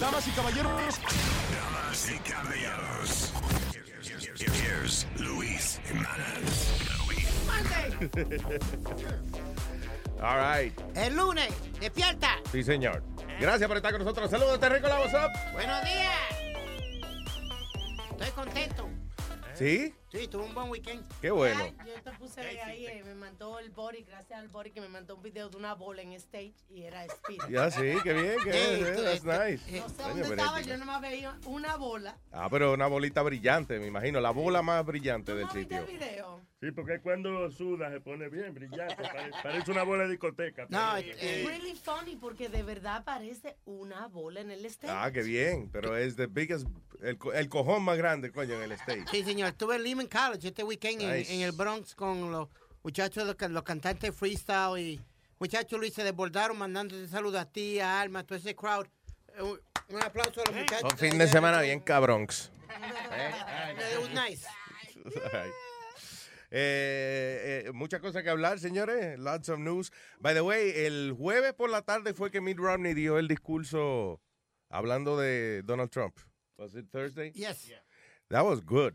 Damas y caballeros. Damas y caballeros. Here's Luis Jimenez. All right. El lunes, despierta. Sí, señor. Gracias por estar con nosotros. Saludos, Terrico, la WhatsApp. Buenos días. Estoy contento. ¿Sí? Sí, tuve un buen weekend. Qué bueno. Ay, Yo te puse de ahí, eh, me mandó el Bori, gracias al Bori que me mandó un video de una bola en stage y era Speed. Ya sí, qué bien, qué Ey, bien. eh, tú, That's eh, tú, nice. eh. No sé Coño, dónde pero estaba, este- yo nomás veía una bola. Ah, pero una bolita brillante, me imagino. La bola más brillante ¿Tú del no viste sitio. el video? Sí, porque cuando suda se pone bien brillante. pare- Parece una bola de discoteca. No, pero- eh, Really funny porque de verdad parece una bola en el stage. Ah, qué bien. Pero es the biggest, el, co- el cojón más grande, coño, en el stage. sí, señor. Estuve en Lehman College este weekend en, Nice. en el Bronx con los muchachos, los, can- los cantantes freestyle y muchachos Luis se desbordaron mandándote saludos a ti, a Alma, a todo ese crowd. Eh, Un, un aplauso a los muchachos. Eh, Un fin de Eh. semana bien cabronx. It was nice. Ay. Eh, eh, muchas cosas que hablar, señores. Lots of news. By the way, el jueves por la tarde fue que Mitt Romney dio el discurso hablando de Donald Trump. Was it Thursday? Yes. That was good.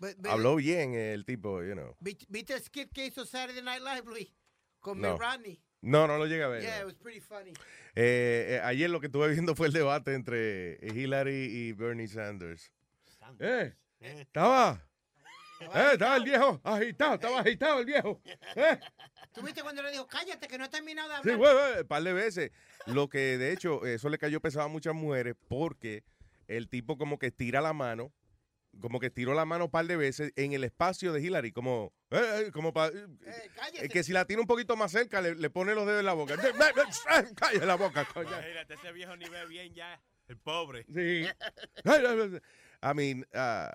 But- but- Habló bien el tipo, you know. vi- ¿Viste el skit que hizo Saturday Night Live, Luis? Con No. Mitt Romney. No, no lo llegué a ver. Yeah, it was pretty funny. Eh, eh, ayer lo que estuve viendo fue el debate entre Hillary y Bernie Sanders. Eh, estaba, eh, estaba el viejo agitado, estaba agitado el viejo. Eh. ¿Tú viste cuando le dijo, cállate que no he terminado de Sí, hablar? güey, güey, par de veces. Lo que de hecho, eso le cayó pesado a muchas mujeres porque el tipo como que estira la mano, como que estiró la mano un par de veces en el espacio de Hillary, como, eh, eh, como pa- Eh, eh, cállese. que si la tiene un poquito más cerca le, le pone los dedos en la boca. Cállate la boca, coño. Imagínate, ese viejo ni ve bien ya. El pobre. Sí. I mean, uh,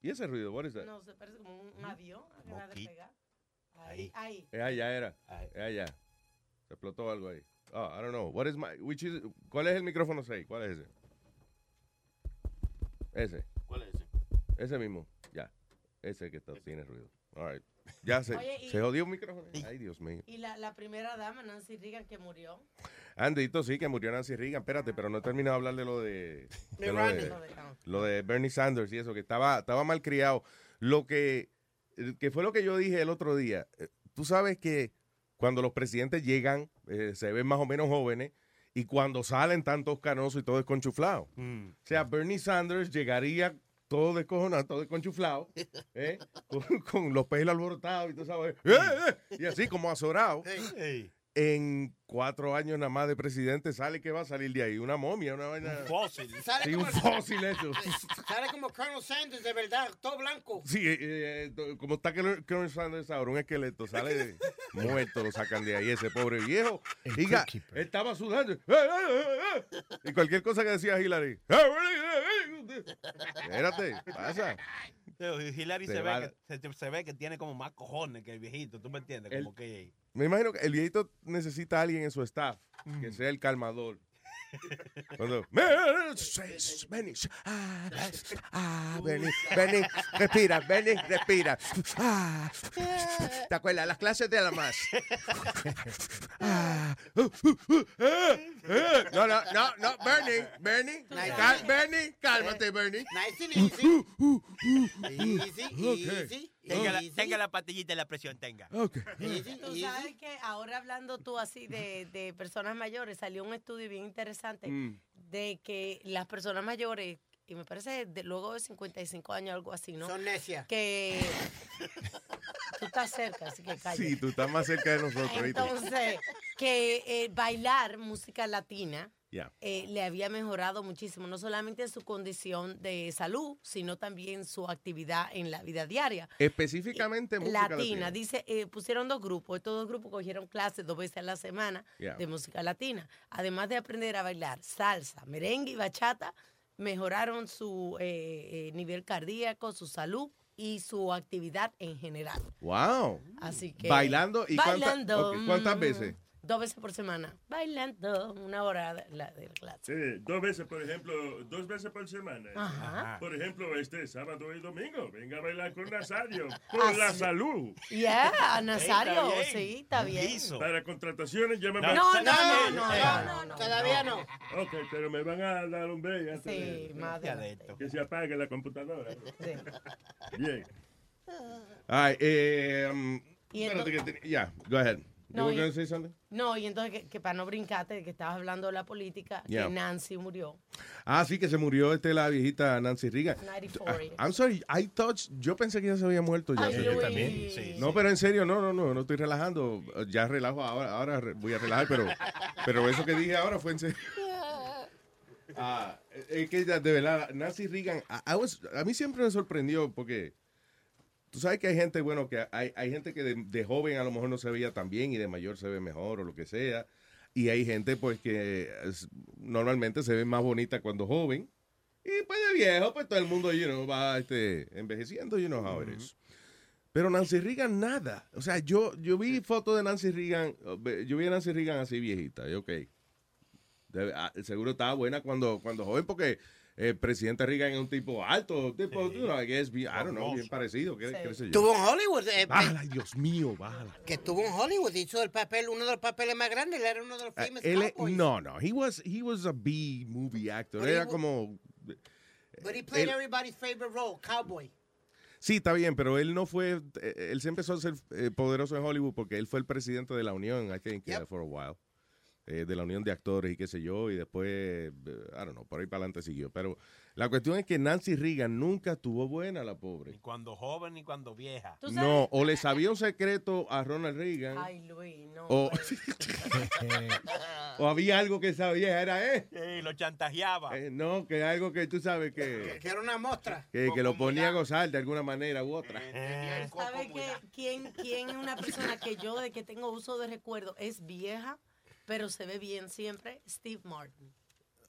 ¿y ese ruido? What is that? No, se parece como Mm, un, un avión. acaba de pegar. Ahí, ahí. Eh, allá era. Eh, allá. Se explotó algo ahí. Oh, I don't know. What is my, which is, ¿Cuál es el micrófono 6? ¿Cuál es ese? Ese. ¿Cuál es ese? Ese mismo. Ya. Ese que está, tiene ruido. All right. Ya se, Oye, y- se jodió un micrófono. Ay, Dios mío. Y la, la primera dama, Nancy Reagan, que murió. Andito, sí, que murió Nancy Reagan. Espérate, pero no he terminado de hablar de lo de... de lo de- Lo dejaron. lo de Bernie Sanders y eso, que estaba, estaba mal criado. Lo que, que fue lo que yo dije el otro día. Eh, Tú sabes que cuando los presidentes llegan, eh, se ven más o menos jóvenes, y cuando salen tan toscanosos y todo desconchuflado. Mm. O sea, Bernie Sanders llegaría todo descojonado, todo desconchuflado, ¿eh? con, con los pelos alborotados y tú sabes, ¡eh, eh! y así como azorado. En cuatro años nada más de presidente sale que va a salir de ahí una momia, una vaina. Fósil. Sale Sí, un como- fósil hecho. Sale como Colonel Sanders, de verdad, todo blanco. Sí, eh, eh, to- como está Colonel Colonel Sanders ahora, un esqueleto sale de- muerto, lo sacan de ahí, ese pobre viejo. Diga, estaba sudando. ¡Eh, eh, eh, eh! Y cualquier cosa que decía Hillary. ¡Eh, eh, eh, eh! Espérate, pasa. Hillary Se se, va- ve que, se, se ve que tiene como más cojones que el viejito, ¿tú me entiendes? El- Como que... Me imagino que el viejito necesita a alguien en su staff que sea el calmador. Cuando, "Me- eh, eh, seis, Benny, ah, ah, Benny, Benny, respira, Benny, respira. Ah, ¿Te acuerdas? Las clases de la más. Ah, uh, uh, uh, eh, eh. No, no, no, no, Bernie, Bernie, cal- Bernie, cálmate, Bernie. Nice and easy. Ah, Easy, easy. easy, pastillita de la presión, tenga. Okay. easy, Tú easy. sabes que ahora hablando tú así de, de personas mayores, salió un estudio bien interesante Mm. de que las personas mayores, y me parece de- luego de 55 años algo así, ¿no? Son necias. Que tú estás cerca, así que calla. Sí, tú estás más cerca de nosotros. ¿viste? Entonces, que eh, bailar música latina Ya. eh, le había mejorado muchísimo, no solamente su condición de salud, sino también su actividad en la vida diaria. Específicamente música eh, latina. Dice, eh, pusieron dos grupos. Estos dos grupos cogieron clases dos veces a la semana Yeah. de música latina. Además de aprender a bailar salsa, merengue y bachata, mejoraron su eh, eh, nivel cardíaco, su salud y su actividad en general. Wow. Así que... Bailando, ¿y cuánta- Bailando. ok, cuántas mm, veces? dos veces por semana, bailando una hora de la, de la clase. Sí, dos veces, por ejemplo, dos veces por semana. Ajá. Por ejemplo, este sábado y domingo, venga a bailar con Nazario, Ah, por la Así. salud. Yeah, Nazario, bien. sí, está bien. Liso. Para contrataciones, llámame. No. No, no, no, no, no, no, no, no. Todavía no. Ok, pero me van a dar un bello antes Sí, de- más Ya de adelante. esto. que se apague la computadora. Bien. All right, eh, um, Y espérate entonces- que te- yeah, go ahead. No, you were y- gonna say something? No, y entonces que, que para no brincarte de que estabas hablando de la política, Yeah. que Nancy murió. Ah, sí, que se murió este, la viejita Nancy Reagan. 94 Ah, I'm sorry, I thought, yo pensé que ya se había muerto ya. Ay, señor. yo Luis. también, sí. No, pero en serio, no, no, no, no estoy relajando. Eh, Ya relajo ahora, ahora re- voy a relajar, pero, pero eso que dije ahora fue en serio. Ah, es que ya, de verdad, Nancy Reagan, I- I was- a mí siempre me sorprendió porque tú sabes que hay gente, bueno, que hay, hay gente que de, de joven a lo mejor no se veía tan bien y de mayor se ve mejor o lo que sea. Y hay gente, pues, que es- normalmente se ve más bonita cuando joven. Y pues de viejo, pues todo el mundo, you know, va este, envejeciendo, you know how it is. Pero Nancy Reagan nada. O sea, yo, yo vi fotos de Nancy Reagan. eh, Yo vi a Nancy Reagan así viejita. Y ok. Debe- ah, seguro estaba buena cuando, cuando joven porque el presidente Reagan es un tipo alto. Tipo, you know, I guess, be- I don't know, bien Hermoso. parecido. ¿qué, Sí. qué sé yo? Ah, Estuvo en Hollywood. eh, Bájala, Dios mío, bájala. que estuvo en Hollywood. Hizo el papel, uno de los papeles más grandes. Él era uno de los Ah, famous él es- pues. cowboys. no, no, he was, he was a B movie actor. Pero Era he- como. But he played él- everybody's favorite role, cowboy. Sí, está bien, pero él no fue. eh, Él se empezó a ser eh, poderoso en Hollywood porque él fue el presidente de la Unión, I think, Yep. uh, for a while. Eh, de la Unión de Actores y qué sé yo, y después, eh, I don't know, por ahí para adelante siguió. Pero la cuestión es que Nancy Reagan nunca estuvo buena, la Ni pobre. cuando joven ni cuando vieja. ¿Tú sabes? No, o le sabía un secreto a Ronald Reagan, Ay, Luis, no. o, pues. o había algo que sabía, era él. Sí, lo chantajeaba. Eh, no, que algo que tú sabes que, Que era una mostra. que, que lo ponía a gozar de alguna manera u otra. Eh, Pero ¿Sabe que quién, quién es una persona que yo, de que tengo uso de recuerdo, es vieja, pero se ve bien siempre? Steve Martin.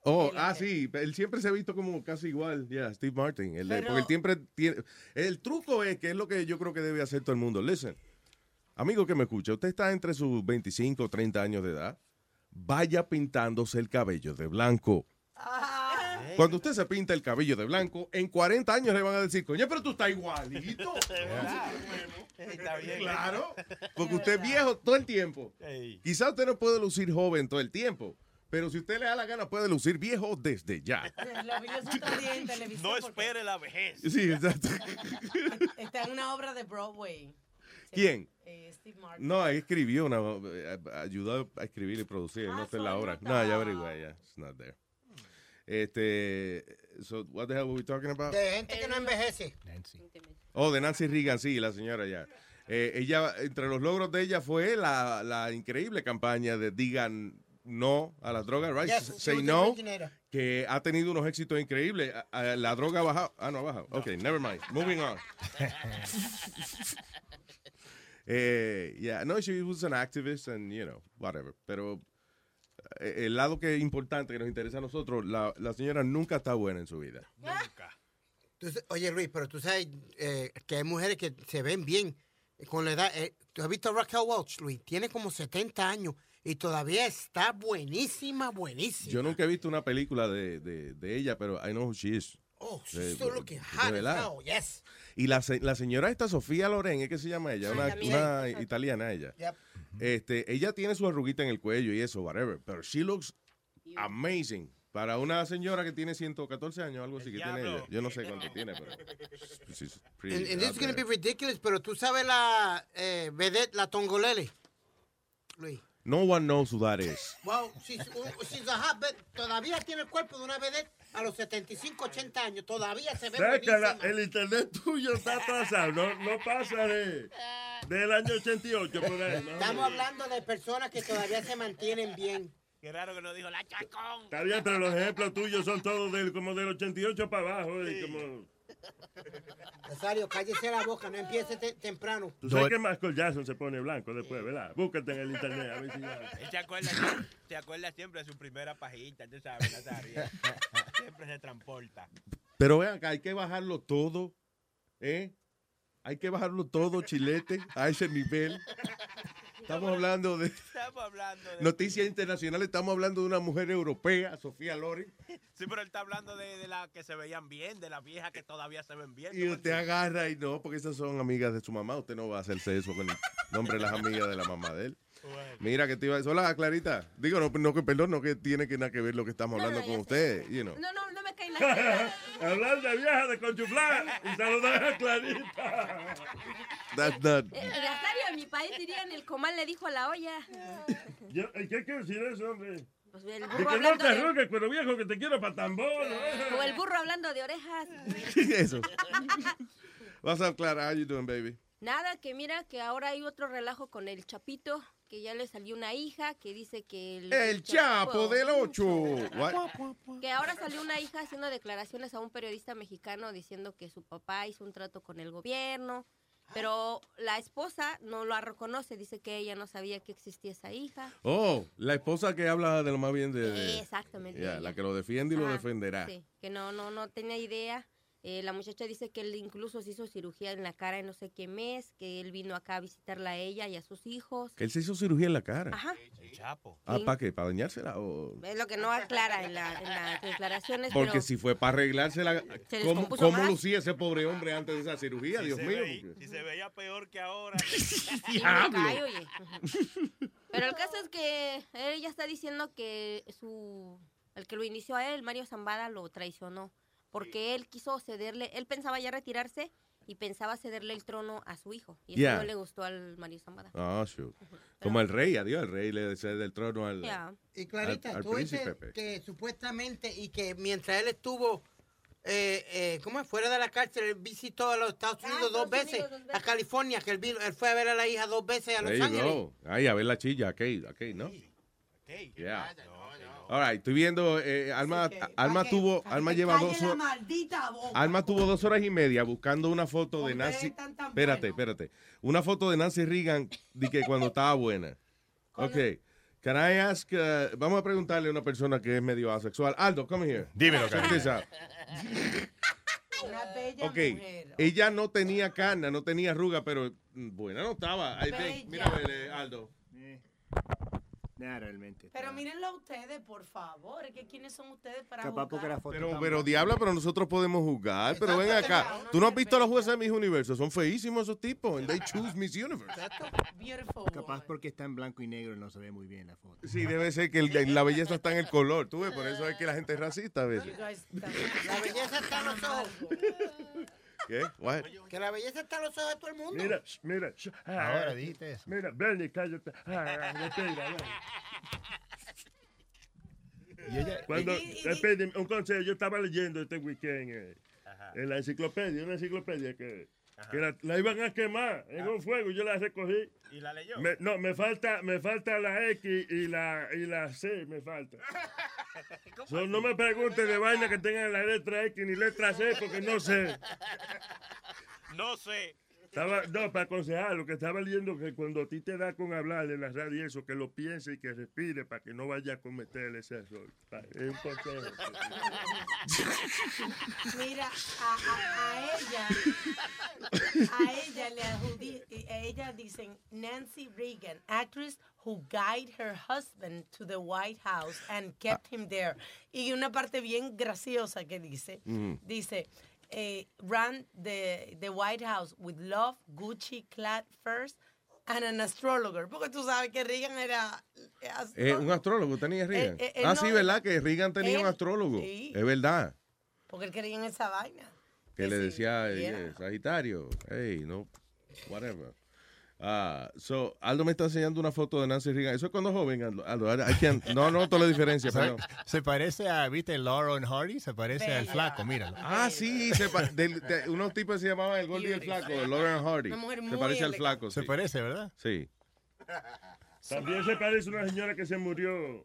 Oh, Él- ah, él- sí, él siempre se ha visto como casi igual, ya, Steve Martin. El de- Pero- porque él siempre tiene. El truco es que es lo que yo creo que debe hacer todo el mundo. Listen, amigo que me escucha, usted está entre sus 25 o 30 años de edad, vaya pintándose el cabello de blanco. Ah. Cuando usted se pinta el cabello de blanco, en 40 años le van a decir, coño, pero tú estás igualito. Sí, está bien. claro, porque usted es viejo todo el tiempo. Ey. Quizá usted no puede lucir joven todo el tiempo, pero si usted le da la gana puede lucir viejo desde ya. Lo vi los otros días en televisión. No porque espere la vejez. Sí, exacto. Está en una obra de Broadway. Se- ¿Quién? eh, Steve Martin. No, ahí escribió una eh, ayudó a escribir y producir, no Ah, está en la so obra. no No, ya está. averigué, ya. It's not there. Este, so what the hell were we talking about? De gente que no envejece. Oh, de Nancy Reagan, sí, la señora ya. Eh, ella, entre los logros de ella fue la, la increíble campaña de digan no a las drogas, right? Yes, she Say was the no. originator. que ha tenido unos éxitos increíbles. A- a- La droga ha bajado. Ah, no ha bajado. Ok, never mind. Moving on. eh, yeah, no, she was an activist and, you know, whatever. Pero eh, el lado que es importante, que nos interesa a nosotros, la, la señora nunca está buena en su vida. Tú sa- oye, Luis, pero tú sabes eh, que hay mujeres que se ven bien con la edad. eh, ¿Tú has visto a Raquel Welch, Luis? Tiene como 70 años y todavía está buenísima, buenísima. Yo nunca he visto una película de, de, de ella, pero I know who she is. Oh, De- she's still de- looking de hot as verdad. hell, yes. Y la, se- la señora esta, Sofía Loren, ¿es que se llama ella? Sí, Una, también. una italiana ella. Yep. Este, ella tiene su arruguita en el cuello y eso, whatever. Pero she looks amazing. Para una señora que tiene 114 años, algo así que tiene diablo. ella. Yo no sé cuánto tiene, pero. she's pretty And, and this out is going to be there. ridiculous, pero tú sabes la eh, vedette, la Tongolele, Luis. No one knows who that is. Wow, she's, u- she's a hot bed- Todavía tiene el cuerpo de una vedette a los 75, 80 años. Todavía se ve Sácala, buenísima. el internet tuyo está atrasado, no, no pasa de, del año 88 por ahí. ¿no? Estamos hablando de personas que todavía se mantienen bien. Qué raro que no dijo la chacón. Está bien, pero los ejemplos tuyos son todos del, como del 88 para abajo. y como, Rosario, cállese la boca, no empiece te- temprano. tú sabes que Michael Jackson se pone blanco después, ¿verdad? Búscate en el internet. A ver si ya- Él se acuerda, se acuerda siempre de su primera pajita, tú sabes, Nazario. Siempre se transporta. Pero vean acá, hay que bajarlo todo. ¿Eh? Hay que bajarlo todo, chilete, a ese nivel. Estamos hablando de Estamos hablando de. noticias internacionales, estamos hablando de una mujer europea, Sofía Loren, Sí, pero él está hablando de, de las que se veían bien, de las viejas que todavía se ven bien. y usted agarra y no, porque esas son amigas de su mamá, usted no va a hacerse eso con el nombre de las amigas de la mamá de él. Mira que te iba a decir, hola Clarita, digo, no, no que perdón, no que tiene que nada que ver lo que estamos No, hablando no, con ya usted, you know. No, no, no me caen las cosas. Hablar de vieja de conchuflar y saludar a Clarita. That's not, El Nazario en mi país dirían el comal le dijo a la olla. Yo- ¿Qué quiere decir eso, hombre? Pues el De burro que no hablando te de, arrugues, cuero viejo, que te quiero para tambor. o el burro hablando de orejas. eso. What's up, Clara? How you doing, baby? Nada, que mira que ahora hay otro relajo con el chapito, que ya le salió una hija que dice que el... El Chapo del 8. Que ahora salió una hija haciendo declaraciones a un periodista mexicano diciendo que su papá hizo un trato con el gobierno, pero la esposa no lo reconoce, dice que ella no sabía que existía esa hija. Oh, la esposa que habla de lo más bien de... de- Exactamente. Ya, ella. la que lo defiende y lo Ajá, defenderá. Sí, que no, no, no tenía idea. Eh, la muchacha dice que él incluso se hizo cirugía en la cara en no sé qué mes, que él vino acá a visitarla a ella y a sus hijos. Que él se hizo cirugía en la cara. Ajá. El Chapo. Eh. Ah, Sí. ¿para qué? ¿Para dañársela? O... Es lo que no aclara en, la- en las declaraciones. Porque Pues, pero si fue para arreglársela, Se les ¿cómo, compuso cómo más. lucía ese pobre hombre antes de esa cirugía? Dios se mío. veía- si se veía peor que ahora. sí me ¡Diablo! cae, oye. Ujú. Pero el caso es que él ya está diciendo que su el que lo inició a él, Mario Zambada, lo traicionó. Porque él quiso cederle, él pensaba ya retirarse y pensaba cederle el trono a su hijo. Y eso Ya. no le gustó al Mario Zambada. Ah, shoot. Como el rey, adiós, el rey le cede el trono al... Ya. Y Clarita, Al- al tú dices príncipe, pues. pe. que supuestamente y que mientras él estuvo eh, eh, ¿cómo es? fuera de la cárcel, él visitó a los Estados Ah, Unidos dos Estados Unidos veces, dos veces. a California, que él, vino, él fue a ver a la hija dos veces a There Los you Ángeles. go. Ay, a ver la chilla, Kate, okay, ¿no? Ey, Yeah. no, no. All right, estoy viendo, eh, Alma, Así que, pa' Alma que- tuvo, pa' que Alma te lleva calle dos la horas. maldita boca. Alma tuvo dos horas y media buscando una foto de Ustedes Nancy. están tan Espérate, buenos. espérate. Una foto de Nancy Reagan de que cuando estaba buena. Ok. Can I ask, uh, vamos a preguntarle a una persona que es medio asexual. Aldo, come here. Dímelo, Check this Clarita. out. Una bella Ok. mujer. Ella no tenía cana, no tenía arruga, pero mm, buena no estaba. I think. Bella. Mira, vele, Aldo. Nada, realmente. Pero mírenlo ustedes, por favor. Es que quiénes son ustedes para Capaz porque juzgar? la foto. Pero, está pero mal. diabla, pero nosotros podemos jugar. Pero ven acá. Tú no has visto a los jueces de Miss Universo. Son feísimos esos tipos. And they choose Miss Universe. Beautiful Pues Capaz woman. porque está en blanco y negro no se ve muy bien la foto. Sí, debe ser que el- la belleza está en el color. Tú ves, por eso es que la gente es racista a You veces. guys están- La belleza está en los ojos. ¿Qué? What? Que la belleza está en los ojos de todo el mundo. Mira, sh, mira. sh, ah, Ahora dijiste eso. Mira, Bernie, cállate. Ah, respira, ven. Y ella, eh, Cuando, Y- y- y- espérate, un consejo, yo estaba leyendo este weekend eh, en la enciclopedia, una enciclopedia que, que la, la iban a quemar en Ah. un fuego, yo la recogí. Y la leyó. Me- no, me falta, me falta la X y la, y la C, me falta. So, no me pregunten de vaina que tengan la letra X ni letra C porque no sé. No sé. Estaba, no, para aconsejar, lo que estaba leyendo que cuando a ti te da con hablar en la radio y eso, que lo piense y que respire para que no vaya a cometer ese error. Pa- Es un consejo. Mira, a, a- a ella, a ella le adjudi- a ella dicen Nancy Reagan, actress who guided her husband to the White House and kept him there. Y una parte bien graciosa que dice, Mm. dice, eh, ran the, the White House with love, Gucci clad first, and an astrologer. Porque tú sabes que Reagan era... Eh, un astrólogo tenía Reagan. Eh, eh, eh, ah, sí, no, ¿verdad? Que Reagan tenía un él- astrólogo. sí. Es verdad. Porque él creía en esa vaina. Que le sí, decía, eh, yeah. eh, Sagitario, hey, no, whatever. Ah, so, Aldo me está enseñando una foto de Nancy Reagan. Eso es cuando joven, Aldo. Aldo, I- I can't- no, no noto la diferencia, se, perdón. se parece a, viste, Lauren Hardy, se parece al Bella. flaco, míralo. Ah, sí, se pa- del- de- unos tipos que se llamaban el Gordo y el Flaco, Lauren Hardy. Una mujer Se muy parece al elegante. Flaco, sí. Se parece, ¿verdad? Sí. También se parece una señora que se murió.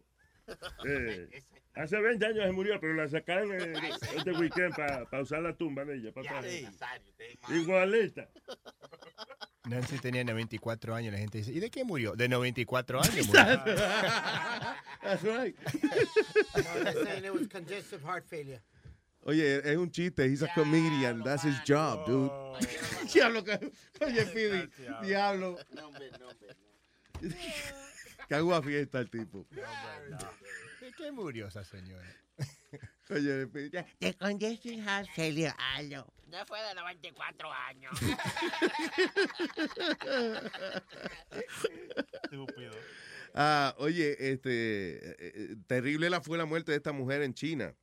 eh, hace 20 años se murió, pero la sacaron eh, este weekend para usar la tumba de ella. papá. Igualita. Nancy tenía 94 años, la gente dice, ¿y de qué murió? De 94 años murió. That's right. No, they're saying it was congestive heart failure. Oye, es un chiste. He's a comedian. That's his job, dude. diablo, ca- oye, Pidi, diablo. Cagó a fiesta el tipo. ¿De qué murió esa señora? Oye, le pedí- The congestion has failure. Allo. Ya fue de 94 años. Estúpido. Ah, oye, este, eh, eh, terrible la fue la muerte de esta mujer en China.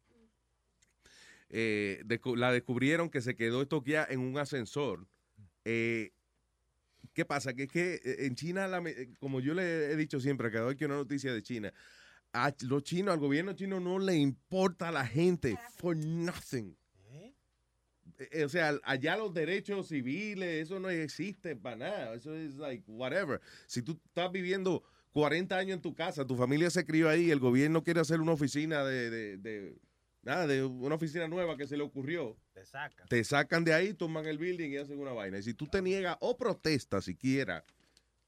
Eh, descu- la descubrieron que se quedó estoqueada en un ascensor. Eh, ¿Qué pasa? Que es que eh, en China, la me- eh, como yo le he dicho siempre, cada vez que una noticia de China, a ch- los chinos, al gobierno chino no le importa a la gente for nothing. Eh, eh, O sea, allá los derechos civiles, eso no existe para nada. Eso es like whatever. Si tú estás viviendo 40 años en tu casa, tu familia se crió ahí, el gobierno quiere hacer una oficina de, de- de- nada, de una oficina nueva que se le ocurrió. Te saca. Te sacan de ahí, toman el building y hacen una vaina. Y si tú te niegas o protestas siquiera,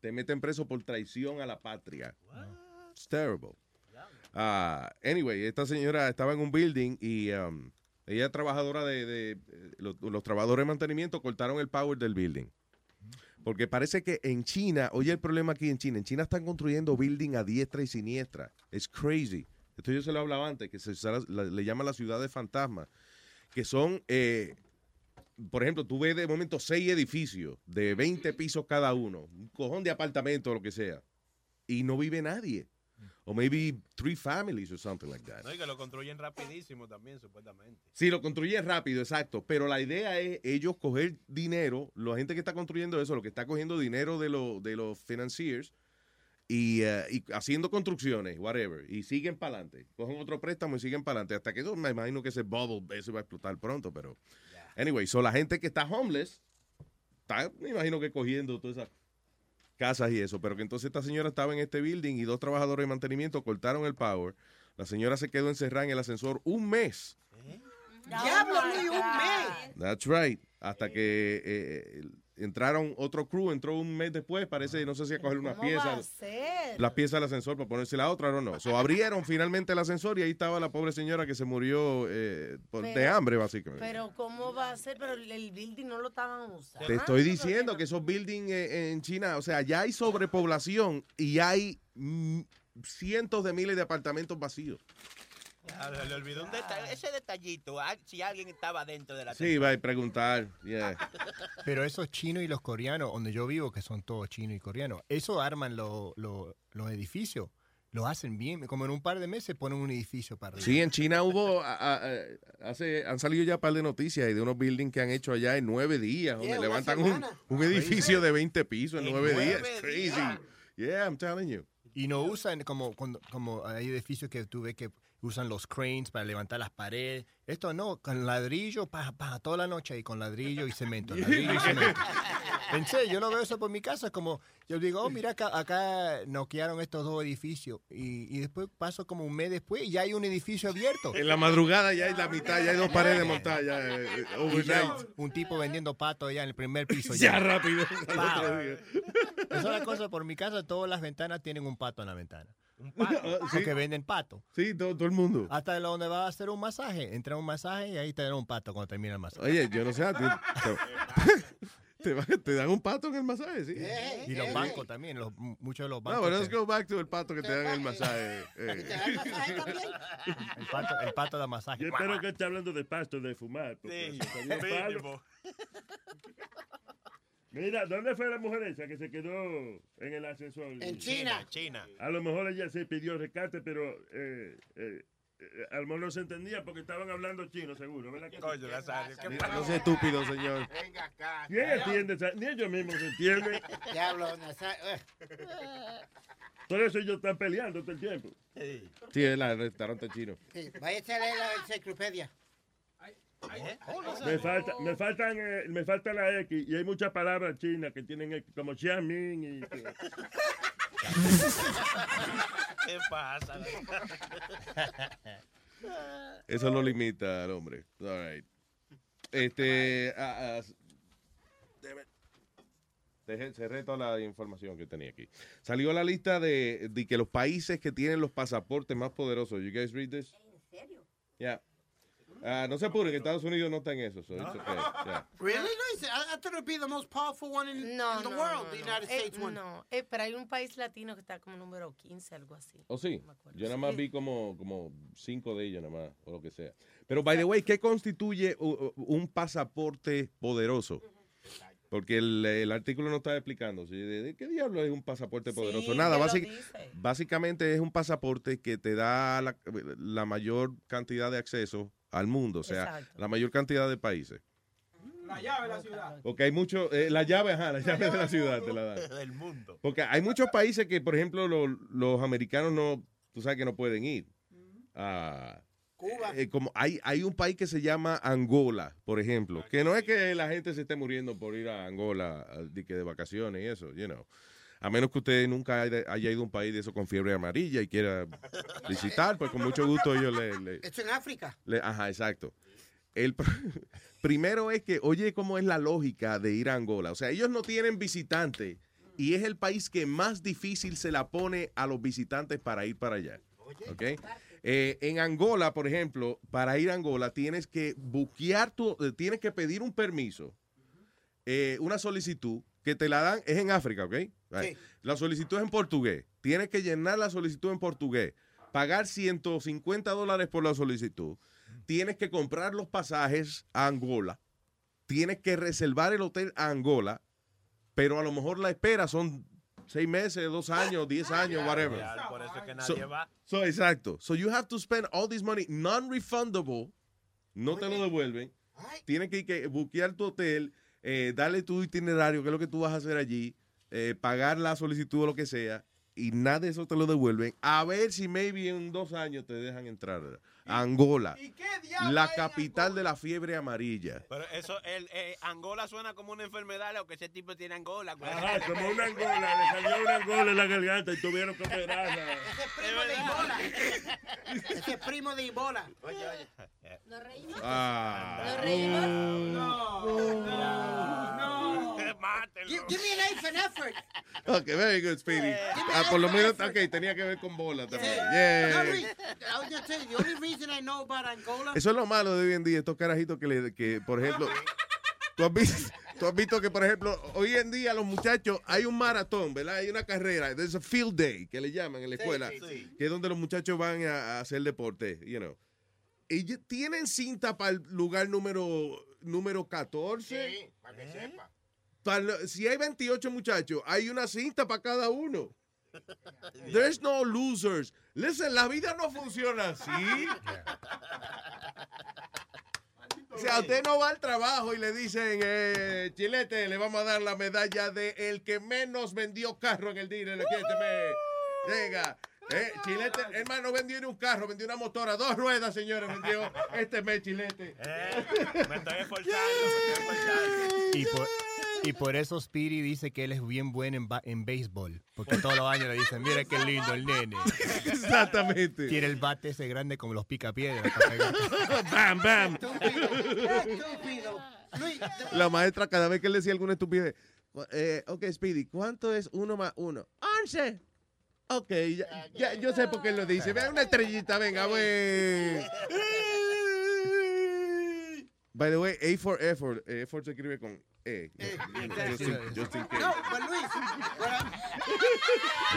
te meten preso por traición a la patria. It's terrible. Ah, anyway, esta señora estaba en un building y um, ella es trabajadora de, de, eh, los, los trabajadores de mantenimiento cortaron el power del building. Porque parece que en China, oye el problema aquí en China, en China están construyendo building a diestra y siniestra. Es crazy. Esto yo se lo hablaba antes, que se, se- la- le llaman la ciudad de fantasmas, que son, eh, por ejemplo, tú ves de momento seis edificios de 20 pisos cada uno, un cojón de apartamento o lo que sea, y no vive nadie. O maybe three families or something like that. No, y que lo construyen rapidísimo también, supuestamente. Sí, lo construyen rápido, exacto. Pero la idea es ellos coger dinero, la gente que está construyendo eso, lo que está cogiendo dinero de, los de los financiers y, eh, y haciendo construcciones, whatever, y siguen para adelante. Cogen otro préstamo y siguen para adelante. Hasta que eso, me imagino que ese bubble, eso va a explotar pronto, pero. Anyway, so la gente que está homeless, está, me imagino que cogiendo todas esas casas y eso, pero que entonces esta señora estaba en este building y dos trabajadores de mantenimiento cortaron el power. La señora se quedó encerrada en el ascensor un mes. Diablo, Oh Luis, un mes. That's right. Hasta que eh, entraron otro crew, entró un mes después, parece, no sé si a coger unas ¿Cómo va a piezas, ser? las piezas del ascensor para ponerse la otra, no, no. So, abrieron finalmente el ascensor y ahí estaba la pobre señora que se murió eh, por- de Pero- hambre, básicamente. Pero ¿cómo va a ser? Pero el- el building no lo estaban usando. Te estoy diciendo que esos buildings eh, en China, o sea, ya hay sobrepoblación y hay mm, cientos de miles de apartamentos vacíos. Ya, se le olvidó un detalle. Ese detallito, ah, si alguien estaba dentro de la Sí, va a preguntar. yeah. Pero esos chinos y los coreanos, donde yo vivo, que son todos chinos y coreanos, eso arman lo- lo- los edificios. Lo hacen bien. Como en un par de meses ponen un edificio para arriba. Sí, en China hubo, a- a- a- hace, han salido ya un par de noticias y de unos buildings que han hecho allá en nueve días, donde Yeah, una levantan un, semana. un edificio de 20 pisos en En nueve nueve días. It's crazy. días. Yeah, I'm telling you. Y no usan como, cuando- como hay edificios que tú ves que usan los cranes para levantar las paredes. Esto no, con ladrillo, pa, pa, toda la noche ahí con ladrillo y cemento. ladrillo y cemento. En serio, yo no veo eso por mi casa. es Como yo digo, oh, mira, acá, acá noquearon estos dos edificios. Y, y después paso como un mes después y ya hay un edificio abierto. En la madrugada ya hay la mitad, ya hay dos paredes montadas ya, eh, eh, Y ya overnight. un tipo vendiendo pato allá en el primer piso. Ya Ya. rápido. al otro día. Esa es la cosa, por mi casa todas las ventanas tienen un pato en la ventana. Ah, sí, Porque venden pato. sí, todo, todo el mundo. Hasta donde va a hacer un masaje. Entra un masaje y ahí te dan un pato cuando termina el masaje. Oye, yo no sé, a ti- te, te, van- te dan un pato en el masaje, sí. Eh, Y eh, los eh. bancos también, los, muchos de los No, bancos. pero let's te- go back to el pato que te dan en el masaje. eh. ¿Te da el masaje también? el, pato, el pato da masaje. Yo espero que esté hablando de pasto, de fumar. porque Sí, se comió palo. mínimo. Mira, ¿dónde fue la mujer esa que se quedó en el ascensor? En China. China. A lo mejor ella se pidió rescate, pero eh, eh, eh, a lo mejor no se entendía porque estaban hablando chino, seguro, ¿verdad? que sí? Coño, Nazario, ¿qué pasa? No sea estúpido, señor. Venga acá. ¿Quién entiende? esa- Ni ellos mismos se entienden. Diablo, Nazario. eh. Ah. Por eso ellos están peleando todo el tiempo. Sí. Sí, es la restaurante chino. Sí, váyase a leer la enciclopedia. ¿Eh? Me, falta, me, faltan, eh, me falta la X y hay muchas palabras chinas que tienen X, como Xiamin y... ¿Qué pasa? Eso lo limita al hombre. All right. Este. ah, ah, damn it. Dejé- cerré toda la información que tenía aquí. Salió la lista de, de que los países que tienen los pasaportes más poderosos. You guys read this? ¿En serio? Yeah. Ah, no se apure, que Estados Unidos no está en eso. so it's okay, yeah. Really? No, it's- I, I thought it would be the most powerful one in, No, in the no, world, no, the no. United Eh, States one. No, eh, pero hay un país latino que está como número 15, algo así. ¿O Oh, sí? me acuerdo. Yo nada más Sí. vi como, como cinco de ellos, nada más, o lo que sea. Pero, by the way, ¿qué constituye u- u- un pasaporte poderoso? Porque el, el artículo no estaba explicando. ¿sí? ¿De, de qué diablo es un pasaporte poderoso? Nada, ya lo básica- dice. básicamente es un pasaporte que te da la, la mayor cantidad de acceso al mundo, o sea, Exacto. la mayor cantidad de países. La llave de la ciudad. Porque hay mucho, eh, la llave, ajá, la llave de la ciudad te la dan. Del mundo. Porque hay muchos países que, por ejemplo, lo- los americanos no, tú sabes que no pueden ir. Cuba. como hay, hay un país que se llama Angola, por ejemplo, que no es que la gente se esté muriendo por ir a Angola ah, de, que de vacaciones y eso, you know. A menos que usted nunca haya, haya ido a un país de eso con fiebre amarilla y quiera visitar, pues con mucho gusto ellos le- le, Esto en África. le- ajá, exacto. El pr- primero es que, oye, cómo es la lógica de ir a Angola. O sea, ellos no tienen visitantes y es el país que más difícil se la pone a los visitantes para ir para allá. ¿ok? Eh, en Angola, por ejemplo, para ir a Angola tienes que buquear tu, eh, tienes que pedir un permiso, eh, una solicitud que te la dan, es en África, ¿ok? Right. La solicitud es en portugués. Tienes que llenar la solicitud en portugués, pagar 150 dólares por la solicitud, tienes que comprar los pasajes a Angola, tienes que reservar el hotel a Angola, pero a lo mejor la espera son seis meses, dos años, diez años, whatever. Ya, Por eso es que So, nadie va. so, exacto. So you have to spend all this money non-refundable. No te lo devuelven. Tienes que, que buquear tu hotel, eh, darle tu itinerario, qué es lo que tú vas a hacer allí, eh, pagar la solicitud o lo que sea, y nada de eso te lo devuelven. A ver si maybe en dos años te dejan entrar. Angola, la capital de la fiebre amarilla. Pero eso, el, eh, Angola suena como una enfermedad, lo que ese tipo tiene Angola. güey. Ajá, como una angola, le salió una angola en la garganta y tuvieron que operarla. Primo de Ebola. Ese es primo de Ebola. Ah. Give, give me an eighth and effort. Ok, very good, Speedy. Ah, por lo menos, ok, tenía que ver con bola también. Yeah. No, Luis, I was gonna tell you, the only reason I know about Angola. Eso es lo malo de hoy en día, estos carajitos que, le, que por ejemplo, tú has, visto, tú has visto que, por ejemplo, hoy en día los muchachos, hay un maratón, ¿verdad? Hay una carrera, there's a field day, que le llaman en la escuela, sí, sí. que es donde los muchachos van a, a hacer deporte, you know. Y ya tienen cinta para el lugar número, número 14. Sí, para ¿Eh? que sepa. Pa' lo- si hay 28 muchachos, hay una cinta para cada uno. There's no losers. Listen, la vida no funciona así. O sea, usted no va al trabajo y le dicen, eh, Chilete, le vamos a dar la medalla de el que menos vendió carro en el día. Venga. Eh, chilete, hermano, vendió ni un carro, vendió una motora, dos ruedas, señores, vendió este mes, chilete. Eh, Me estoy esforzando, me estoy esforzando. Y por, y por eso Speedy dice que él es bien bueno en, ba- en béisbol. Porque todos los años le dicen, mira qué lindo el nene. Exactamente. Tiene el bate ese grande como los picapiedras. para pegar. bam, bam. Estúpido. Luis, te- La maestra, cada vez que él decía alguna estupidez, eh, ok, Speedy, ¿cuánto es uno más uno? ¡Once! Ok, ya, ya- yo sé por qué lo dice. Vea una estrellita, venga, güey. By the way, A for effort. Eh, Effort se escribe con E. Just in- just in case. no, but Luis, but I-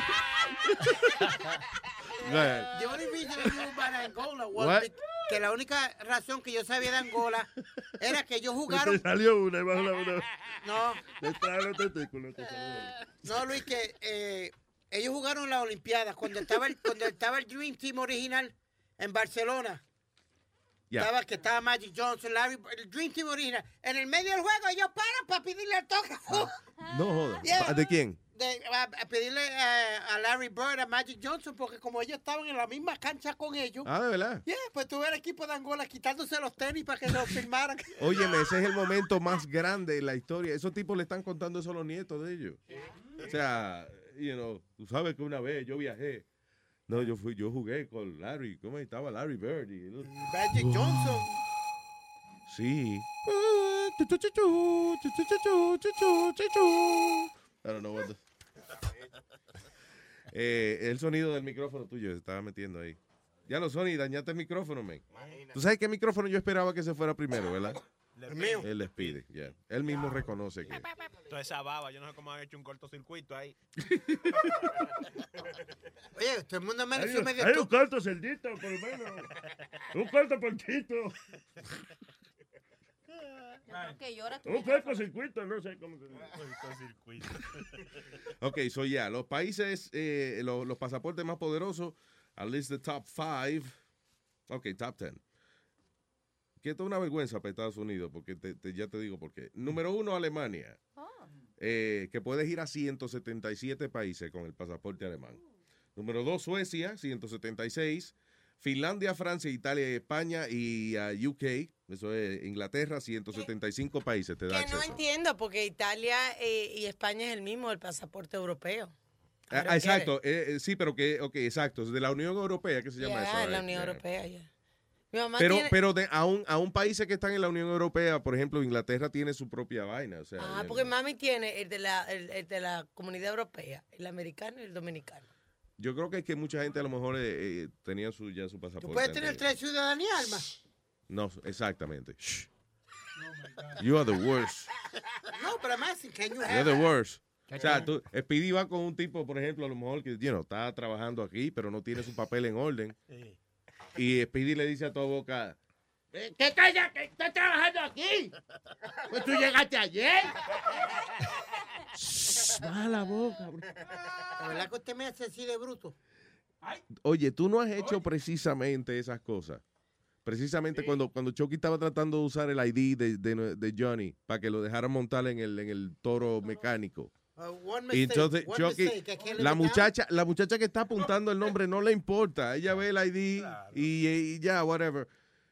Go ahead. the only reason I knew about Angola was What? be- que la única razón que yo sabía de Angola era que ellos Te jugaron. salió una y bajó la una. No, Te traen los testículos. te salió una. no, Luis, que eh, ellos jugaron las Olimpiadas cuando estaba el, cuando estaba el Dream Team original en Barcelona. Ya. Estaba que estaba Magic Johnson, Larry, el Dream Team original. En el medio del juego ellos paran para pedirle autógrafo. No jodas. Yeah. Ah. ¿De quién? de- a, a pedirle eh, a Larry Bird, a Magic Johnson, porque como ellos estaban en la misma cancha con ellos, Ah, de verdad. yeah, pues tuve el equipo de Angola quitándose los tenis para que los firmaran. Este Óyeme, ese es el momento más grande en la historia. Esos tipos le están contando eso a los nietos de ellos. O sea, you know, tú sabes que una vez yo viajé. No, yo fui, yo jugué con Larry. ¿Cómo estaba Larry Bird? Y el otro. Magic Johnson. Sí. Ah, I don't know what the- Eh, el sonido del micrófono tuyo se estaba metiendo ahí. Ya lo son y dañaste el micrófono, men. ¿Tú sabes qué micrófono yo esperaba que se fuera primero, verdad? El mío. Él les pide, ya. Él mismo reconoce que. Toda esa baba, yo no sé cómo han hecho un cortocircuito ahí. Oye, todo el mundo Hay, amaneció un- medio hay un estúpido. corto cerdito, por lo menos. Un corto porquito. que llora tu Un micrófono. cortocircuito, no sé cómo se dice. Cortocircuito. Ok, so ya, los países, eh, lo- los, pasaportes más poderosos, at least the top five. Ok, top ten. Que esto es una vergüenza para Estados Unidos, porque te- te- ya te digo por qué. Número uno, Alemania. Eh, que puedes ir a 177 países con el pasaporte alemán. Número dos, Suecia, 176. Finlandia, Francia, Italia, España y ah, UK. Eso es Inglaterra, 175 países te da Que no acceso. entiendo, porque Italia eh, y España es el mismo, el pasaporte europeo. Ah, Pero exacto, eh, eh, sí, pero que, ok, exacto, es de la Unión Europea, ¿qué se llama Ya, eso? en Ah, la right, Unión yeah. Europea, ya. Mi mamá Pero, tiene- pero de, aún, aún países que están en la Unión Europea, por ejemplo, Inglaterra tiene su propia vaina, o sea, Ah, el- porque mami tiene el de la, el, el de la comunidad europea, el americano y el dominicano. yo creo que es que mucha gente a lo mejor eh, eh, tenía su, ya su pasaporte. Puedes tener anterior. tres ciudadanías, Alma. No, exactamente. Shh. You are the worst. No, pero más, can you You're have the it? worst. O sea, tú, Speedy va con un tipo, por ejemplo, a lo mejor que, you know, está trabajando aquí, pero no tiene su papel en orden. Y Speedy le dice a toda boca, Eh, ¿Qué calla? que ¿Estás trabajando aquí? Pues tú llegaste ayer. baja la boca, bro. La verdad que usted este me hace así de bruto. Oye, tú no has hecho precisamente esas cosas. Precisamente cuando, cuando Chucky estaba tratando de usar el ID de, de- de Johnny para que lo dejara montar en el, en el toro mecánico. Uh, one Y mistake, entonces one Chucky, mistake, I can't live la it down. muchacha, la muchacha que está apuntando el nombre no le importa. Ella ve el ID y, y ya, whatever.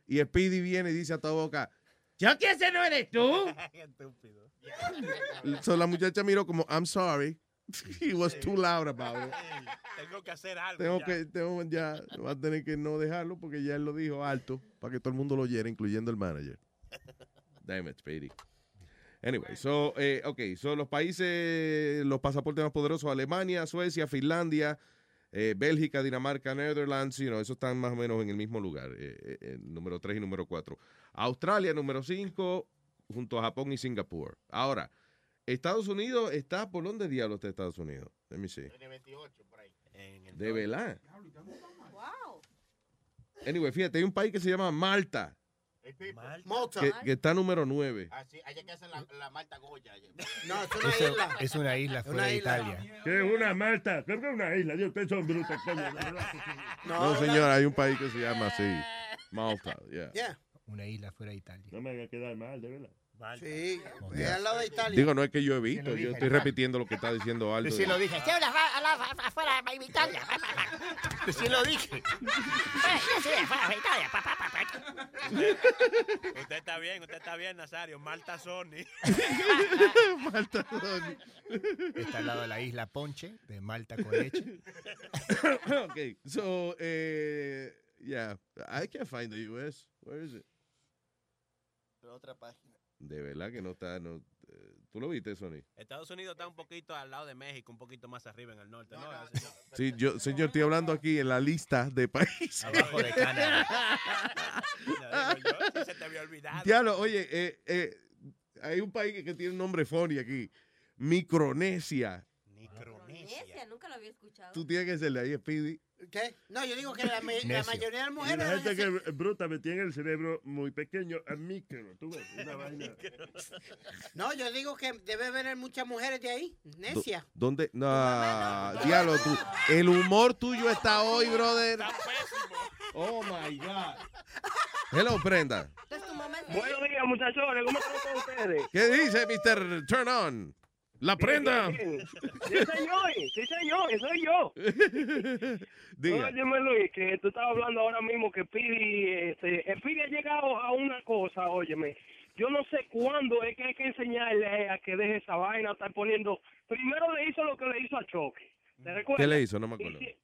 Y Speedy viene y dice a toda boca, Chucky, ese no eres tú. Estúpido. So, la muchacha miró como, I'm sorry. He was too loud about it. Tengo que hacer algo. Tengo ya. que, tengo ya, va a tener que no dejarlo porque ya él lo dijo alto para que todo el mundo lo oyera, incluyendo el manager. Damn it, Speedy. Anyway, so, eh, ok, son los países, los pasaportes más poderosos, Alemania, Suecia, Finlandia, eh, Bélgica, Dinamarca, Netherlands, you know, esos están más o menos en el mismo lugar, eh, eh, eh, número 3 y número 4. Australia, número 5, junto a Japón y Singapur. Ahora, Estados Unidos está, ¿por dónde diablos está Estados Unidos? Let me see. De verdad. Wow. Anyway, fíjate, hay un país que se llama Malta, Malta. que, que está número 9. Ah, Así, allá que hacen la, la Marta Goya. allá. No, es una Eso- isla. es una isla fuera de isla. Italia. Que es una malta. Creo que es una isla. Dios, ustedes son brutos, coño. de verdad. No, señor, hay un país que se llama así. Malta, yeah. Yeah. Una isla fuera de Italia. No me haga quedar mal, de verdad. Sí, es al lado de Italia. Digo, no es que yo he Sí visto, lo yo dije, estoy ¿no? repitiendo lo que está diciendo Aldo. Sí lo dije. Sí, la- la- la- afuera de Italia. Sí lo dije. Sí, afuera de Italia. pa, pa, pa, pa. Usted está bien, usted está bien, Nazario. Malta Sony. Malta, Sony. Está al lado de la isla Ponche, de Malta con leche. ok, so, eh, yeah, I can't find the U.S. Where is it? otra página. De verdad que no está, no, eh, ¿tú lo viste, Sony? Estados Unidos está un poquito al lado de México, un poquito más arriba en el norte, ¿no? Sí, yo, señor, estoy hablando aquí en la lista de países. Abajo de Canadá. Ya digo yo, sí se te había olvidado. Diablo, oye, eh, eh, hay un país que tiene un nombre funny aquí. Micronesia. Necia, nunca lo había escuchado. Tú tienes que ser de ahí, Speedy. ¿Qué? No, yo digo que la, me- la Necio. mayoría de las Y mujeres. la gente hacen- que es bruta me tiene el cerebro muy pequeño a micro. Tú ves, una vaina. No, yo digo que debe venir muchas mujeres de ahí. Do- Necia. ¿Dónde? No, diablo, tú. El humor tuyo está hoy, brother. Oh my God. Hello, Brenda. Entonces tu mamá es Buenos días, muchachones. ¿Cómo están todos ustedes? ¿Qué dice, Mr. Turn On? La prenda. Bien, bien. Sí, señor. Sí, señor. Soy yo. Diga. Óyeme, Luis, que tú estabas hablando ahora mismo que Pidi, este, eh, Pidi ha llegado a una cosa, óyeme. Yo no sé cuándo es que hay que enseñarle a que deje esa vaina, estar poniendo... Primero le hizo lo que le hizo a Choque. ¿Te recuerdas? ¿Qué le hizo? No me acuerdo. Y si-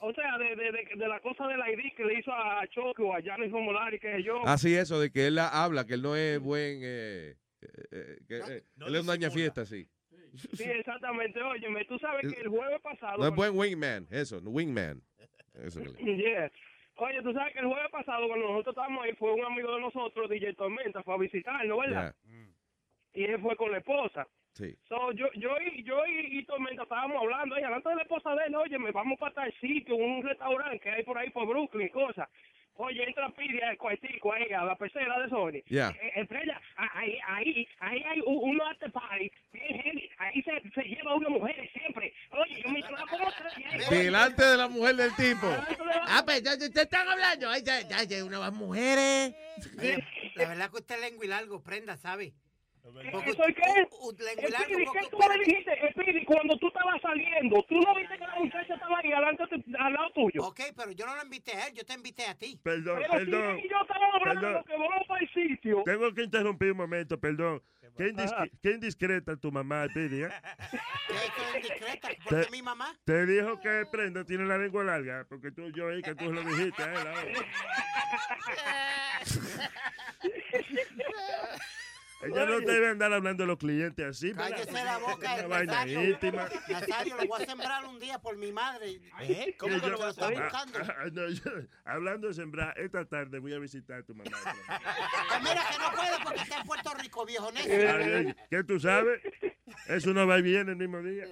O sea, de, de, de, de la cosa del ID que le hizo a Choque o a Janis Romolari, que yo... Así eso de que él habla, que él no es buen. eh, eh, eh, que, eh, él es un daña fiesta, sí. Sí, exactamente. Óyeme, tú sabes que el jueves pasado... No es buen wingman, eso, wingman. Eso que le- Yeah. Oye, tú sabes que el jueves pasado, cuando nosotros estábamos ahí, fue un amigo de nosotros, DJ Tormenta, fue a visitarnos, ¿verdad? Y él fue con la esposa. Sí. So, yo, yo, y, yo y, y Tormenta estábamos hablando, ella, delante de la esposa de él, oye, me vamos para tal sitio, un restaurante que hay por ahí por Brooklyn, cosas. Oye, entra Piri al cuartico ahí, a la pecera de Sony. Ya. Eh, Entre ellas, a- ahí, ahí, ahí hay un, un after party bien heavy. Ahí se, se lleva una mujer siempre. Oye, yo me llevaba como tres y ahí- Delante de la mujer del tipo. Ah, pues ya, ya, ustedes están hablando. Ay, ya, ya, ya, una más mujeres. La verdad que usted lengua y largo, prenda, ¿sabe? ¿Qué soy qué? lengua y largo, Espiri, porque- ¿qué tú me dijiste? Espiri, cuando tú estabas saliendo, tú no viste que la muchacha estaba ahí adelante, al lado tuyo. Ok, pero yo no lo invité a él, yo te invité a ti. Perdón, Pero si perdón. él y yo estábamos hablando perdón. que vamos para el sitio. Tengo que interrumpir un momento, perdón. Qué, indis- qué indiscreta tu mamá, Pidi, ¿eh? ¿Por Te- qué mi mamá? Te dijo que Prenda tiene la lengua larga, porque tú, yo oí que tú lo dijiste, ¿eh? La otra. Ella no Oye. debe andar hablando de los clientes así, ¿verdad? Cállese la boca, Es una vaina Nazario. íntima. Nazario, lo voy a sembrar un día por mi madre. Y ¿Eh? Yo- yo- yo ¿Eh? lo estoy Ah, buscando. ah, ah, no, yo- hablando de sembrar, esta tarde voy a visitar a tu mamá. Que mira que no puedo porque está en Puerto Rico, viejo necio. Eh, Está bien. ¿Qué tú sabes? Eso no va bien el mismo día.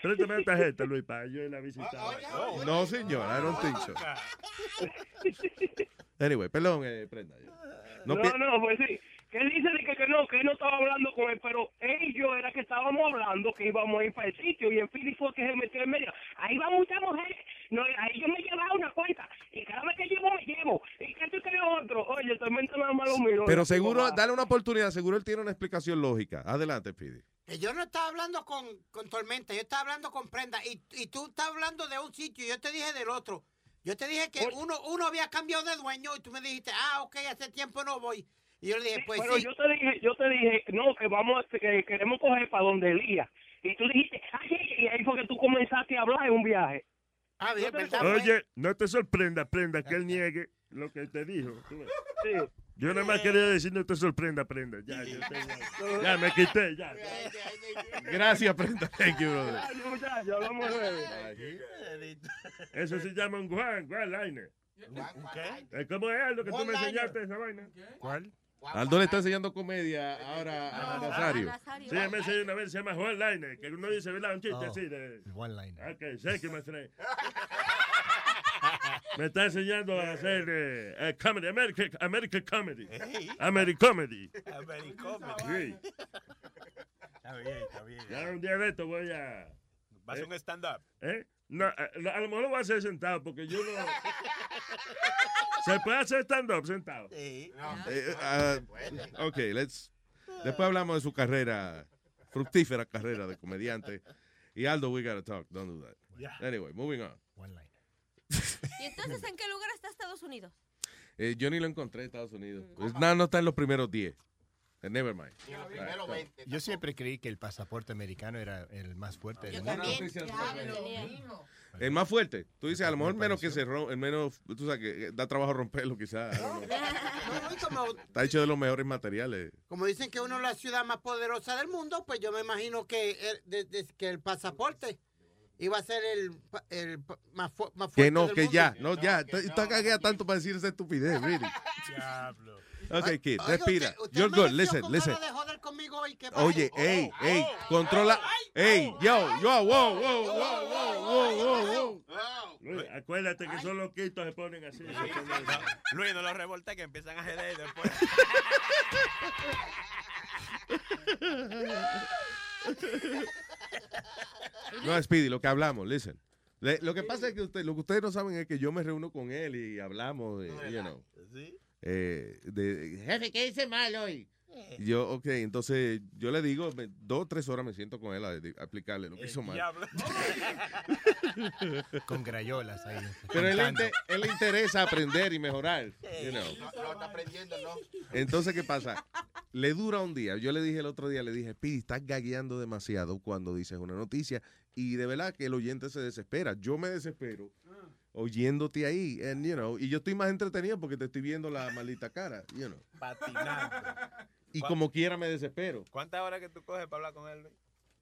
Préstame la tarjeta, Luis, para yo ir a visitar. No, señora, I don't think so. Anyway, perdón, eh, prenda. No, No no, pi- pues sí. Que él dice de que, que no, que él no estaba hablando con él, pero él y yo era que estábamos hablando que íbamos a ir para el sitio y el Philly fue que se metió en medio. Ahí va mucha mujer, no, ahí yo me llevaba una cuenta y cada vez que llevo me llevo. Y que tú que otro, oye, tormenta nada más lo miro. Pero seguro, dale una oportunidad, seguro él tiene una explicación lógica. Adelante, Pidi. Que yo no estaba hablando con, con Tormenta, yo estaba hablando con Prenda. Y, y tú estás hablando de un sitio y yo te dije del otro. Yo te dije que uno, uno había cambiado de dueño y tú me dijiste, ah, ok, hace tiempo no voy. Y yo le dije, pues pero sí. yo te dije, yo te dije, no, que vamos, a- que queremos coger para donde Elías. Y tú dijiste, ay, y ahí fue que tú comenzaste a hablar en un viaje. Ah, bien, Oye, no te sorprenda, Prenda, que él niegue lo que te dijo. Tú ves. Yo nada más quería decir, no te sorprenda, Prenda. Ya, yo tengo- ya me quité, ya. Gracias, Prenda. Thank you, brother. Muchachos, hablamos luego. Eso se llama un Juan, Juan Liner. Eh, ¿Cómo es lo que tú me enseñaste esa vaina? ¿Cuál? Aldo le está enseñando comedia Ah, ahora a Nazario. Sí, me enseñó una vez, se llama Juan Liner, que uno dice, ¿verdad? Un chiste Ah. Oh, así de... Ah, One line. Ok, sé que me trae. Me está enseñando a hacer eh, eh, comedy, American, American comedy. Ey. Americomedy. Americomedy. Sí. Está bien, está bien. Ya un día de esto voy a... Vas a un stand-up. ¿Eh? No, a, a lo mejor lo voy a hacer sentado porque yo no... ¿Se puede hacer stand-up sentado? Sí. Eh, ah, ok, let's. Después hablamos de su carrera, fructífera carrera de comediante. Y Aldo, we gotta talk, don't do that. Yeah. Anyway, moving on. ¿Y entonces en qué lugar está Estados Unidos? Eh, yo ni lo encontré en Estados Unidos. Pues, no, no está en los primeros 10. Eh, Never mind. Primero 20. Yo siempre creí que el pasaporte americano era el más fuerte del mundo. El más fuerte. Tú dices, a lo mejor menos que se rompe, el menos, tú sabes que eh, da trabajo romperlo quizás. No, y como, Está hecho de los mejores materiales. como dicen que uno es la ciudad más poderosa del mundo, pues yo me imagino que el, de- de- que el pasaporte iba a ser el, pa- el pa- más, fu- más fuerte Que no, del que mundo. ya, no, ya. Está está cagada tanto para decir esa estupidez, really. Diablo. Ok, kid, Oiga, respira. usted- usted You're good, amaneció listen, con listen. ganas de joder conmigo hoy, ¿qué pasó? Oye, ey, ey, controla. Ey, yo, yo, wow, wow, wow, wow, wow, wow, wow. Luis, acuérdate que son loquitos, se ponen así. Luis, no lo revolta que empiezan a joder y después. No, Speedy, lo que hablamos, listen. Le- lo que pasa es que usted, lo que ustedes no saben es que yo me reúno con él y hablamos de, you know, eh, de, Jefe, ¿qué hice mal hoy? y yo, ok, entonces yo le digo, me- dos o tres horas me siento con él a, a explicarle lo que hizo mal. Con grayolas ahí. Pero él, le cantando. inte- él le interesa aprender y mejorar, you know. No, no, está aprendiendo, ¿no? Entonces, ¿qué pasa? Le dura un día. Yo le dije el otro día, le dije, Pidi, estás gagueando demasiado cuando dices una noticia. Y de verdad que el oyente se desespera. Yo me desespero oyéndote ahí. And, you know, y yo estoy más entretenido porque te estoy viendo la maldita cara. You know. Patinando. Y como quiera me desespero. ¿Cuántas horas que tú coges para hablar con él, Luis?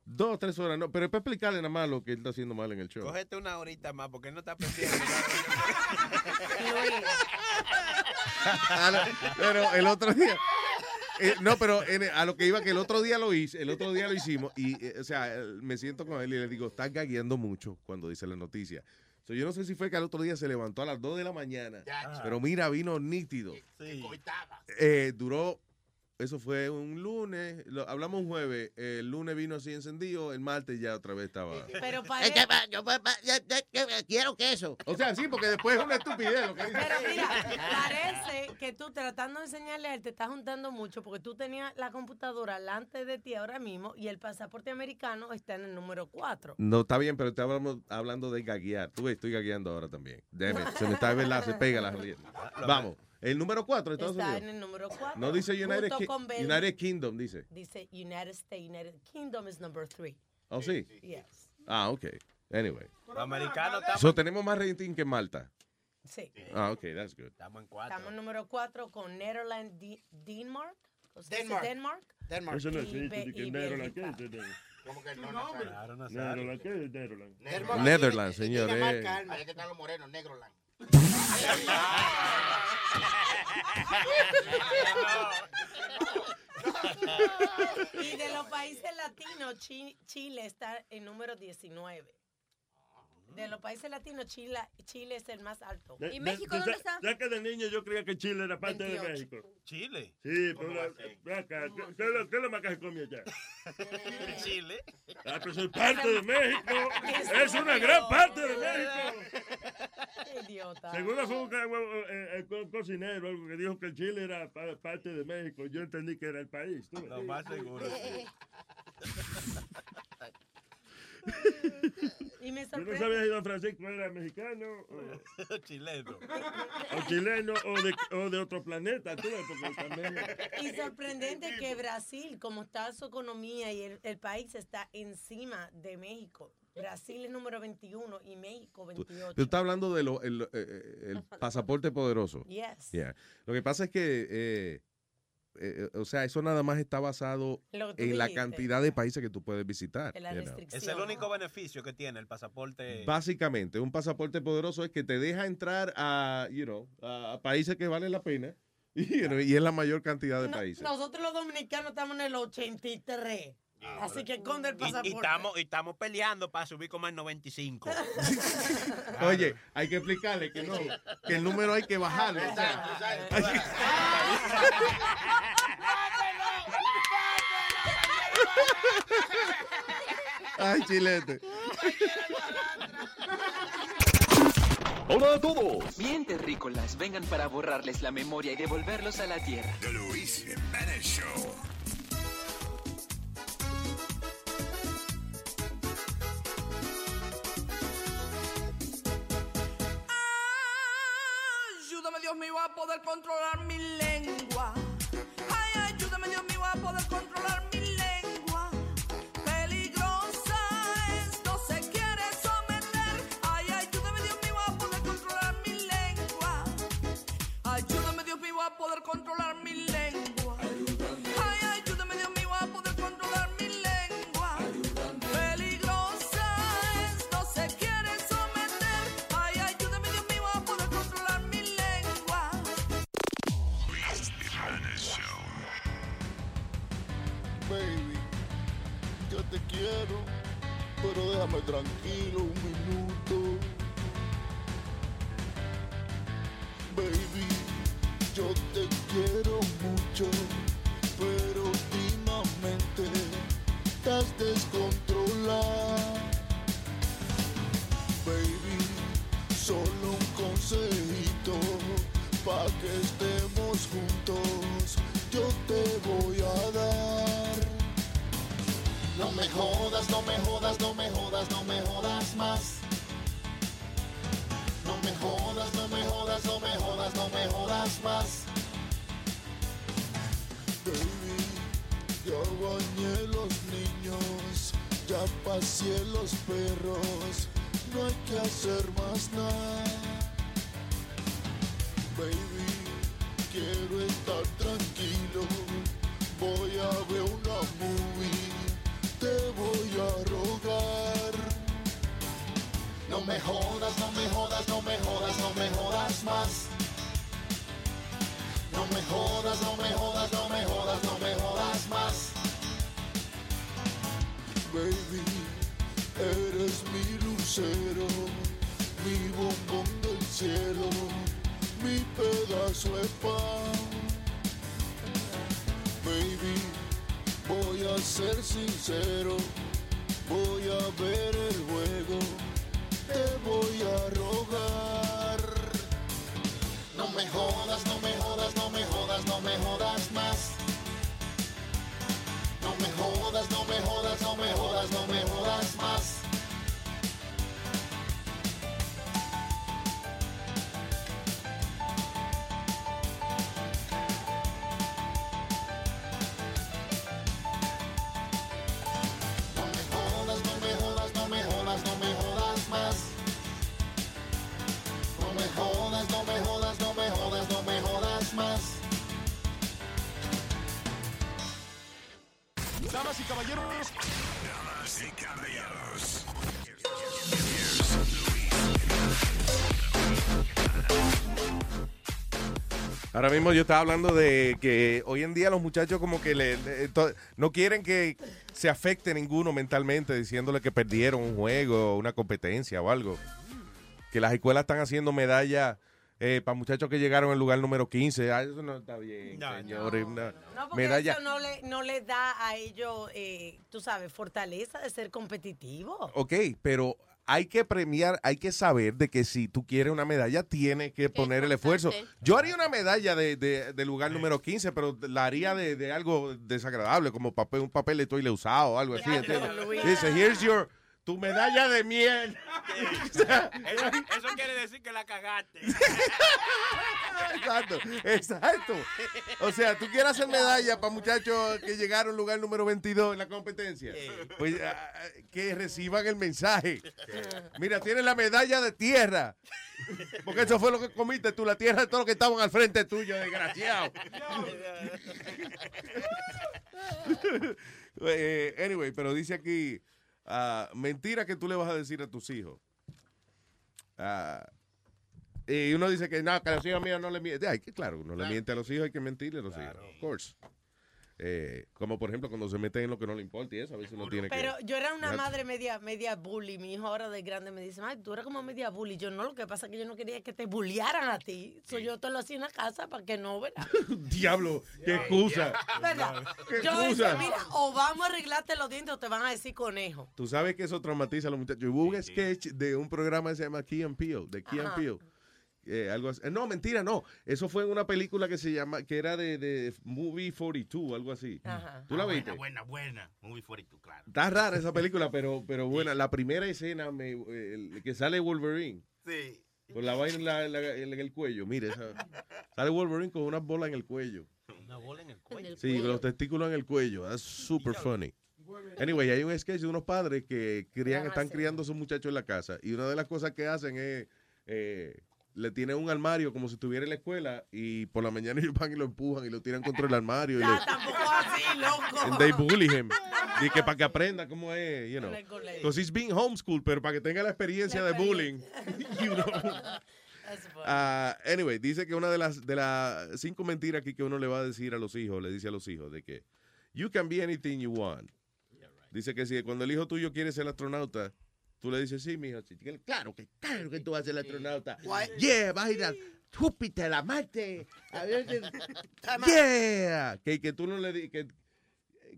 Dos, tres horas, no. Pero es para explicarle nada más lo que él está haciendo mal en el show. Cógete una horita más porque él no está aprendiendo. A lo- Ah, pero el otro día. eh, no, pero en- a lo que iba, que el otro día lo hice, el otro día lo hicimos, y, eh, o sea, eh, me siento con él y le digo, estás gagueando mucho cuando dice la noticia. So, yo no sé si fue que al otro día se levantó a las 2 de la mañana, pero mira, vino nítido. Eh, duró, eso fue un lunes, lo- hablamos un jueves, eh, el lunes vino así encendido, el martes ya otra vez estaba... Pero para Este, pa- yo, pa- pa- yo- yo- yo quiero queso. O sea, sí, porque después es una estupidez lo que dice. Pero mira, parece que tú tratando de enseñarle a él te estás juntando mucho porque tú tenías la computadora delante de ti ahora mismo y el pasaporte americano está en el número 4. No, está bien, pero estábamos hablando de gaguear. Tú ves, estoy gagueando ahora también. Damn it, se me está verdad, se pega la Ah, Vamos, el número 4 de Estados Está en Unidos. el número 4. No dice United, Ki- United Kingdom, dice. Dice United States, United Kingdom is number 3. ¿Oh, sí? Yes. Ah, ok. Anyway. Los americanos estamos- So, tenemos más rating que Malta. Sí. Ah, ok, that's good. Estamos en Estamos en número 4 con Netherlands, Di- Denmark. ¿O se dice Denmark. Denmark. Denmark. Eso no Y existe. Be- ni que y Neroland, Bélgica. ¿qué es Neroland? ¿Cómo que no? nombre. Nazario? Neroland, ¿qué es Neroland? Neroland. Netherlands, Y- y- y señores. Dinamarca, alma. Ahí que están los morenos, Negroland. Y de los países latinos, Chi- Chile está en número 19. De los países latinos, Chile, Chile es el más alto. De- de- de- sa- Ya que de niño yo creía que Chile era parte de 28. México. ¿Chile? Sí, pero ¿Cómo va a ser? ven acá, ¿qué, qué es lo- qué es lo más que se come allá? Chile. Ah, pero soy parte de México. Es una gran parte de México. Idiota. Seguro fue un ca- huevo, eh, eh, co- cocinero algo que dijo que Chile era pa- parte de México. Yo entendí que era el país. ¿tú? Lo más Eh, seguro. sí. Y me Yo eh, no sorprende. sabía si Don Francisco era mexicano o, Chileno. o chileno o de, o de otro planeta. ¿tú? ves, Porque también... Y sorprendente que Brasil, como está su economía y el, el país está encima de México. Brasil es número 21 y México 28. Tú estás hablando del el, eh, el pasaporte poderoso. Yes. Yeah. Lo que pasa es que, eh, eh, o sea, eso nada más está basado Lo que tú en la dijiste. cantidad de países que tú puedes visitar. you know. Es el único beneficio que tiene el pasaporte. Básicamente, un pasaporte poderoso es que te deja entrar a, you know, a países que valen la pena you know, y es la mayor cantidad de países. Nosotros los dominicanos estamos en el 83. Así que con el Y- pasaporte. Y estamos, y estamos peleando para subir como el 95. Oye, hay que explicarle que no, que el número hay que bajarlo. o sea. Ay, chilete. Hola a todos. Bien, terrícolas, vengan para borrarles la memoria y devolverlos a la tierra. The Luis Jimenez Show. Ayúdame Dios mío a poder controlar mi lengua. Ay, ayúdame Dios mío a poder controlar mi lengua. Peligrosa es, no se quiere someter. Ay, ayúdame Dios mío a poder controlar mi lengua. Ayúdame Dios mío a poder controlar mi lengua. Ay, ayúdame Dios mío a poder controlar mi lengua. Peligrosa es, no se quiere someter. Ay, ayúdame Dios mío a poder controlar mi lengua. Luis Jimenez Show. Baby, yo te quiero, pero déjame tranquilo un minuto. Baby, yo te quiero mucho, pero últimamente estás descontrolada. Baby, solo un consejito pa que estemos juntos, yo te voy a dar. No me jodas, no me jodas, no me jodas, no me jodas más. No me jodas, no me jodas, no me jodas, no me jodas más. Baby, ya bañé los niños, ya pasé los perros, no hay que hacer más nada. Baby, quiero estar tranquilo, voy a ver una movie, te voy a No me jodas, no me jodas, no me jodas, no me jodas más. No me jodas, no me jodas, no me jodas, no me jodas más. Baby, eres mi lucero, mi bombón del cielo, mi pedazo de pan. Baby, voy a ser sincero, voy a ver el juego, te voy a rogar. No me jodas, no me jodas, no me jodas, no me jodas más. No me jodas, no me jodas, no me jodas, no me jodas más. No me jodas, no me jodas, no me jodas, no me jodas más. No me jodas, no me jodas, no me jodas, no me jodas más. Damas y caballeros. Damas y caballeros. Here's Ahora mismo yo estaba hablando de que hoy en día los muchachos como que le, le- to- no quieren que se afecte ninguno mentalmente diciéndole que perdieron un juego, una competencia o algo. Que las escuelas están haciendo medallas para muchachos que llegaron al lugar número 15. Ah, eso no está bien, señores. una No, porque medalla. eso no le, no le da a ellos, eh, tú sabes, fortaleza de ser competitivo. Ok, pero hay que premiar, hay que saber de que si tú quieres una medalla, tienes que poner el esfuerzo. Yo haría una medalla de, de- de lugar número 15, pero la haría de, de algo desagradable, como papel, un papel de toile usado o algo así. ¿entiendes? Luis. Dice, here's your, tu medalla de miel. O sea, Eso, eso quiere decir que la cagaste. Exacto, exacto. O sea, tú quieres hacer medalla para muchachos que llegaron al lugar número 22 en la competencia. Pues ah, que reciban el mensaje. Mira, tienes la medalla de tierra. Porque eso fue lo que comiste tú, la tierra de todos los que estaban al frente tuyo, desgraciado. Eh, anyway, pero dice aquí, ah, mentira que tú le vas a decir a tus hijos. Ah, y uno dice que no, que a los hijos míos no le mienten. Ay, que claro, uno le miente a los hijos, hay que mentirle a los hijos. Of course. Eh, como por ejemplo cuando se meten en lo que no le importa y eso, a veces uno tiene que... Pero yo era una Exacto. madre media media bully. Mi hijo ahora de grande me dice, ay, tú eres como media bully. Yo no, lo que pasa es que yo no quería que te bullearan a ti. So, yo te lo hacía en la casa para que no, ¿verdad? Diablo, qué excusa. ¿Verdad? ¿Qué Yo decía, excusa? mira, o vamos a arreglarte los dientes o te van a decir conejo. Tú sabes que eso traumatiza a los muchachos. Hubo un sketch de un programa que se llama Key and Peele, de Key and Ajá. Peele. Eh, algo así. Eh, No, mentira, no. Eso fue en una película que se llama, que era de, de Movie 42, algo así. ¿Tú la Ah, viste? Buena, buena, buena. Muy fuerte, claro. Está rara esa película, pero, pero buena. La primera escena me- eh, el que sale Wolverine. Sí. Con la vaina en, la- en la- en el cuello, mire. esa- sale Wolverine con una bola en el cuello. Una bola en el cuello. Sí, con los testículos en el cuello. That's super funny. Anyway, hay un sketch de unos padres que crían, están criando a sus muchachos en la casa. Y una de las cosas que hacen es. eh, le tienen un armario como si estuviera en la escuela y por la mañana ellos van y lo empujan y lo tiran contra el armario. y le- And they bully him. Y que para que aprenda cómo es, you know. En el colegio. Because he's being homeschooled, pero para que tenga la experiencia de bullying. you know. Ah, anyway, dice que una de las, de las cinco mentiras aquí que uno le va a decir a los hijos, le dice a los hijos, de que you can be anything you want. Dice que si cuando el hijo tuyo quiere ser astronauta, tú le dices, sí, mi hijo, claro que, claro que tú vas a ser astronauta. Yeah, vas a ir a Júpiter, a Marte. A ver, Yeah. Que, que tú no le di- que,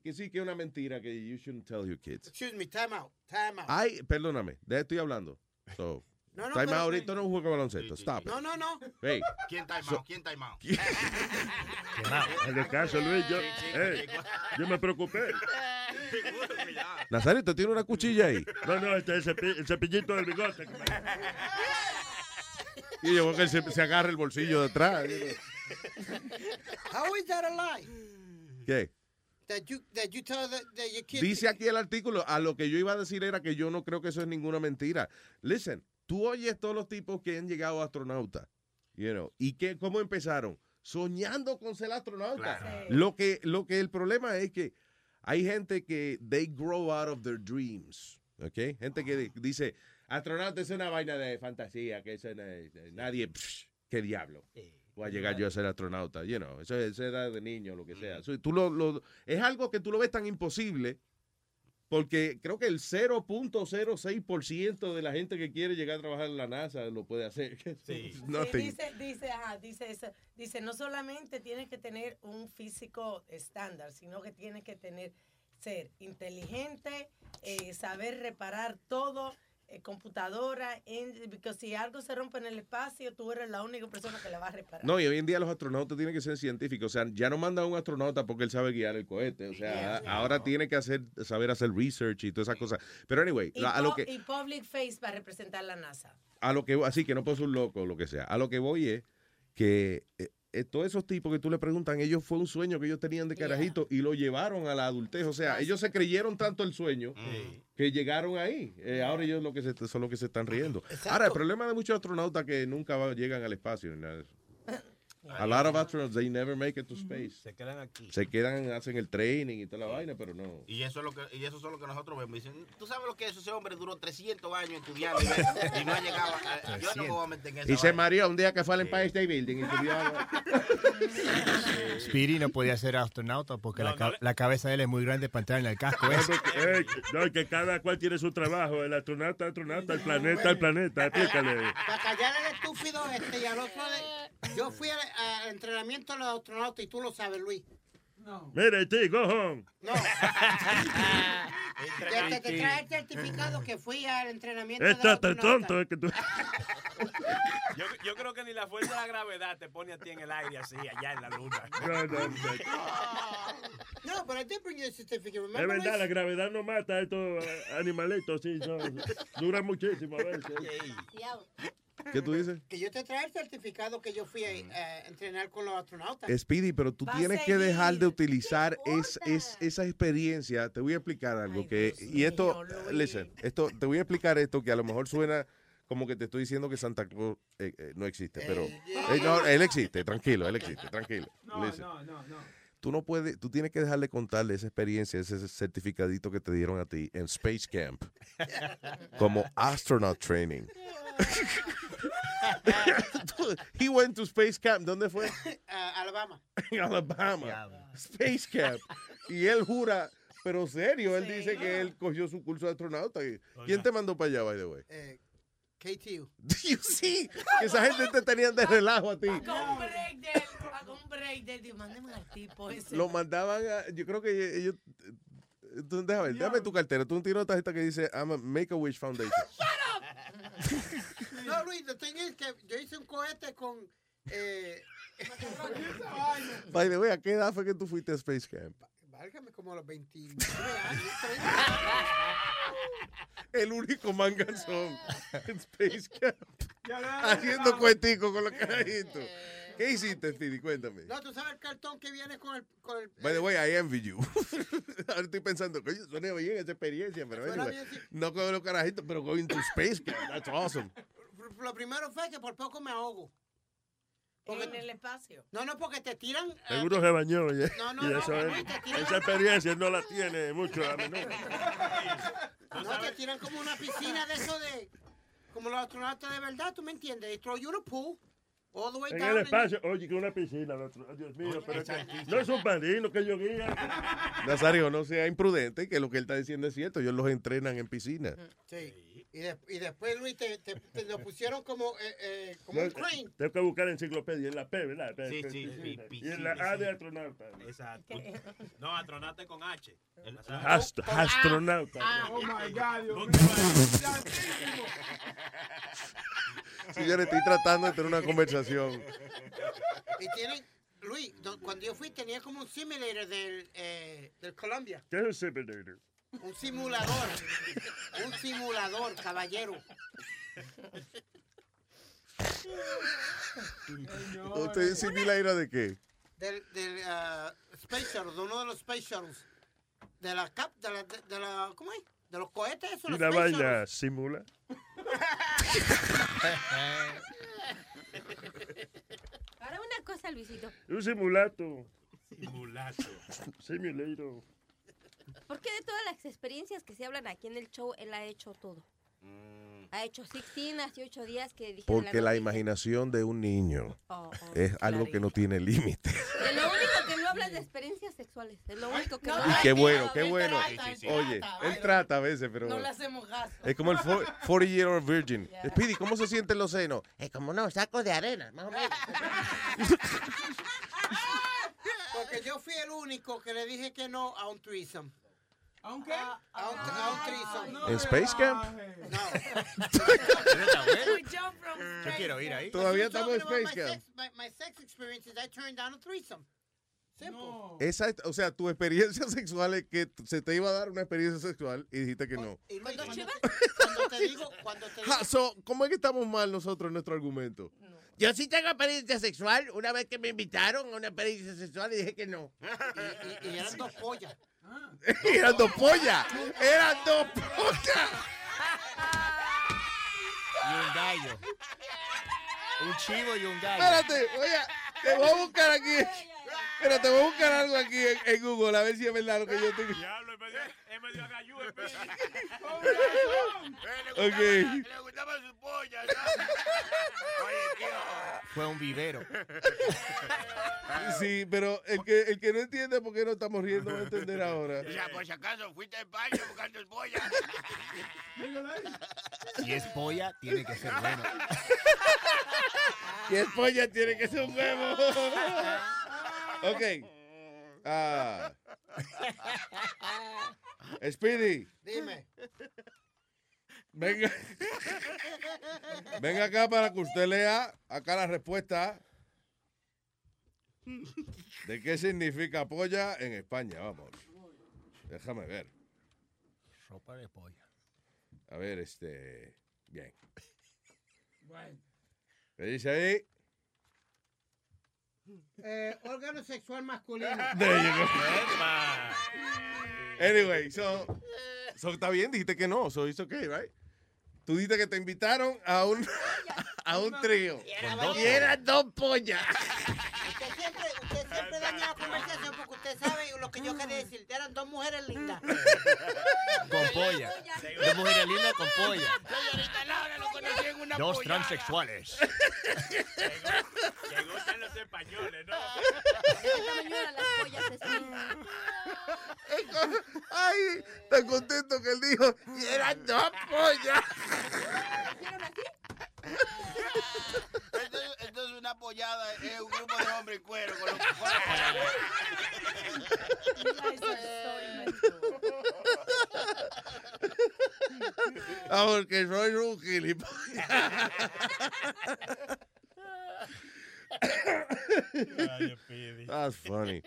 que sí, que es una mentira que you shouldn't tell your kids. Excuse me, time out, time out. Ay, perdóname, de estoy hablando. So, No, no, time pero- out, ahorita no juego baloncesto. Stop. it. No, no, no. Hey. ¿Quién time So- out? ¿Quién time out? En el caso, Luis, yo, Sí, sí, eh, sí, igual. yo me preocupé. Nazario, ¿te tiene una cuchilla ahí? No, no, este es el, cepi- el cepillito del bigote. Y yo creo que él se, se agarra el bolsillo de atrás. How is that a lie? ¿Qué? That you that you tell the, that your kid Dice aquí el artículo, a lo que yo iba a decir era que yo no creo que eso es ninguna mentira. Listen, tú oyes todos los tipos que han llegado a astronauta, you know, y que cómo empezaron soñando con ser astronauta. Claro. Lo que lo que el problema es que hay gente que they grow out of their dreams, ¿ok? Gente que dice, Astronauta es una vaina de fantasía, que eso no es- nadie, psh, qué diablo. Voy a llegar yo a ser astronauta, you know, eso es eso es edad de niño, lo que sea. So, tú lo- lo- es algo que tú lo ves tan imposible, porque creo que el 0.06% de la gente que quiere llegar a trabajar en la NASA lo puede hacer. Sí, Nothing. dice, dice, ajá, dice, eso. dice, no solamente tienes que tener un físico estándar, sino que tienes que tener, ser inteligente, eh, saber reparar todo, eh, computadora, en- porque si algo se rompe en el espacio, tú eres la única persona que la va a reparar. No, y hoy en día los astronautas tienen que ser científicos. O sea, ya no manda a un astronauta porque él sabe guiar el cohete. O sea, Yeah. a- ahora tiene que hacer, saber hacer research y todas esas cosas. Pero anyway, y, la- a lo pu- que, y public face para representar la NASA. a lo que, así que no puedo ser un loco o lo que sea. A lo que voy es que eh, eh, todos esos tipos que tú le preguntan, ellos fue un sueño que ellos tenían de carajito y lo llevaron a la adultez. O sea, ellos se creyeron tanto el sueño que llegaron ahí. Eh, ahora ellos lo que se, son los que se están riendo. Ahora, el problema de muchos astronautas que nunca va- llegan al espacio. ni nada de eso. A lot of astronauts, they never make it to space. Se quedan aquí. Se quedan, hacen el training y toda la vaina, pero no. Y eso, es lo que, y eso es lo que nosotros vemos. Dicen, tú sabes lo que es, ese hombre duró 300 años estudiando y, ve- y no ha llegado. a- Yo no me voy a meter en eso. Y se mareó un día que fue al Empire State Building y subió a- Speedy no podía ser astronauta porque la, ca- la cabeza de él es muy grande para entrar en el casco. Pues, No, ese. porque, eh, no, que cada cual tiene su trabajo. El astronauta, astronauta, el planeta, el planeta. Explícale. Para callar al estúpido este y al otro. de- yo fui al, al entrenamiento de los astronautas y tú lo sabes, Luis. No. Mire, ti, go home. Desde que trae el certificado que fui al entrenamiento de Está los tan astronautas. este tonto. es que tú- Yo, yo creo que ni la fuerza de la gravedad te pone a ti en el aire así, allá en la luna. No, no, muchacho. No, but I did bring you a certificate, remember? Es Luis? verdad, la gravedad no mata a estos eh, animalitos. Sí, son- duran muchísimo a veces. ¿Qué tú dices? Que yo te trae el certificado que yo fui a, a entrenar con los astronautas. Speedy, pero tú Va a tienes que seguir. dejar de utilizar es, es- esa experiencia. Te voy a explicar algo que y esto, eh, listen, esto te voy a explicar esto que a lo mejor suena como que te estoy diciendo que Santa Claus eh, eh, no existe, pero eh, no, él existe, tranquilo, él existe, tranquilo. Listen. Tú no puedes, tú tienes que dejar de contarle esa experiencia, ese certificadito que te dieron a ti en Space Camp como astronaut training. Tú- He went to Space Camp, ¿dónde fue? A Alabama. en Alabama. Space Camp. Y él jura, pero serio, él dice que él cogió su curso de astronauta. Y- ¿Quién te mandó para allá, by the way? Eh, KTU. You see, que esa gente te tenían de relajo a ti. Hago un break del, hago un break del, digo, mándame al tipo ese. Lo mandaban a, yo creo que ellos, tú, déjame, ver, dame tu cartera, tú tienes una tarjeta que dice, I'm a Make-A-Wish Foundation. No, Luis, the thing is que yo hice un cohete con. Eh, By the way, ¿a qué edad fue que tú fuiste a Space Camp? Válgame como a los 29 años. 30. El único manganzón en Space Camp. Ya, ya, ya, Haciendo vamos. cuenticos con los carajitos. ¿Qué hiciste, Speedy? Cuéntame. No, tú sabes el cartón que viene con el. Con el By the way, I envy you. Ahora estoy pensando, coño, suena bien esa experiencia, pero Suena anyway, bien, sí. no con los carajitos, pero going to space, man, that's awesome. lo primero fue que por poco me ahogo. en el espacio. No, no, porque te tiran. eh, Seguro se bañó. Y, No, no, y no, eso no, es- te tiran- esa experiencia no la tiene mucho a menudo. No, te tiran como una piscina de eso de. Como los astronautas de verdad, ¿tú me entiendes? They throw you in a pool. All the way En down. el and- espacio, oye, que una piscina, lo otro- Dios mío, pero es que no es un padrino que yo guía. Nazario, no sea imprudente, que lo que él está diciendo es cierto, ellos los entrenan en piscina. Sí. Y, de- y después, Luis, te, te, te lo pusieron como, eh, eh, como No, un crane. tengo que buscar enciclopedia, en la P, ¿verdad? Sí, P- sí, sí, piscina. Y piscina, en la A de sí. astronauta. Exacto. No, astronauta con H. El- Ast- Ah, astronauta. Oh my God, Dios Señores, estoy tratando de tener una conversación. Y tienen, Luis, do- cuando yo fui tenía como un simulator del, eh, del Columbia. ¿Qué es un simulator? Un simulador. un simulador, caballero. ¿Usted simila la ira de qué? Del, del ah, Space Shuttle, de uno de los Space Shuttles. De la cap, de la, de, de la, ¿cómo es? De los cohetes, esos, Y los la Space Shuttles. vaina simula. Ahora una cosa, Luisito. Un simulato. Simulato. Simulator. ¿Por qué de todas las experiencias que se hablan aquí en el show, él ha hecho todo? Ha hecho 16 hace 8 días que dije. Porque la noticia. imaginación de un niño Oh, oh, es algo que no tiene límite. De lo único que no hablas de experiencias sexuales. Es lo único que no, Y hablas. qué bueno, qué Él bueno. trata, él Oye, trata. él trata a veces, pero... No le hacemos gasto. Es como el 40-year-old virgin. Speedy, ¿cómo se sienten los senos? Es como unos sacos de arena, más o menos. Porque yo fui el único que le dije que no a un threesome. ¿A un qué? A, un, a Ah, un threesome. ¿En Space Camp? Yo quiero ir ahí. Todavía You estamos talking about en Space my Camp. sex- My, my sex experiences, I turned down a threesome. Simple. Esa, es- o sea, tu experiencia sexual es que t- se te iba a dar una experiencia sexual y dijiste que no. Oh, Y Luis, cuando, cuando te digo, cuando te digo, Ja, so, ¿Cómo es que estamos mal nosotros en nuestro argumento? Yo sí tengo apariencia sexual. Una vez que me invitaron a una apariencia sexual y dije que no. y, y eran dos pollas. Eran dos pollas. Eran dos pollas. Y un gallo. Un chivo y un gallo. Espérate, oye, te voy a buscar aquí. Pero te voy a buscar algo aquí en, en Google a ver si es verdad lo que yo tengo. Ok. Le gustaba su polla, Fue un vivero. Sí, pero el que, el que no entiende por qué no estamos riendo va a entender ahora. O sea, por si acaso fuiste al baño buscando el polla. Si es polla, tiene que ser bueno. Y es polla, tiene que ser un huevo. Ok. Ah. Speedy, Dime. venga. Venga acá para que usted lea acá la respuesta de qué significa polla en España. Vamos. Déjame ver. Ropa de polla. A ver, este. Bien. ¿Qué dice ahí? Eh, órgano sexual masculino. There you go. Anyway, so, so está bien, dijiste que no, so it's okay, right? Tú dijiste que te invitaron a un a un trío. dos Y eran dos pollas. Usted siempre, usted siempre daña la conversación porque usted sabe lo que yo quería decir. Eran dos mujeres lindas. Con polla. Dos mujeres lindas con polla. Señorita Laura, lo conocí en una Dos pollada. transexuales. Le gustan los españoles, ¿no? Ay, tan contento que él dijo, y eran dos pollas. Esto, es- esto es una pollada, es un grupo de hombres en cuero con los con la pollada. Ah, porque soy un gilipollas. Ay, Speedy. That's funny.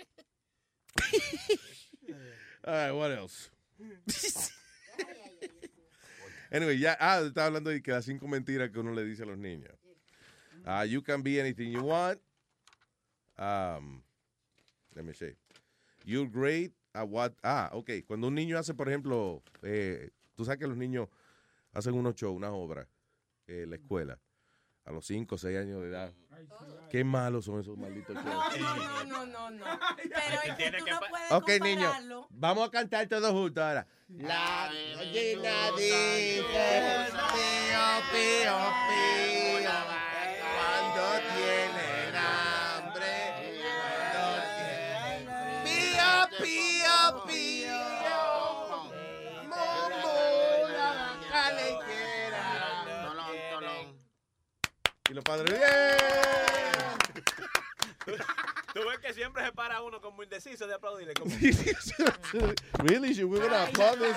All right, what else? anyway, ya, ah, estaba hablando de que las cinco mentiras que uno le dice a los niños. Ah, you can be anything you want. Um, let me see. You're great at what. Ah, ok. Cuando un niño hace, por ejemplo, eh, tú sabes que los niños hacen unos shows, unas obras eh, en la escuela, a los 5 o 6 años de edad. Qué malos son esos malditos No, shows. no, no, no, no, no. Pero es que tú no puedes Ok, compararlo. niño, vamos a cantar todos juntos ahora. La gallina dice, pío, pío, pío, cuando tienen hambre, cuando tienen pío, pío, pío, momo, la vaca le Y los padres, ¡bien! Tú ves que siempre se para uno como indeciso de aplaudirle. Como... really, should we gonna applaud this?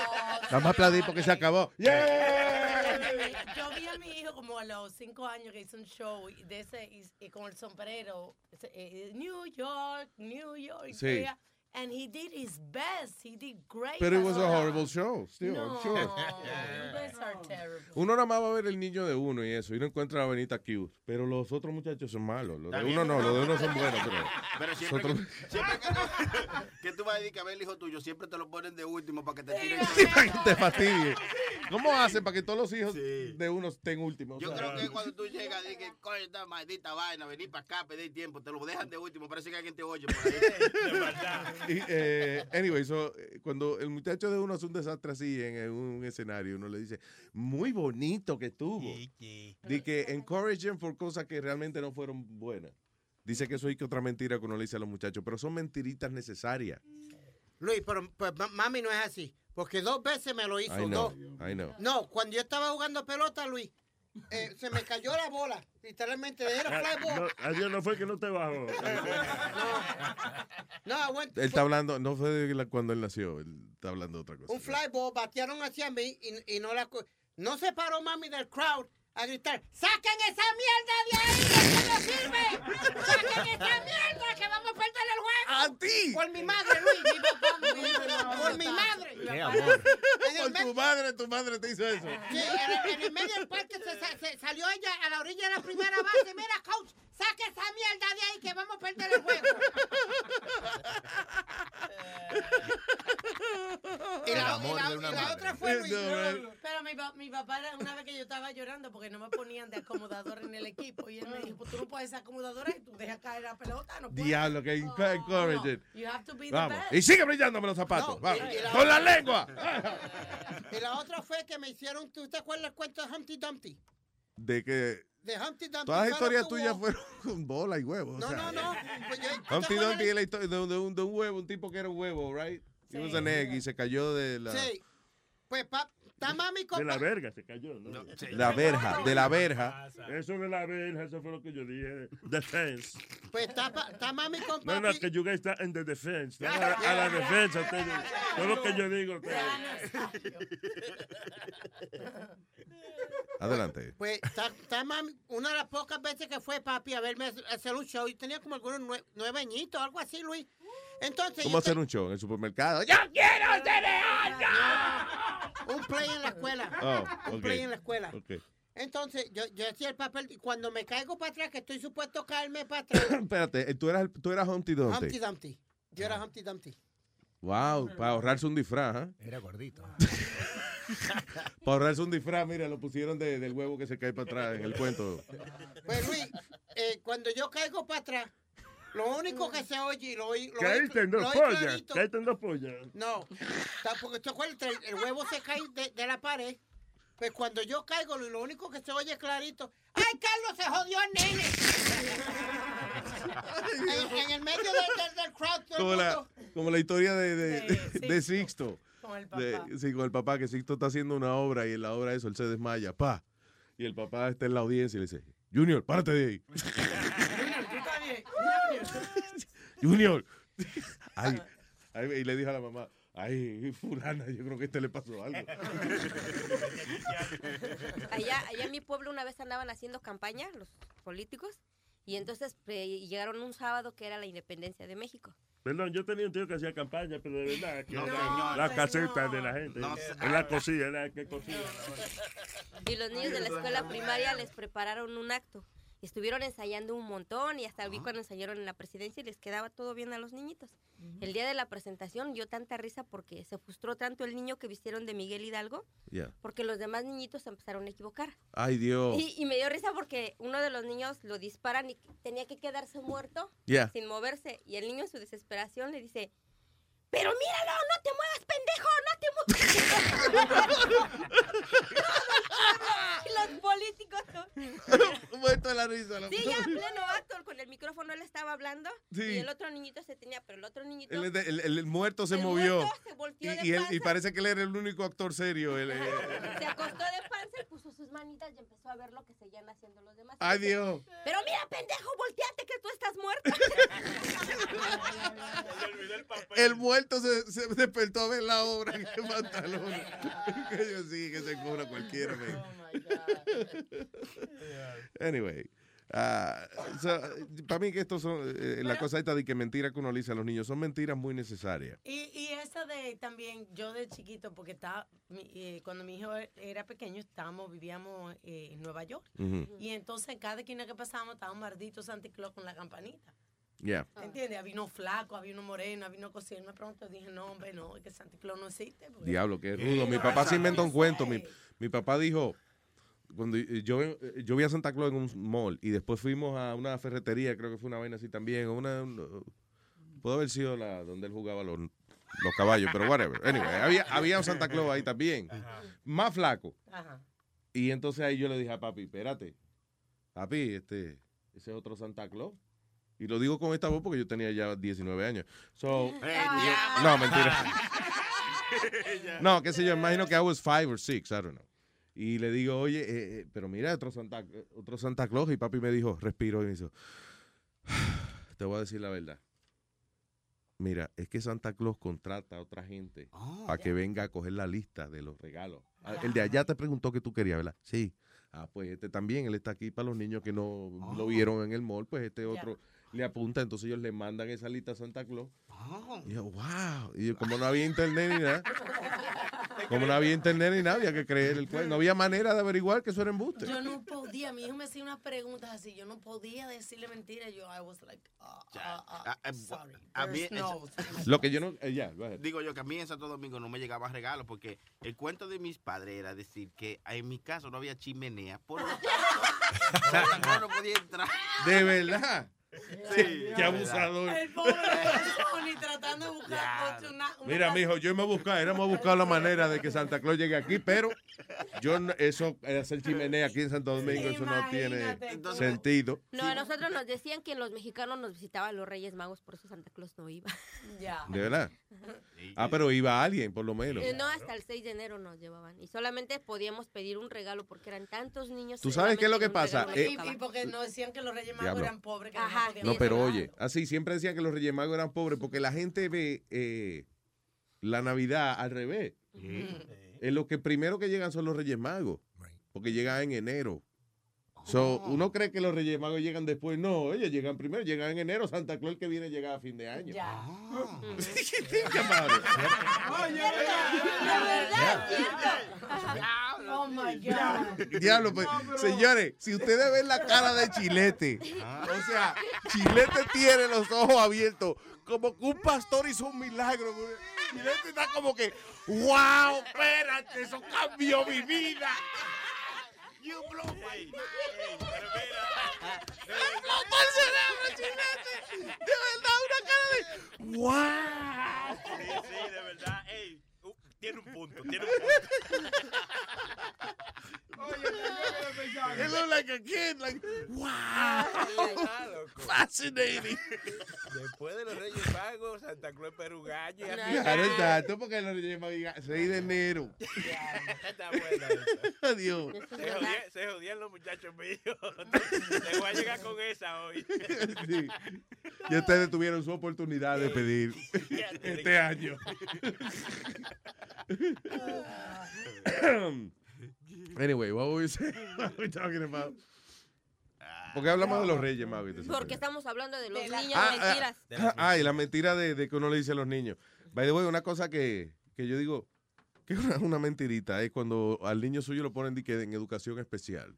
Vamos a aplaudir porque se acabó. Eh, ¡Yeah! Yo vi a mi hijo como a los cinco años que hizo un show y de ese, y- y con el sombrero, se- eh, New York, New York, Sí. yeah. and he did his best, he did great. Pero it was a Ahora, horrible show, still, I'm No. sure. You guys are terrible. Uno nada más va a ver el niño de uno y eso, y no encuentra a Benita cute. Pero los otros muchachos son malos. Los de Está bien. uno no, los de uno son buenos. Pero Pero, siempre, nosotros- que, siempre que, que tú vas a decir que a ver el hijo tuyo, siempre te lo ponen de último para que te tiren. Para que te fastidie. ¿Cómo hacen para que todos los hijos de uno estén últimos? Yo O sea, creo que cuando tú llegas, dices, coño, esta maldita vaina, vení para acá, pedí tiempo, te lo dejan de último, parece que alguien te oye por ahí. Y, eh, anyway, so, eh, cuando el muchacho de uno hace un desastre así en, en un escenario, uno le dice, muy bonito que estuvo. Di que encouraging por cosas que realmente no fueron buenas. Dice que eso es que otra mentira que uno le dice a los muchachos, pero son mentiritas necesarias. Luis, pero pues, ma- mami no es así. Porque dos veces me lo hizo. I know, Dos. I know. No, cuando yo estaba jugando pelota, Luis, eh, se me cayó la bola. Literalmente, era Ah, fly ball. no, adiós, no fue que no te bajó. No, aguanta. Él está hablando, no fue de la- cuando él nació, él está hablando de otra cosa. Un fly ball batearon hacia mí y, y no la. co- No se paró mami del crowd a gritar: ¡Saquen esa mierda de ahí! ¡Que no sirve! ¡Saquen esa mierda! ¡Que vamos a perder el juego! ¡A ti! Por mi madre, Luis. mi papá, mi- Por mi madre. Qué amor. En el Por tu madre, tu madre te hizo eso. Sí, en el- en el medio del parque se, sa- se salió ella a la orilla de la primera base. Mira, coach, saca esa mierda de ahí que vamos a perder el juego. Y la- y la- y la otra fue Luis. Pero mi, pa- mi papá, era- una vez que yo estaba llorando porque no me ponían de acomodador en el equipo, y él me dijo: Pues tú no puedes ser acomodadora y tú dejas caer la pelota. No puedes. Diablo, que encouraging. You have to be the Vamos. best. Y sigue brillándome los zapatos. No, vamos. y- y la- Con la lengua. Y la otra fue que me hicieron, ¿tú te acuerdas el cuento de Humpty Dumpty? De que De Humpty Dumpty. todas las claro, historias tuvo- tuyas fueron con bola y huevo. No, no, no. pues yo- ¿tú te Humpty acuerdas Dumpty es la historia de, un- de un, de un huevo, un tipo que era un huevo, right? He was an egg y se cayó de la, Sí. Pues, pa, está mami con... De la verga se cayó, ¿no? la verja, de la verja. Eso de la verja, eso fue lo que yo dije. Defense. Pues está, pa- está mami con No, papi. no, que you guys está en the defense. No, a, a la defensa, ustedes. Todo lo que yo digo. ustedes. Adelante. Pues está, está mami, una de las pocas veces que fue papi a verme hacer- hacer un show, y tenía como algunos nue- nueve añitos, algo así, Luis. Entonces, ¿Cómo yo hacer un show en el supermercado? ¡Ya quiero cereal! te- un play en la escuela. Oh, Un ok. play en la escuela. Ok. Entonces, yo, yo hacía el papel, y cuando me caigo para atrás, que estoy supuesto a caerme para atrás, Espérate, eh, tú eras, el- tú eras Humpty Dumpty. Ah. Humpty Dumpty. Yo era Humpty Dumpty. Wow, para ahorrarse un disfraz, ¿eh? Era gordito. Para ahorrarse un disfraz, mira, lo pusieron de- del huevo que se cae para atrás en el cuento. Pues Luis, eh, cuando yo caigo para atrás, lo único que se oye, y lo oí, lo oí, Caíste en lo dos oí pollas. clarito. Caíste en dos pollas. No, ta- porque tú acuerdas, el, el huevo se cae de, de la pared. Pues cuando yo caigo, lo, lo único que se oye clarito, ¡ay, Carlos se jodió el nene! en, en el medio del, del- del crowd, todo el Como la, mundo, como la historia de, de, Sí, de Sixto. Con el De- papá. sí, con el papá, que Sixto está haciendo una obra y en la obra eso, él se desmaya, pa. Y el papá está en la audiencia y le dice, Junior, párate de ahí. Junior. Ay, ay, y le dijo a la mamá, ay, fulana, yo creo que a este le pasó algo. Allá, allá en mi pueblo una vez andaban haciendo campaña los políticos y entonces pre- llegaron un sábado que era la independencia de México. Perdón, yo tenía un tío que hacía campaña, pero de verdad. Que No, era señor. la No, caseta señor. de la gente. No, en la cocina, era que cocina. Y los niños de la escuela primaria les prepararon un acto. Y estuvieron ensayando un montón y hasta vi cuando ensayaron en la presidencia y les quedaba todo bien a los niñitos. El día de la presentación dio tanta risa porque se frustró tanto el niño que vistieron de Miguel Hidalgo Ya. porque los demás niñitos se empezaron a equivocar. Ay, Dios. Y, y me dio risa porque uno de los niños lo disparan y tenía que quedarse muerto Ya. sin moverse. Y el niño en su desesperación le dice, pero míralo, no te muevas, pendejo, no te muevas. Y los políticos... Muerto de la risa. Sí, ya, pleno acto, con el micrófono él estaba hablando Sí. y el otro niñito se tenía, pero el otro niñito... El, el- el- el muerto se El movió. muerto se volteó y, de y él- y panza. parece que él era el único actor serio. el- el- Se acostó de panza y puso sus manitas y empezó a ver lo que seguían haciendo los demás. Ay, Dios. Pero mira, pendejo, volteate que tú estás muerto. El muerto se, se despertó a ver la obra. ¡Qué pantalón! que yo sí, que se cobra Oh cualquiera. men. anyway. ah, para mí que estos son eh, la cosa esta de que mentiras que uno le dice a los niños son mentiras muy necesarias. Y, y esa de también, yo de chiquito, porque estaba, mi- eh, cuando mi hijo era pequeño, estábamos, vivíamos eh, en Nueva York. Ujú. Y entonces, cada esquina que pasábamos, estaba un maldito Santa Claus con la campanita. Yeah. ¿Entiendes? Había uno flaco, había uno moreno, había uno cocido. Y me preguntó, dije, no, hombre, no, es que Santa Claus no existe. porque- Diablo, qué rudo. Mi papá se inventó un cuento. Mi, mi papá dijo, cuando yo, eh, yo vi a Santa Claus en un mall y después fuimos a una ferretería, creo que fue una vaina así también, o una, uh, Pudo haber sido la donde él jugaba los, los caballos, pero whatever. Anyway, había, había un Santa Claus ahí también. Más flaco. Ajá. Y entonces ahí yo le dije a papi, espérate. Papi, este, ese es otro Santa Claus. Y lo digo con esta voz porque yo tenía ya 19 años. So, no, mentira. No, qué sé yo, imagino que I was five or six, I don't know. Y le digo, oye, eh, eh, pero mira, otro Santa, otro Santa Claus. Y papi me dijo, respiro, y me hizo, te voy a decir la verdad. Mira, es que Santa Claus contrata a otra gente Oh, para que venga a coger la lista de los regalos. Ah, El de allá te preguntó que tú querías, ¿verdad? Sí. Ah, pues este también, él está aquí para los niños que no lo vieron en el mall, pues este otro le apunta, entonces ellos le mandan esa lista a Santa Claus. Y yo, wow. Y yo, como no había internet ni nada, como no había internet ni nada, había que creer el cuento. No había manera de averiguar que eso era embuste. Yo no podía, mi hijo me hacía unas preguntas así, yo no podía decirle mentiras. Yo, I was like, ah, ah, ah, eh, sorry. a mí there's no- Lo que yo no. eh, ya, go ahead. Digo yo que a mí en Santo Domingo no me llegaban regalos porque el cuento de mis padres era decir que en mi casa no había chimenea, por lo tanto, Santa Claus no podía entrar. De verdad. Sí, Qué abusador. El pobre Sony tratando de buscar coche, Ah, una, una Mira, cal- mijo, yo me buscaba, éramos a buscar la manera de que Santa Claus llegue aquí, pero yo no- eso eh, hacer chimenea aquí en Santo Domingo, eso no tiene Imagínate. sentido. No, a nosotros nos decían que los mexicanos nos visitaban los Reyes Magos, por eso Santa Claus no iba. Ya. De verdad. Ah, pero iba alguien, por lo menos. Eh, No, hasta el 6 de enero nos llevaban. Y solamente podíamos pedir un regalo porque eran tantos niños. ¿Tú sabes qué es lo que solamente un pasa? regalo Eh, nos Y porque no decían que los Reyes Magos Diablo. eran pobres, que Ajá, no podían No, pero oye, así siempre decían que los Reyes Magos eran pobres porque la gente ve eh, la Navidad al revés. En lo que primero que llegan son los Reyes Magos, porque llegan en enero. So, uno cree que los Reyes Magos llegan después. No, ellos llegan primero, llegan en enero. Santa Claus el que viene llega a fin de año. Qué padre. Oh my God. Diablo, pues, señores, si ustedes ven la cara de Chilete, Ah. o sea, Chilete tiene los ojos abiertos, como que un pastor hizo un milagro. güey. Chilete está como que, wow, espérate, eso cambió mi vida. You blow my mind. De verdad, una cara de. ¡Wow! Sí, sí, de verdad. Ey, uh, tiene un punto, tiene un pues, It looked like a kid, like, wow. Fascinating. Después de los Reyes Magos, Santa Claus Perú Gallo. y así. Claro, exacto, porque no le lleva 6 de enero. Está buena esa. Adiós. Se jodían, se jodían los muchachos míos. Te voy a llegar con esa hoy. Sí. Y ustedes tuvieron su oportunidad de pedir este año. anyway, what were we saying? What were we talking about? Porque hablamos de los reyes, Mavi. te Porque sorprendí. estamos hablando de los niños Ah, ah, mentiras. ah, y la mentira de, de que uno le dice a los niños. By the way, una cosa que, que yo digo, que es una, una mentirita, es cuando al niño suyo lo ponen de que en educación especial.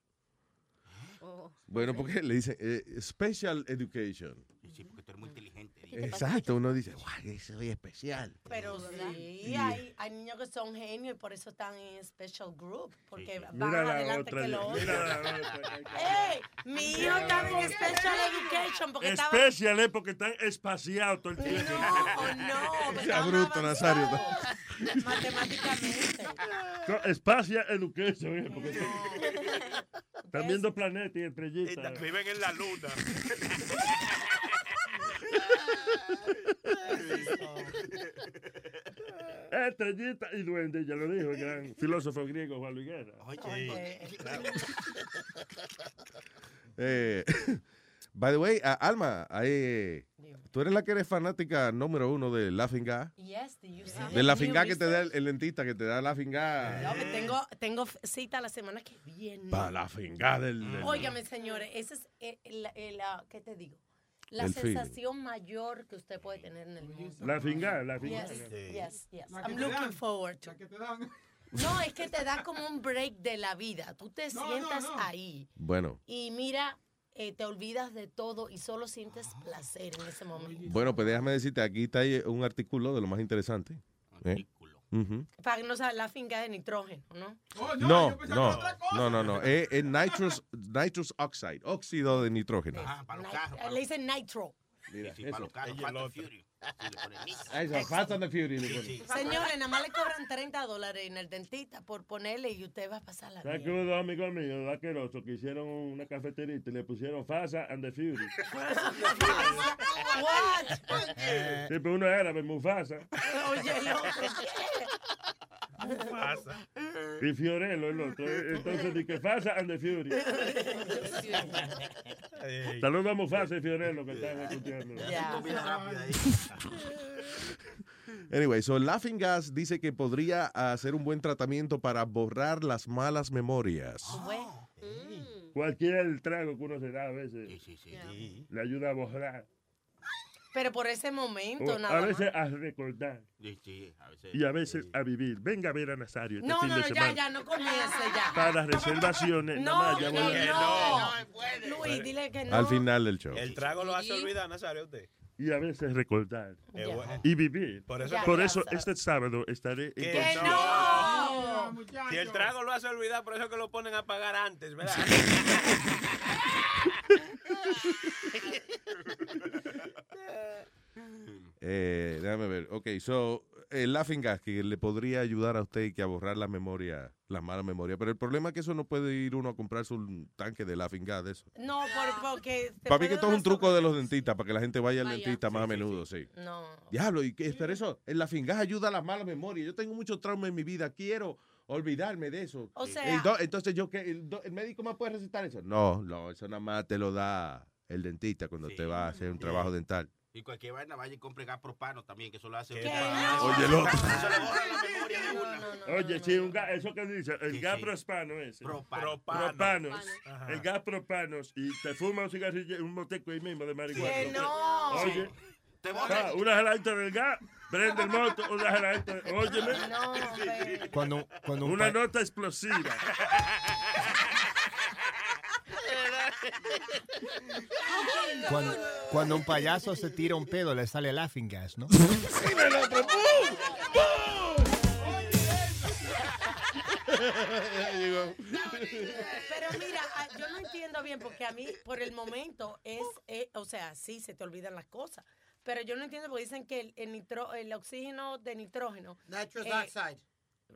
Oh. Bueno, porque le dicen eh, special education. Sí, porque tú eres muy inteligente. Exacto, uno dice, guay, soy especial. Pero sí, hay, hay niños que son genios y por eso están en special group, porque van Mira la adelante otra que ya, los otros. mira ¡Ey! Mi hijo estaba en special education porque estaba... Especial, ¿eh? Porque están espaciados todo el tiempo. No, Sea bruto, Nazario. matemáticamente. No, Espacia Education, ¿eh? Porque están viendo planetas y estrellitas. Viven en la luna. Estrellita y duende, ya lo dijo el gran filósofo griego Juan Luis Guerra. Eh, by the way, a- Alma, eh, tú eres la que eres fanática número uno de Laughing Gas. Yes, do you see De la that? Do you finga que te da research? el, el dentista, que te da la finga. No, que tengo, tengo cita la semana que viene. Para la finga del. del- Óigame, señores, esa es eh, la, eh, la- ¿qué te digo? La El feeling. sensación mayor que usted puede tener en el mundo. La finga, la finga. Yes, Sí. yes, yes. La que I'm te looking dan, forward to. No, es que te da como un break de la vida. Tú te No, no, sientas no. ahí Bueno, y mira, eh, te olvidas de todo y solo sientes placer en ese momento. bueno, pues déjame decirte, aquí está ahí un artículo de lo más interesante. ¿eh? Artículo. Para que no sea la finca de nitrógeno, ¿no? Oh, No, no, no, no, no. Es, Ah, es nitrous, nitrous oxide, óxido de nitrógeno. Le dicen nitro. Mira, eso. para los carros, Ella el Fast and otro. Furious. Sí, le ponen Nissan. Ah, eso, Fast and the Furious le ponen. Señores, nada más le cobran 30 dólares en el dentista por ponerle y usted va a pasar la ¿Sabes vida. que hubo dos amigos míos, vaquerosos, que hicieron una cafeterita y le pusieron Fasa and the Fury? Eh. Sí, pero uno era árabe, Mufasa. Oye, loco, Mufasa. Y Fiorello el otro. Entonces dije Fasa and the Fury. Saludos a Mufasa y Fiorello que están escuchando. Ya. Comida rápida ahí. Anyway, so Laughing Gas dice que podría hacer un buen tratamiento para borrar las malas memorias. Cualquier trago que uno se da a veces le ayuda a borrar. Pero por ese o Oh, momento, a nada veces más. a recordar. Sí, sí, a veces. Y a veces a vivir. Venga a ver a Nazario este No, fin no, de no, ya, semana. ya, no comience ya. Para las reservaciones. No, nada más, ya que voy a- no. Luis, dile que no. Al final del show. El trago lo hace olvidar, Nazario, usted. Y a veces recordar. Eh, bueno. Y vivir. Por Por eso eso, Ya, ya, Sara. este sábado estaré en Que Gonzalo. no. muchacho. Si el trago lo hace olvidar, por eso que lo ponen a pagar antes, ¿verdad? Eh, déjame ver. Ok, so, el Laughing Gas que le podría ayudar a usted que a borrar la memoria, las malas memorias. Pero el problema es que eso no puede ir uno a comprarse un tanque de Laughing Gas de eso. No, por, porque. te Para mí puede que esto es dar un truco de los dentistas, para que la gente vaya al Vaya. dentista más a menudo, sí. No. Diablo, y que, pero eso, el Laughing Gas ayuda a las malas memorias. Yo tengo mucho trauma en mi vida, quiero olvidarme de eso. O El sea- do- entonces yo, que el, do- el médico me puede recetar eso? No, no, eso nada más te lo da el dentista cuando te va a hacer un trabajo dental. Y cualquier vaina vaya y compre gapropano también, que eso lo hace. Oye, loco. Eso le borra la memoria de una. Oye, sí, un ga- eso que dice, el gas prospano ese. Propanos. El gas propanos. Y te fuma un cigarrillo, un moteco ahí mismo de marihuana. Que no. Oye. Ah, una jarabita del gas, prende el moto, una jarabita. Óyeme. Cuando, cuando un Una pa- nota explosiva. Cuando, cuando un payaso se tira un pedo, le sale laughing gas, ¿no? el otro. ¡Pum! Pero mira, ah, yo no entiendo bien porque a mí, por el momento, es, eh, o sea, sí, se te olvidan las cosas. Pero yo no entiendo porque dicen que el, el nitro- el oxígeno de nitrógeno. Nitrous eh, oxide.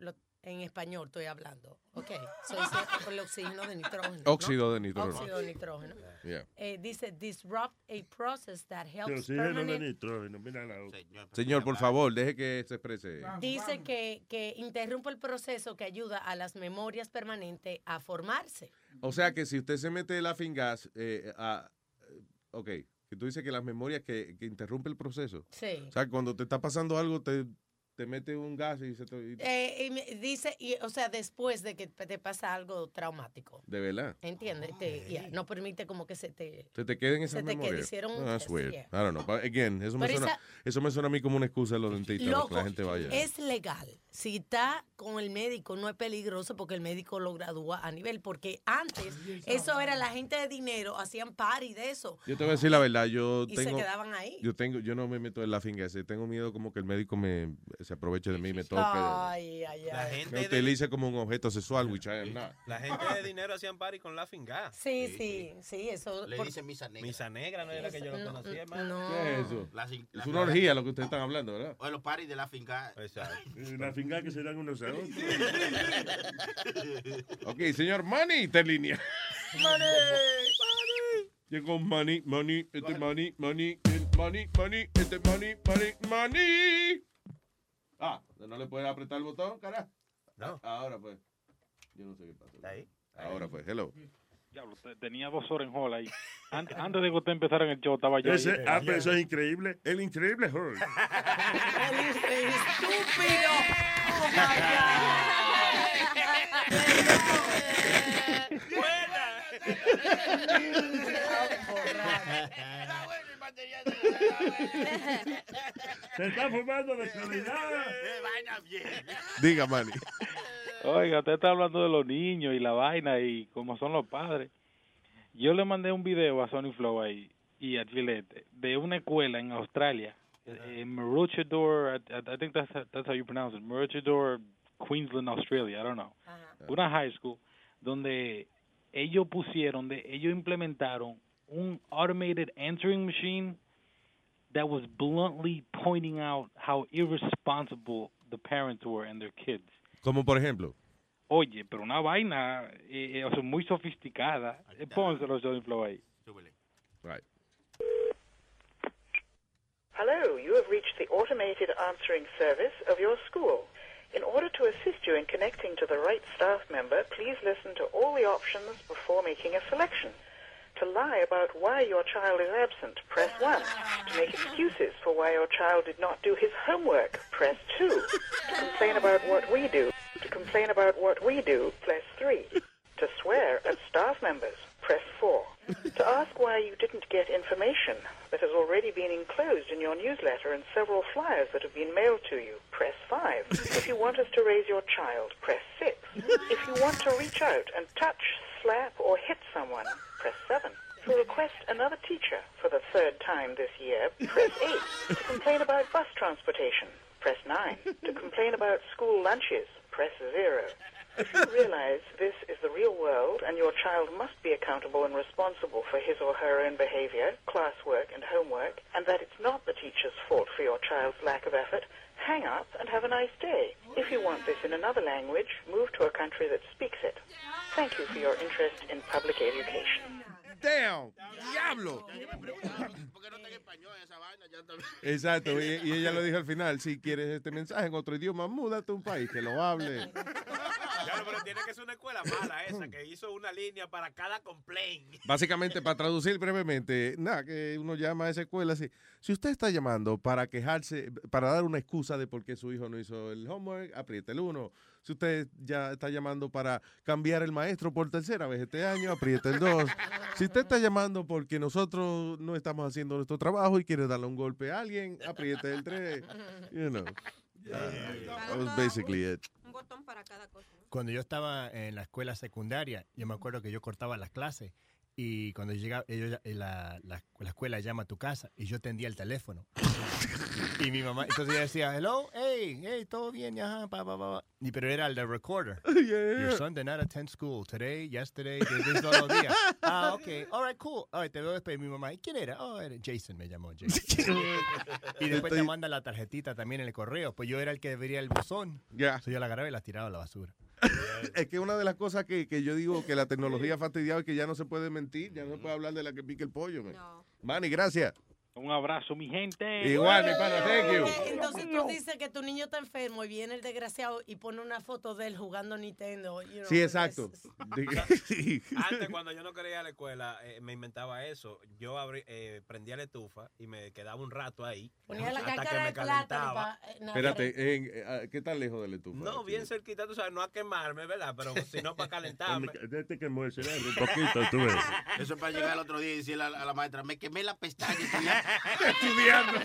lo- en español estoy hablando. Ok. So, dice el oxígeno de nitrógeno. ¿no? Óxido de nitrógeno. Óxido de nitrógeno. Yeah. Eh, dice, disrupt a process that Que helps oxígeno de permanent nitrógeno, mira la otra. pues, Señor, por favor, deje que se exprese. Dice que, que interrumpe el proceso que ayuda a las memorias permanentes a formarse. O sea que si usted se mete la fingas, eh, a- eh, ok, que tú dices que las memorias que, que interrumpe el proceso. Sí. O sea, cuando te está pasando algo, te, te mete un gas y se te... y- Eh, y me- dice, y, o sea, después de que te pasa algo traumático, de verdad. ¿entiendes? Te- ya, no permite como que se te... Se te queden Se esas te quede- memorias. hicieron No, un- that's weird. yeah. I don't know. But again, eso me, Pero suena, esa- eso me suena a mí como una excusa de los dentistas, para que Loco, la gente vaya. es legal. Si está con el médico, no es peligroso porque el médico lo gradúa a nivel. Porque antes, eso era la gente de dinero, hacían party de eso. Yo te voy a decir la verdad, yo Y se tengo... quedaban ahí. Yo tengo, yo no me meto en la finga ese. Tengo miedo como que el médico me se aproveche de mí y me toque. Ay, ay, La ay. gente me de, utilice como un objeto sexual, which I am not. la gente de dinero hacían party con la finga. Sí, sí, sí, eso... Le por- dicen misa negra. Misa negra no era que yo lo No, conocía, no. hermano. ¿Qué es eso? La sin- la es una finga- orgía lo que ustedes están hablando, ¿verdad? O los paris de la finca. La finga que se dan unos a otros. Ok, señor Manny, está en línea. Llegó Manny, Manny, este Manny, Manny, el Manny, Manny, este Manny, Manny, Manny. Ah, no le puedes apretar el botón, carajo. No. Ahora pues. Yo no sé qué pasó. Ahí. ah, Ahora pues, hello. Diablo, te- tenía dos horas en hall ahí. An- antes de que usted empezara en el show, estaba ya. Ese, ahí. ah, pero eso es increíble. El increíble Hulk. ¡Estúpido! ¡Oh, Se está fumando de calidad. vaina bien. Diga, Manny. Oiga, usted está hablando de los niños y la vaina y cómo son los padres. Yo le mandé un video a Sony Flow ahí y a Gillette de una escuela en Australia, eh, en Maroochydore, I, I- I think that's, that's how you pronounce it, Maroochydore, Queensland, Australia, I don't know. Una high school donde ellos pusieron, de, ellos implementaron un automated answering machine that was bluntly pointing out how irresponsible the parents were and their kids. Como por ejemplo. Oye, pero una vaina eh, eh, o sea, muy sofisticada. Eh, Pónselo, Johnny Flow, ahí. Right. Hello, you have reached the automated answering service of your school. In order to assist you in connecting to the right staff member, please listen to all the options before making a selection. To lie about why your child is absent, press 1. To make excuses for why your child did not do his homework, press 2. To complain about what we do, to complain about what we do, press 3. To swear at staff members, press 4. To ask why you didn't get information that has already been enclosed in your newsletter and several flyers that have been mailed to you, press 5. If you want us to raise your child, press 6. If you want to reach out and touch, slap, or hit someone, press 7. To request another teacher for the third time this year, press 8. To complain about bus transportation, press 9. To complain about school lunches, press 0. If you realize this is the real world and your child must be accountable and responsible for his or her own behavior, classwork, and homework, and that it's not the teacher's fault for your child's lack of effort, hang up and have a nice day. If you want this in another language, move to a country that speaks it. Thank you for your interest in public education. Damn, diablo. Exacto, y, y ella lo dijo al final, si quieres este mensaje en otro idioma, múdate a un país que lo hable. Claro, pero tiene que ser una escuela mala esa, que hizo una línea para cada complaint. Básicamente, para traducir brevemente, nada, que uno llama a esa escuela así. Si usted está llamando para quejarse, para dar una excusa de por qué su hijo no hizo el homework, apriete el 1. Si usted ya está llamando para cambiar el maestro por tercera vez este año, apriete el 2. Si usted está llamando porque nosotros no estamos haciendo nuestro trabajo y quiere darle un golpe a alguien, apriete el 3. You know. Uh, that was basically it. Cuando yo estaba en la escuela secundaria, yo me acuerdo que yo cortaba las clases y cuando llegaba, ellos, eh, la, la- la escuela llama a tu casa y yo tendía el teléfono. y mi mamá, entonces ella decía, hello, hey, hey, todo bien, ajá, pa, pa, pa. pa". Y, pero era el de recorder. Your son did not attend school today, yesterday, this, this, todos los días. Ah, ok, all right, cool. All right, te veo después. Mi mamá, ¿y quién era? Oh, era Jason, me llamó Jason. y después te manda la tarjetita también en el correo. Pues yo era el que debería el buzón. Ya. So yo la agarraba y la tiraba a la basura. Es que una de las cosas que, que yo digo que la tecnología ha fastidiado es que ya no se puede mentir, ya no se puede Mm. hablar de la que pique el pollo. Man. Manny, gracias. Un abrazo, mi gente. Igual, mi pana, thank you. eh, Entonces tú dices que tu niño está enfermo y viene el desgraciado y pone una foto de él jugando Nintendo. you know, Sí, exacto. Sí. Antes, cuando yo no quería ir a la escuela, eh, me inventaba eso. Yo abrí- eh, prendía la estufa y me quedaba un rato ahí. Ponía la hasta que cáscara me de plátano calentaba. pa- eh, no, Espérate, en- eh, ¿qué tan lejos de la estufa? No, bien cerquita, tú sabes, no a quemarme, ¿verdad? Pero si no, para calentarme. Ya te quemó el cerebro un poquito, tú ves. Eso es para llegar el otro día y decirle a la, a la maestra, me quemé la pestaña estudiando.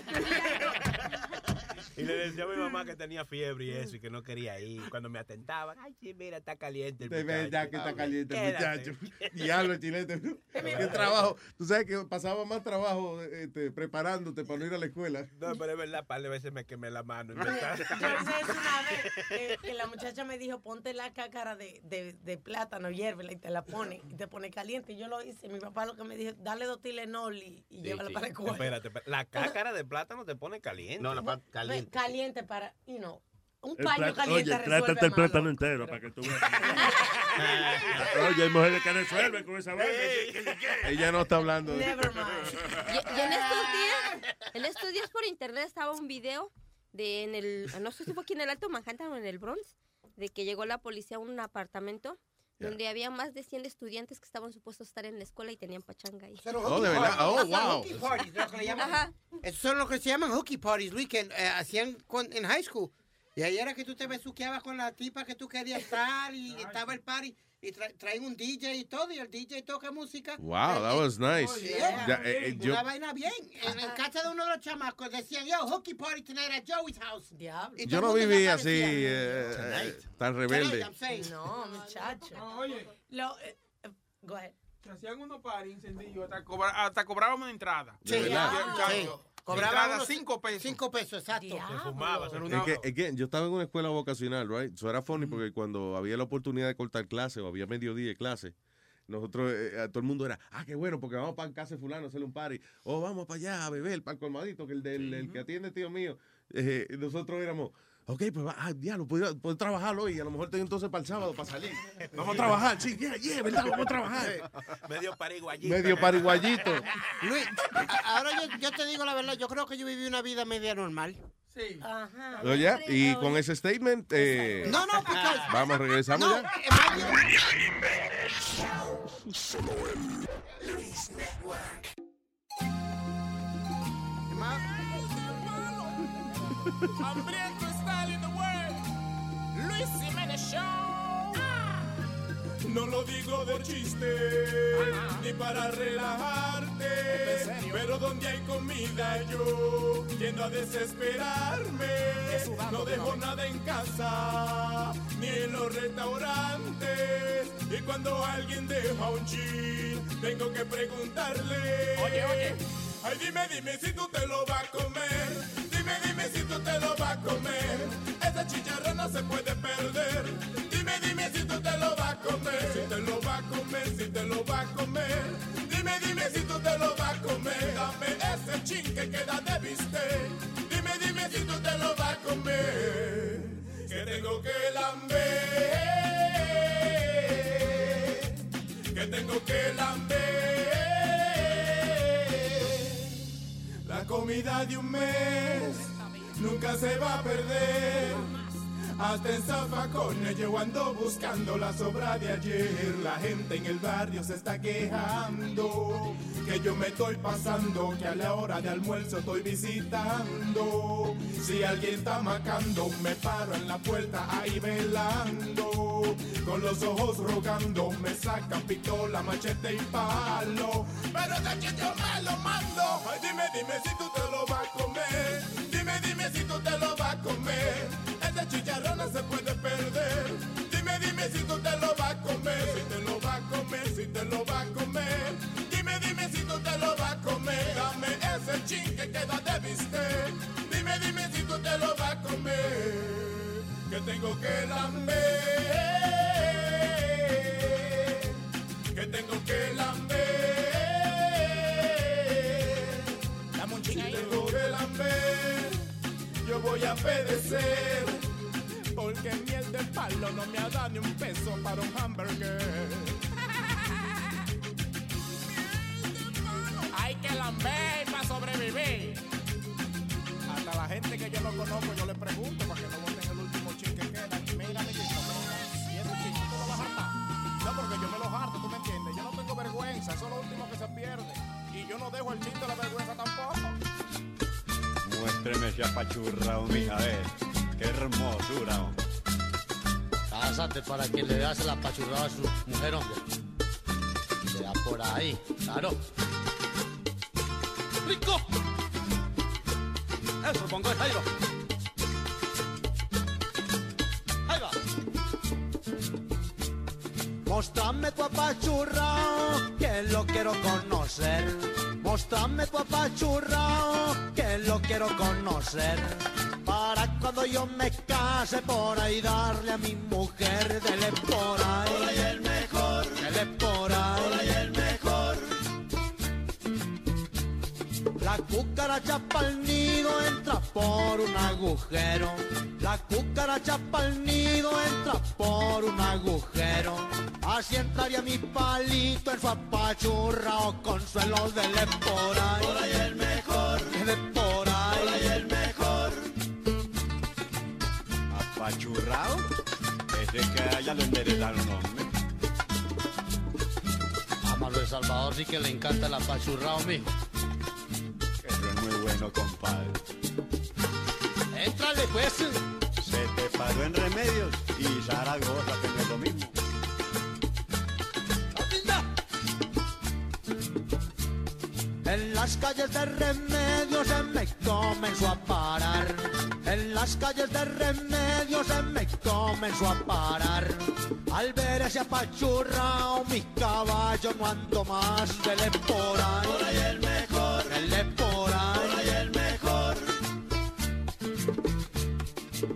Y le decía a mi mamá que tenía fiebre y eso, y que no quería ir. Cuando me atentaban, ay, sí, mira, está caliente el De muchacho. verdad que está Ah, caliente el quédate. muchacho. Diablo, chilete. Qué trabajo. Tú sabes que pasaba más trabajo este, preparándote para no ir a la escuela. No, pero es verdad, par de veces me quemé la mano. inventando. Entonces una vez que, que la muchacha me dijo, ponte la cáscara de, de, de plátano, hiérvela y te la pone, y te pone caliente. Y yo lo hice. Mi papá lo que me dijo, dale dos tilenol y, y Sí, llévala sí. para el cuarto. Pues, Espérate, espérate. la cáscara de plátano te pone caliente. No, la pa- Caliente. para, y no, un El paño plátano- caliente Oye, resuelve trátate el más. plátano entero para que tú veas. Oye, Ah, hay mujeres que resuelven con esa vaina. Ella no está hablando. de- Y, y en estos días, en estos días por internet estaba un video de en el, no sé si fue aquí en el Alto Manhattan o en el Bronx, de que llegó la policía a un apartamento Ya. donde había más de 100 estudiantes que estaban supuestos a estar en la escuela y tenían pachanga ahí. Oh, de verdad. Oh, wow. Hooky parties, lo que le llaman. Esos son los que se llaman hooky parties, Luis, que eh, hacían con- en high school. Y ahí era que tú te besuqueabas con la tipa que tú querías estar y estaba el party y tra- traen un DJ y todo y el DJ toca música. Eh, oh, Wow, that was nice. Yeah. Ya, eh, eh, yo- Una vaina bien. En la casa de uno de los chamacos decían, yo, hooky party tonight at Joey's house. Diablo. yo no viví así eh, eh, tan rebelde. No, muchacho. oye. Lo, eh, eh, go ahead. Hacían unos paris sencillos, hasta, cobra- hasta cobrábamos una entrada. ¿De verdad? muchacho. Sí. Cobraban Entrada unos cinco pesos. Cinco pesos, exacto. fumaba, se Es que, again, yo estaba en una escuela vocacional, right? Eso era funny porque cuando había la oportunidad de cortar clase o había mediodía de clase, nosotros, eh, a todo el mundo era, ah, qué bueno, porque vamos para casa de fulano a hacerle un party, o vamos para allá a beber, para el colmadito, que el, del, el que atiende tío mío. Eh, nosotros éramos, ok, pues va, ah, ya, lo puedo, puedo trabajarlo hoy, a lo mejor tengo entonces para el sábado, para salir. Vamos a trabajar, sí, yeah, yeah, ¿verdad? Vamos a trabajar. Medio pariguayito. Medio pariguayito. Luis, a- ahora yo, yo te digo la verdad, yo creo que yo viví una vida media normal. Sí. Ajá. ¿No, ya? Y con ese statement, eh, No, no, porque- vamos, regresamos No, ya. eh, Mario- Solo en Luis Network. Hambriento style in the world. Luis Jiménez Show. No lo digo de chiste, ni para relajarte. Pero donde hay comida yo tiendo a desesperarme. No dejo nada en casa, ni en los restaurantes. Y cuando alguien deja un chill, tengo que preguntarle. Oye, oye. Ay, dime, dime si tú te lo vas a comer. Dime, dime si tú te lo vas a comer. Esa chicharra no se puede perder. Dime, dime si tú te lo vas a comer. Si te lo vas a comer, si te lo vas a comer. Dime, dime si tú te lo vas a comer. Dame ese chin que queda de bistec. Dime, dime si tú te lo vas a comer. Que tengo que lamber. Que tengo que lamber. La comida de un mes nunca se va a perder. Hasta en zafacones yo ando buscando la sobra de ayer. La gente en el barrio se está quejando. Que yo me estoy pasando, que a la hora de almuerzo estoy visitando. Si alguien está macando, me paro en la puerta ahí velando. Con los ojos rogando, me sacan pistola, machete y palo. Pero de que yo me lo mando. Ay, dime, dime si tú te lo vas a comer. Dime, dime si tú te lo vas a comer. Ese chicharrón no se puede perder. Dime, dime si tú te lo vas a comer. Si te lo vas a comer, si te lo vas a comer. Dime, dime si tú te lo vas a comer. Dame ese chin que queda de bistec. Dime, dime si tú te lo vas a comer. Que tengo que lamber. Que tengo que lamber. Dame un chin. Tengo que lamber. Yo voy a pedecer. Porque miel de palo no me ha dado ni un peso para un hamburger. Hay que lamber para sobrevivir. Hasta la gente que yo no conozco, yo le pregunto para que no voten el último chin que queda. Y Mira, amiguito, y ese chin tú te lo vas a hartar. No, porque yo me lo harto, tú me entiendes. Yo no tengo vergüenza, eso es lo último que se pierde. Y yo no dejo el chin de la vergüenza tampoco. eh, Muéstreme ese apachurrao, mija, ver. Qué hermosura, hombre. Cásate para que le veas la pachurrada a su mujer, hombre. Se da por ahí, claro. ¡Rico! Eso, pongo ahí va. Ahí va. Mostrame tu apachurrao, que lo quiero conocer. Mostrame tu apachurrao, que lo quiero conocer. Para cuando yo me case por ahí darle a mi mujer, dele por ahí. Por ahí el mejor. Dele por ahí. Por ahí el mejor. La cucaracha pa'l nido entra por un agujero. La cucaracha pa'l nido entra por un agujero. Así entraría mi palito en su apachurra o consuelo de por ahí. Por ahí el mejor. De por ahí. Por ahí el mejor. ¿Apachurrao? Ese que haya lo enderezaron, hombre. A Manuel Salvador sí que le encanta el apachurrao, mijo. Eso es muy bueno, compadre. Éntrale, pues. Se te paró en remedios y Zaragoza tenés lo mismo. En las calles de remedio se me comenzó a parar. En las calles de remedio se me comenzó a parar. Al ver ese apachurrao, mi caballo no ando más. Dele por ahí. Por ahí el mejor. Dele por ahí. Por ahí el mejor.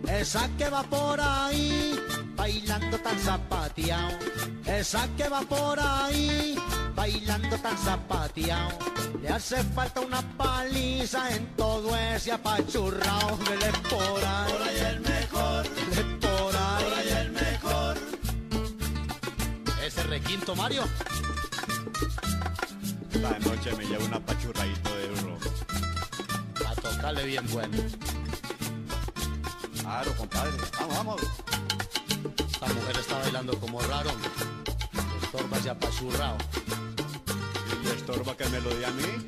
Esa que va por ahí, va bailando tan zapateado. Esa que va por ahí, bailando tan zapateado. Le hace falta una paliza en todo ese apachurrao. Vele por ahí. Por ahí el mejor. por ahí. el mejor. Ese requinto, Mario. Esta noche me llevo un apachurradito de ron. A tocarle bien bueno. Claro, compadre. Vamos, vamos. Esta mujer está bailando como raro. Estorba se apachurrao. Y estorba que me lo dé a mí.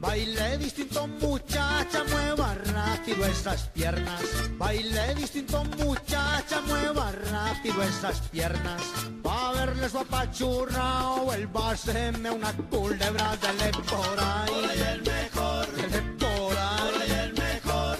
Baile distinto muchacha, mueva rápido esas piernas. Baile distinto muchacha, mueva rápido esas piernas. Pa' verle su apachurrao, el me una culebra, dale por ahí. el mejor. Dale por ahí. el mejor.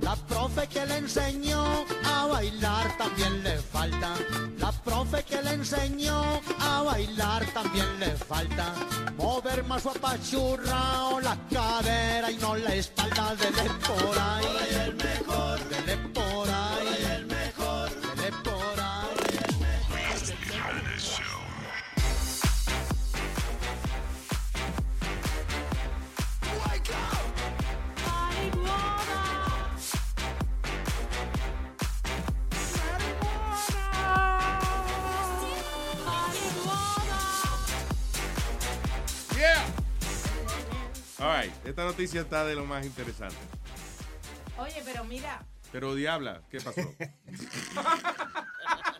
La profe que le enseñó a bailar también le falta. La profe que le enseñó a bailar también le falta. Mover más su apachurrao, la cadera y no la espalda. Dele por ahí. el mejor. Dele por ahí. el mejor. Dele por ahí. All right, esta noticia está de lo más interesante. Oye, pero mira. Pero diabla, ¿qué pasó?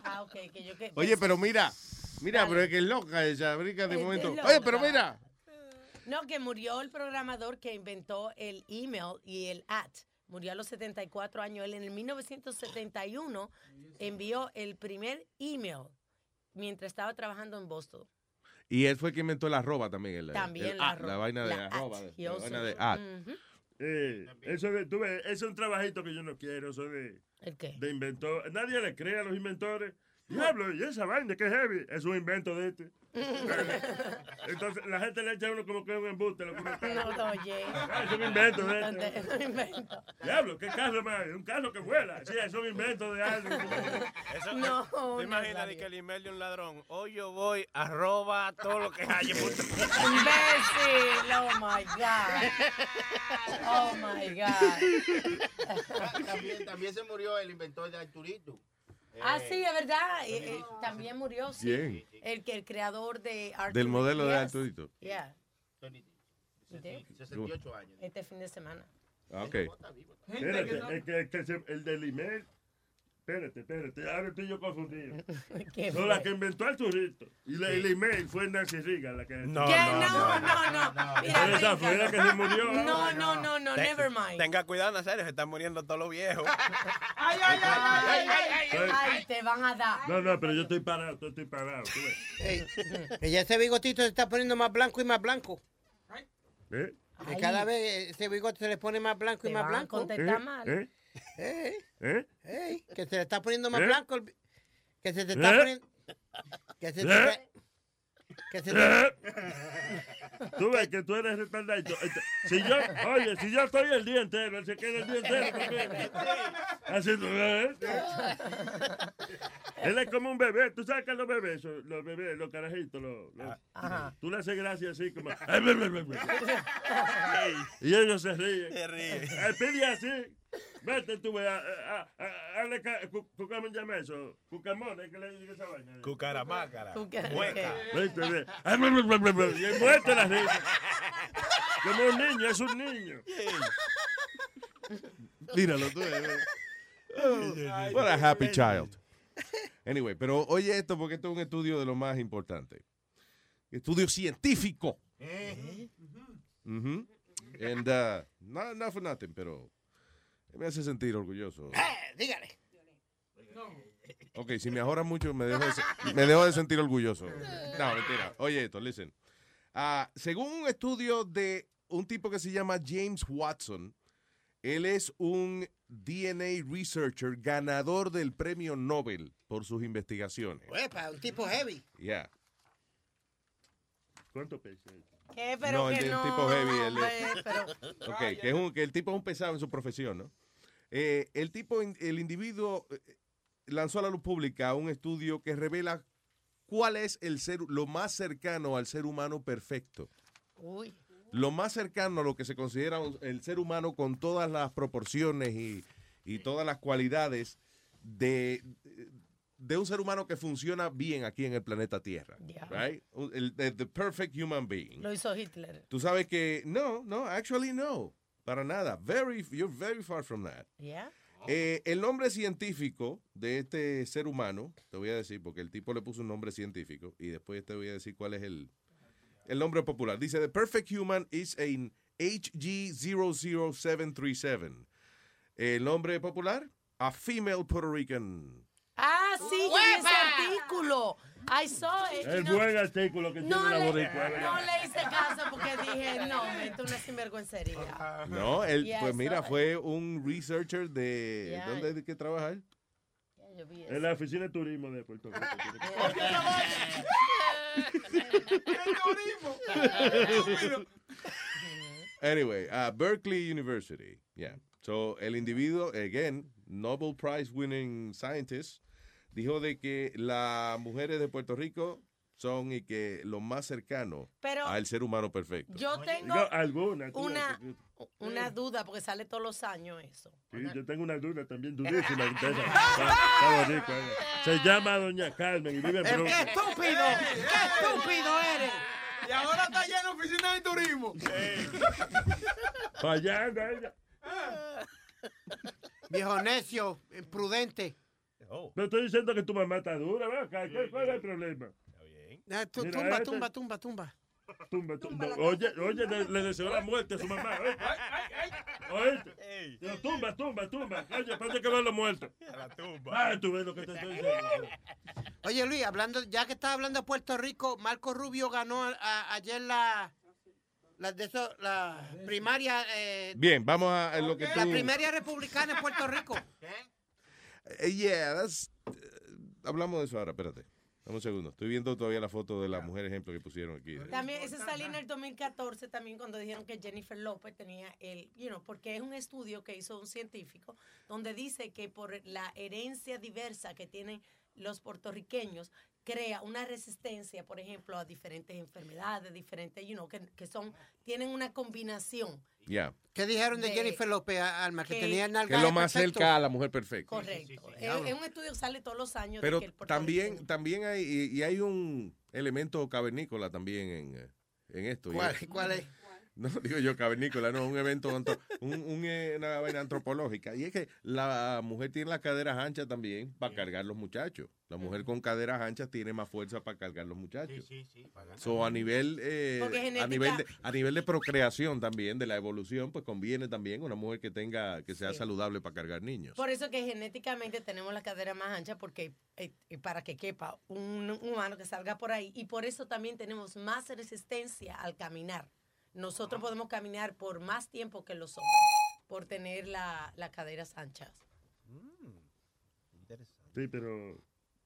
Ah, ok, que yo que. Oye, pero mira, mira, pero es que es loca ella, brinca de Es- es momento. loca. Oye, pero mira. No, que murió el programador que inventó el email y el at. Murió a los 74 años. Él en el 1971 envió el primer email mientras estaba trabajando en Boston. Y él fue quien inventó la arroba también. El, También el la ad, arroba. vaina de La ad, arroba. he la also- vaina de ad. Eh, eso de, tú ves, ese es un trabajito que yo no quiero, eso de, de inventor. Nadie le cree a los inventores. Diablo, y esa vaina que es heavy, es un invento de este. Entonces la gente le echa a uno como que es un embuste. Lo que uno está- No, oye. Ah, es un invento de este. Es un invento. Diablo, qué carro más, un carro que vuela. Sí, es un invento de algo. Eso, No, ¿Te imaginas de que el email de un ladrón? Hoy yo voy, arroba todo lo que haya. Imbécil. Oh my God. Oh my God. también, también se murió el inventor de Arturito. Eh, Ah, sí, es verdad. Eh, eh, también murió, sí. ¿Quién? El, que- el creador de Arthur. Del modelo de Yes. Arturito. Yeah. Sesenta- Sí. 68 años. Este fin de semana. Ah, Ok. Espérate, el, que- el que se- el del email. Espérate, espérate, ahora estoy yo confundido. ¿Qué No, la fue? que inventó el turrito. Y la, el email fue Nancy Reagan la que. No, ¿Qué? no, No, no, no. Mira, Pero esa fue la que se murió. No, no, no, no, Te- never mind. Tenga cuidado, Nazario, se están muriendo todos los viejos. Ay, ay, ay, ay, ay, ay, ay. ay, te van a dar. No, no, pero yo estoy parado, yo estoy parado. tú ves. Que ya ese bigotito se está poniendo más blanco y más blanco. ¿Eh? Que cada vez eh, ese bigote se le pone más blanco y Te más van a blanco. contestar ¿Eh? mal. ¿Eh? Eh, ¿Eh? eh, que se le está poniendo más ¿Eh? blanco. el bi- Que se te está ¿Eh? poniendo. Que se te. ¿Eh? Que se ¿Eh? te. Tú ves que tú eres retardadito. Este, Si yo, oye, si yo estoy el día entero, él se queda el día entero también. Haciendo. ¿eh? Él es como un bebé. Tú sabes que los bebés, son- los bebés, los carajitos, los. Ah, los- Ajá. Tú le haces gracia así como. "Ay, bla, bla, bla, bla". Y ellos se ríen. Se ríen. Eh, Pide así. Vete tú, ve, a- a- a- hazle ca- cu- cu- ¿cómo se llama eso? Cucamona, ¿qué le dice esa vaina? Cucaramácara. Cuca- Hueca. Vete, ve. Ay, bla, bla, bla, bla, bla. Y muerte la risa. Como un niño, es un niño. Míralo tú. eh. What a happy child. Anyway, pero oye esto porque esto es un estudio de lo más importante. Estudio científico. Mm-hmm. Ujú. And, uh, no, no for nothing, pero me hace sentir orgulloso. Dígale. Ok, si me ahorra mucho, me dejo de, se- me dejo de sentir orgulloso. No, mentira. Oye esto, listen. Ah, según un estudio de un tipo que se llama James Watson, él es un DNA researcher ganador del premio Nobel por sus investigaciones. Uepa, un tipo heavy. Yeah. ¿Cuánto pesa eso? ¿Qué? Pero no, el que de- el no. tipo heavy. El, hombre, pero- Ok, que, es un- que el tipo es un pesado en su profesión, ¿no? Eh, el tipo, in- el individuo eh, lanzó a la luz pública un estudio que revela cuál es el ser, lo más cercano al ser humano perfecto. Uy. Lo más cercano a lo que se considera un- el ser humano con todas las proporciones y, y todas las cualidades de, de un ser humano que funciona bien aquí en el planeta Tierra. Ya. Right? Un- El, the- the perfect human being. Lo hizo Hitler. Tú sabes que no, no, actually no, para nada. Very, you're very far from that. ¿Ya? Oh. Eh, el nombre científico de este ser humano, te voy a decir, porque el tipo le puso un nombre científico y después te voy a decir cuál es el, el nombre popular. Dice, The Perfect Human is an HG00737. El nombre popular, a female Puerto Rican. Ah, sí, yo vi ese artículo. I saw it. y Es no, buen artículo que tiene la boricua. no le hice caso porque dije, no, esto es una sinvergüencería. No, él, Yeah, pues I mira, saw it. fue un researcher de... Yeah. ¿Dónde hay que trabajar? Yo vi En la oficina de turismo de Puerto Rico. Anyway, uh, Berkeley University. Yeah. So, el individuo, again, Nobel Prize winning scientist, dijo de que las mujeres de Puerto Rico son y que lo más cercano Pero- al ser humano perfecto. Yo tengo Digo, alguna. tú, una, tú, una duda porque sale todos los años eso. Sí, yo tengo una duda también durísima. que está- está boricua, eh. Se llama Doña Carmen y vive en ¡Qué Brooklyn. estúpido! ¡Qué estúpido eres! Y ahora está lleno de oficina de turismo. Fallando ella. Viejo necio, imprudente. No estoy diciendo que tu mamá está dura, ¿verdad? ¿Cuál, cuál- cuál es el problema? Ah, tú- Mira, tumba, este- tumba, tumba, tumba. Tumba, tumba. Oye, oye, le, le deseó la muerte a su mamá. Oye, oye. No, tumba, tumba, tumba. Oye, parece que van los muertos. A la tumba. Ah, tú ves lo que te estoy diciendo. Oye, Luis, hablando, ya que estás hablando de Puerto Rico, Marco Rubio ganó a- a- ayer la, la, de eso- la primaria, eh, Bien, vamos a, a lo que la tú... primaria republicana en Puerto Rico. Eh, yeah, that's- eh, hablamos de eso ahora, espérate. Dame un segundo. Estoy viendo todavía la foto de la mujer ejemplo que pusieron aquí. También ese salió en el 2014 también cuando dijeron que Jennifer López tenía el, you know, porque es un estudio que hizo un científico donde dice que por la herencia diversa que tienen los puertorriqueños crea una resistencia, por ejemplo, a diferentes enfermedades, diferentes, you know, que, que son tienen una combinación. Yeah. ¿Qué dijeron de, De- Jennifer López, a- Alma? Que, que- tenía el Que es lo más cerca a la mujer perfecta. Correcto. Es- Diablo. Es un estudio que sale todos los años. de Pero que el puertorriqueño- también, también hay, y, y hay un elemento cavernícola también en, eh, en esto. Y ¿Cuál, es- cuál es? No, digo yo cavernícola, no, un evento, antro- un, un, eh, una vaina antropológica. Y es que la mujer tiene las caderas anchas también para cargar los muchachos. La mujer con caderas anchas tiene más fuerza para cargar los muchachos. So, a nivel eh, Porque a genética- nivel de, a nivel de procreación también de la evolución pues conviene también una mujer que tenga que sea Sí. saludable para cargar niños. Por eso que genéticamente tenemos la cadera más ancha porque eh, eh, para que quepa un humano que salga por ahí y por eso también tenemos más resistencia al caminar. Nosotros podemos caminar por más tiempo que los hombres por tener la- las caderas anchas. Sí, pero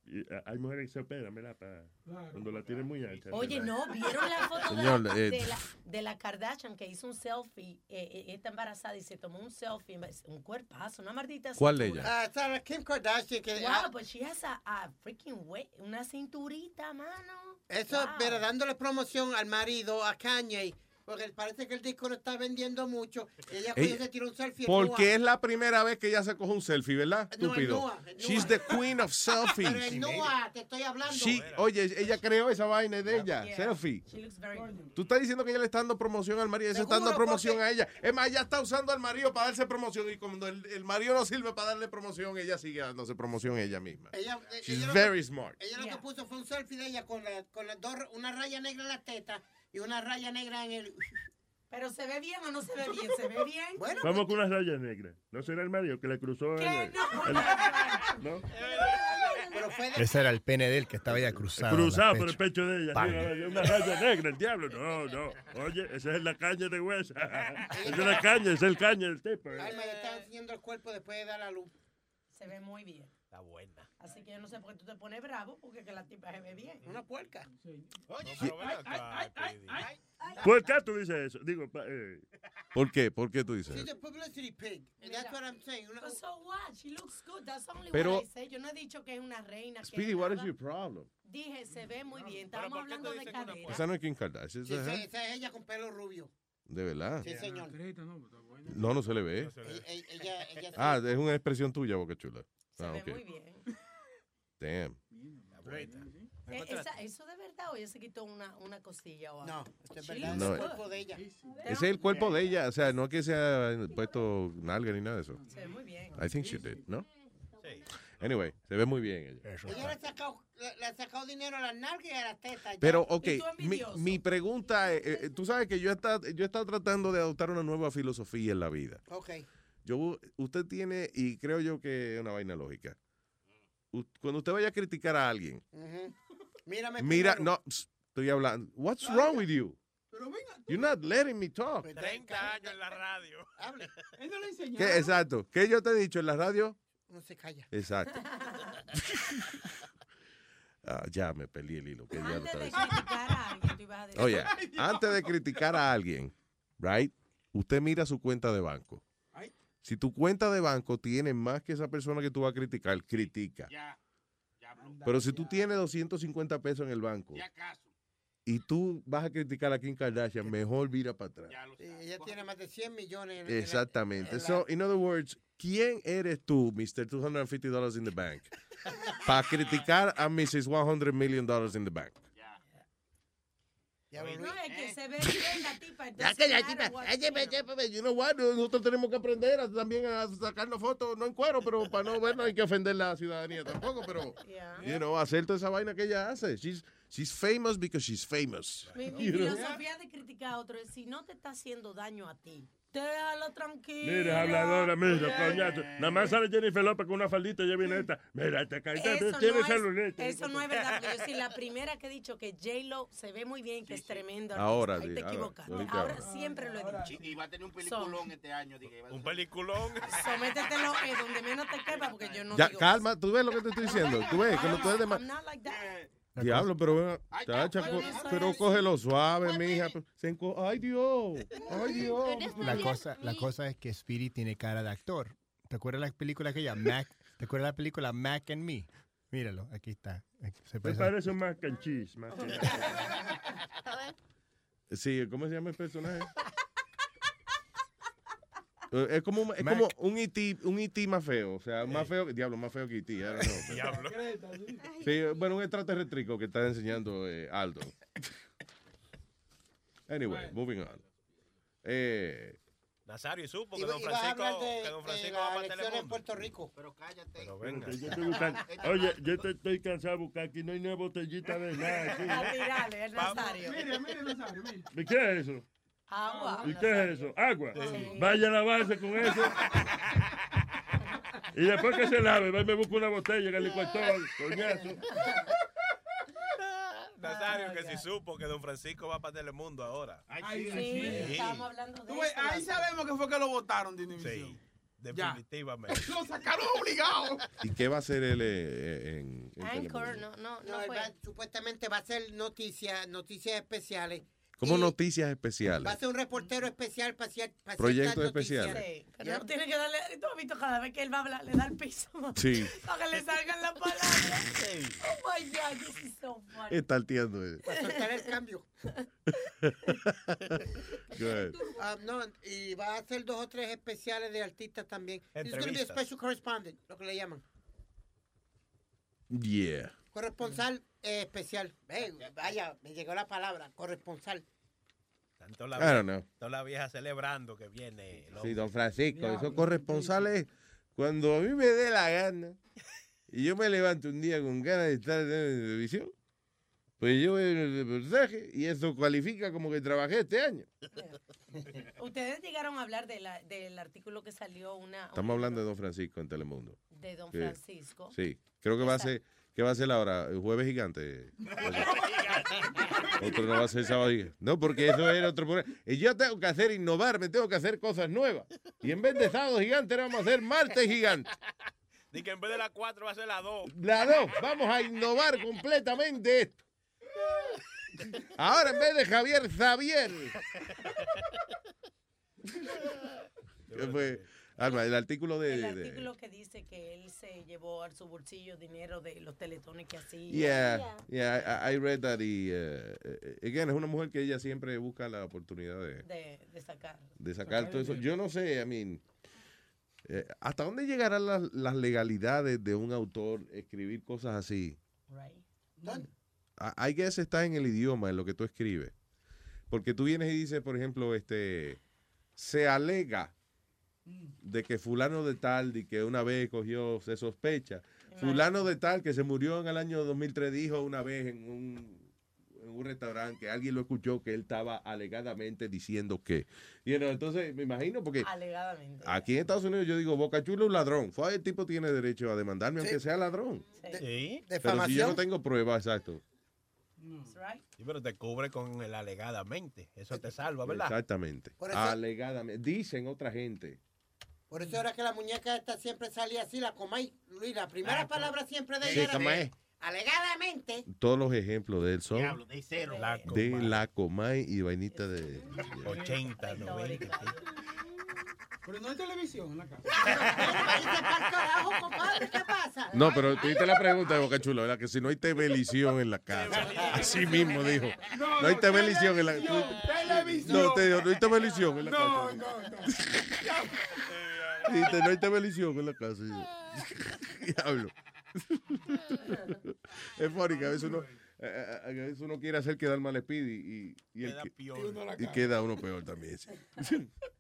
y, a- hay mujeres que se operan, ¿verdad? Pa- cuando la tienen muy ancha. Oye, ¿verdad? no, ¿vieron la foto de la- Señor, de, eh, la, de la Kardashian que hizo un selfie? Eh, eh, está embarazada y se tomó un selfie, un cuerpazo, una maldita ¿Cuál de cintura. ellas? Ah, está la Kim Kardashian. Que, ah, Wow, but she has a, a freaking way, una cinturita, mano. Eso, pero dándole promoción al marido, a Kanye, porque parece que el disco no está vendiendo mucho. Y ella cogió y Ella- se tiró un selfie. Porque nua. es la primera vez que ella se coge un selfie, ¿verdad? No, es Estúpido. nua, es She's the queen of Pero es selfies. nua, te estoy hablando. She- oye, ella creó esa vaina de ella, selfie. Tú estás diciendo que ella le está dando promoción al marido, ella está dando promoción a ella. Es más, ella está usando al marido para darse promoción y cuando el, el marido no sirve para darle promoción, ella sigue dándose promoción ella misma. Ella, eh, She's ella lo que- eh, very smart. Ella lo que puso fue un selfie de ella con, la, con las dos, una raya negra en las tetas y una raya negra en el... Pero se ve bien o no se ve bien, se ve bien. Bueno, pues, Vamos con unas rayas negras. ¿No será el marido que le cruzó? el- el- ¿no? pues, pero fue de... Ese era el pene de él que estaba ya cruzado. Cruzado en por la el pecho. pecho de ella. Pan. Mira, hay una raya negra, el diablo. No, no. Oye, esa es la caña de huesa. Es la caña, es el caña del tipo. eh. Alma le estaba enseñando el cuerpo después de dar la luz. Se ve muy bien. Está buena. Así que yo no sé por qué tú te pones bravo, porque que la tipa se ve bien. Una puerca. No, pero ven acá, ¿Por qué tú dices eso? Digo, pa- eh, ¿Por qué? ¿Por qué tú dices? She's eso? a publicity pig. That's what I'm saying. Una- But so what? She looks good. That's only Pero- what I say. Yo no he dicho que es una reina. eh, que Speedy, es what is nada. your problem? Dije, se ve muy bien. Estamos hablando de cadera. Esa no es Kim Kardashian, Sí, esa esa, es- esa es ella con pelo rubio. de verdad. Sí, señor. No, no se le ve. E- ella- ella- Ah, es una expresión tuya, Boca Chula. Ah, ve ok. muy bien. Damn. Eh, esa- eso de verdad o ella se quitó una, una cosilla o algo. No, esto es verdad. No, es el eh. cuerpo de ella. Ese es el cuerpo de ella, o sea, no que sea puesto nalga ni nada de eso. Se ve muy bien. I think she did, ¿no? Anyway, se ve muy bien ella. Ella le ha sacado, le, le ha sacado dinero a las nalgas y a las tetas. ya. Pero, ok, mi, mi pregunta es, eh, eh, tú sabes que yo he estado- yo he estado tratando de adoptar una nueva filosofía en la vida. Ok. Yo, usted tiene, y creo yo que es una vaina lógica. U- Cuando usted vaya a criticar a alguien, Ujú. Mírame. mira, primero. no, pss, estoy hablando. What's wrong with you? You're not letting me talk. 30 años en la radio. Hable. Él no le enseñó. ¿Qué, exacto. ¿Qué yo te he dicho en la radio? No se calla. Exacto. Ah, ya me perdí el hilo. que ya lo Antes estaba de diciendo. criticar a alguien, tú ibas a decir. Oye, antes de criticar a alguien, right, usted mira su cuenta de banco. Si tu cuenta de banco tiene más que esa persona que tú vas a criticar, critica. Pero si tú tienes 250 pesos en el banco y tú vas a criticar a Kim Kardashian, mejor vira para atrás. Sí, ella tiene más de 100 millones. Eh, en- en la- Exactamente. en la- So, in other words, ¿quién eres tú, Mr. $250 in the bank, para criticar a Mrs. $100 million in the bank? No, es que Eh. se ve bien la tipa. entonces, claro, guau, You know what? Nosotros tenemos que aprender a- también a sacarnos fotos, no en cuero, pero para no ver, no hay que ofender la ciudadanía tampoco, pero, you know, hacer toda esa vaina que ella hace. She's, she's famous because she's famous. Mi, mi You know? filosofía de criticar a otro es si no te está haciendo daño a ti, déjalo tranquilo. mira, habladora, mira, coñazo. Nada más sale Jennifer López con una faldita y ella viene esta. Mira, te caíste, Eso, tiene no es, celulite. eso no es verdad, porque yo soy la primera que he dicho que J-Lo se ve muy bien, que es tremendo. artista. Ahora, Ahí sí, te ahora, equivocas. Ahora, ahorita ahora. siempre lo he dicho. Y va a tener un peliculón este año. Un peliculón. Sométetelo eh, donde menos te quepa, porque yo no Ya, digo. calma, tú ves lo que te estoy diciendo. Tú ves, que no tú eres de ma- I'm not like that. Diablo, pero, chacha, co- pero cógelo suave, mija. Se enco- Ay, Dios. Ay, Dios. La cosa, la cosa es que Speedy tiene cara de actor. ¿Te acuerdas la película aquella? Mac, ¿Te acuerdas la película Mac and Me? Míralo, aquí está. Aquí se Me parece- parece un mac and cheese, mac and cheese. Sí, ¿cómo se llama el personaje? Eh, Es como, es Mac. como un IT, un IT más feo, o sea, más feo, que- diablo, más feo que IT. I don't know, pero- Diablo. Sí, bueno, un extraterrestrico que está enseñando eh, Aldo. Anyway, moving on. Eh, Nazario, y supo que Iba- don ibas a hablar Francisco, de, que don de Francisco va las para elecciones en Telemundo. Puerto Rico. Pero cállate. Pero venga. Espérate, yo estoy buscando- Oye, yo te estoy cansado de buscar aquí, no hay ni una botellita de nada. A Aquí. tirarle, el Nazario. Mire, mire, Nazario, mire. ¿Y qué es eso? Agua. ¿Y qué es eso? Agua. Sí. Vaya a lavarse con eso. Y después que se lave, va y me busca una botella en el licuador, coñazo. Nazario, que si supo que don Francisco va para Telemundo ahora. sí, sí, Sí. estábamos hablando Tú ves, ahí sabemos que fue que lo votaron de Univision. Definitivamente. Lo sacaron obligado. ¿Y qué va a hacer él eh, en, en Anchor, Telemundo? no, no, no. él va- supuestamente va a ser noticias, noticias especiales. Como noticias Va especiales. a ser un reportero especial para cier- para Proyectos ciertas noticias. especiales. Sí, Pero no tiene que darle, tú has visto cada vez que él va a hablar, le da el piso. Sí. Para que le salgan las palabras. Oh my God, this is so funny. Está altiendo. eh. Para soltar el cambio. Good. Ah, no, y va a hacer dos o tres especiales de artistas también. He's gonna be a Entrevistas. special correspondent, lo que le llaman. Yeah. Corresponsal eh, especial. Eh, vaya, me llegó la palabra, corresponsal. Tanto la I vieja, don't know. toda la vieja celebrando que viene. el Sí, hombre. don Francisco, esos corresponsales, cuando a mí me dé la gana, y yo me levanto un día con ganas de estar en la televisión, pues yo veo el reportaje y eso cualifica como que trabajé este año. Ustedes llegaron a hablar de la- del artículo que salió una Estamos hablando de don Francisco en Telemundo. de Don Sí. Francisco. Sí, creo que va a ser, ¿qué va a ser ahora? ¿El jueves gigante? Otro no va a ser sábado gigante. No, porque eso era otro programa. Y yo tengo que hacer innovar, me tengo que hacer cosas nuevas. Y en vez de sábado gigante, ahora vamos a hacer martes gigante. Dice que en vez de las 4 va a ser las 2. La dos, vamos a innovar completamente esto. Ahora en vez de Javier, Javier. ¿Qué fue? Alma, el artículo de... El de- artículo que dice que él se llevó a su bolsillo dinero de los teletones que hacía. Yeah, yeah, I, I read that y eh, eh, again, es una mujer que ella siempre busca la oportunidad de, De, de sacar. de sacar todo eso. Yo no sé, I mean, eh, ¿hasta dónde llegarán las, las legalidades de un autor escribir cosas así? I, I guess está en el idioma, en lo que tú escribes. Porque tú vienes y dices, por ejemplo, este, se alega de que fulano de tal, de que una vez cogió, se sospecha. Fulano de tal, que se murió en el año 2003, dijo una vez en un, en un restaurante que alguien lo escuchó que él estaba alegadamente diciendo que. Y you know, entonces me imagino, porque Alegadamente. aquí en Estados Unidos yo digo, Boca Chula es un ladrón. Fue, el tipo tiene derecho a demandarme aunque sea ladrón. Pero si yo no Defamación. tengo pruebas, exacto. Sí, pero te cubre con el alegadamente. Eso te salva, ¿verdad? Exactamente. Por eso- Alegadamente. Dicen otra gente. Por eso era que la muñeca esta siempre salía así, la comay. Luis, la primera palabra siempre de Sí, ella era Comay. alegadamente. Todos los ejemplos de él son de cero. de la Comay y vainita de... 80, 90. Pero no hay televisión en la casa. Carajo, compadre, ¿qué pasa? No, pero tuviste la pregunta de Boca Chula, ¿verdad? Que si no hay televisión en la casa. Así mismo dijo. No, No hay no, televisión en la televisión, televisión. No, te digo, no hay televisión en la No, casa. no, no. Dijiste, no hay televisión en la casa. Diablo. Es funny que a veces uno, a- a- a veces uno quiere hacer quedar mal a Speedy y, y, el Queda que- peor. Y uno la y caga. queda uno peor también. sí.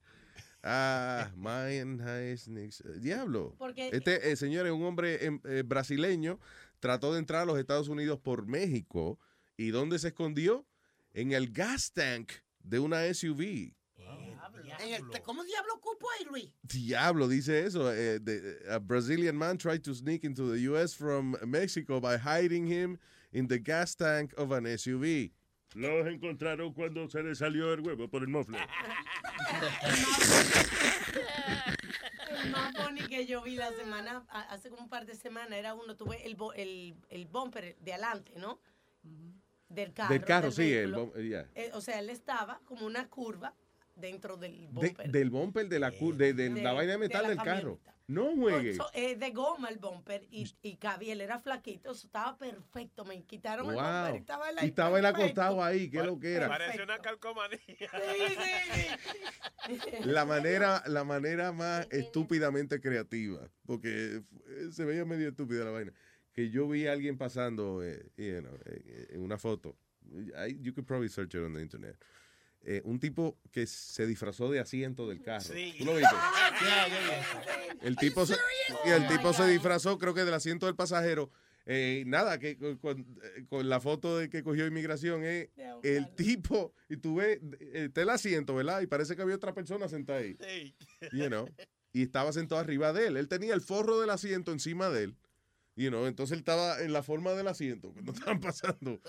Ah, Mayan Heisnix. eh, Diablo. Porque- Este, eh, señores, un hombre em, eh, brasileño trató de entrar a los Estados Unidos por México. ¿Y dónde se escondió? En el gas tank de una SUV. En el te- este, ¿Cómo diablo ocupo ahí, Luis? Diablo, dice eso. eh, de- a Brazilian man tried to sneak into the U.S. from Mexico by hiding him in the gas tank of an SUV. Los encontraron cuando se les salió el huevo por el mofle. El más bonito que yo vi la semana, a- hace como un par de semanas, era uno, tuve el, bo- el, el bumper de adelante, ¿no? Del carro. del carro, sí. El, vehículo. bom- eh, yeah. Eh, o sea, él estaba como una curva dentro De- del bumper. del bumper de la, cur- de, de la De- vaina de de metal la del carro. No juegue. So, eh, de goma el bumper y, y cabía, él era flaquito, eso estaba perfecto, me quitaron el Wow. bumper y estaba él Y ahí estaba él perfecto. acostado ahí, qué lo que era. Parece una calcomanía. La manera, la manera más estúpidamente creativa, porque eh, se veía medio estúpida la vaina, que yo vi a alguien pasando eh, you know, eh, eh, en una foto, I- you could probably search it on the internet, Eh, un tipo que se disfrazó de asiento del carro. ¿Tú lo viste? El tipo, se, y el tipo se disfrazó, creo que del asiento del pasajero. Eh, nada, que con, con- eh, con la foto de que cogió inmigración es el tipo, y tú ves, eh, está el asiento, ¿verdad? Y parece que había otra persona sentada ahí. You know, y estaba sentado arriba de él. Él tenía el forro del asiento encima de él. You know, entonces él estaba en la forma del asiento cuando estaban pasando.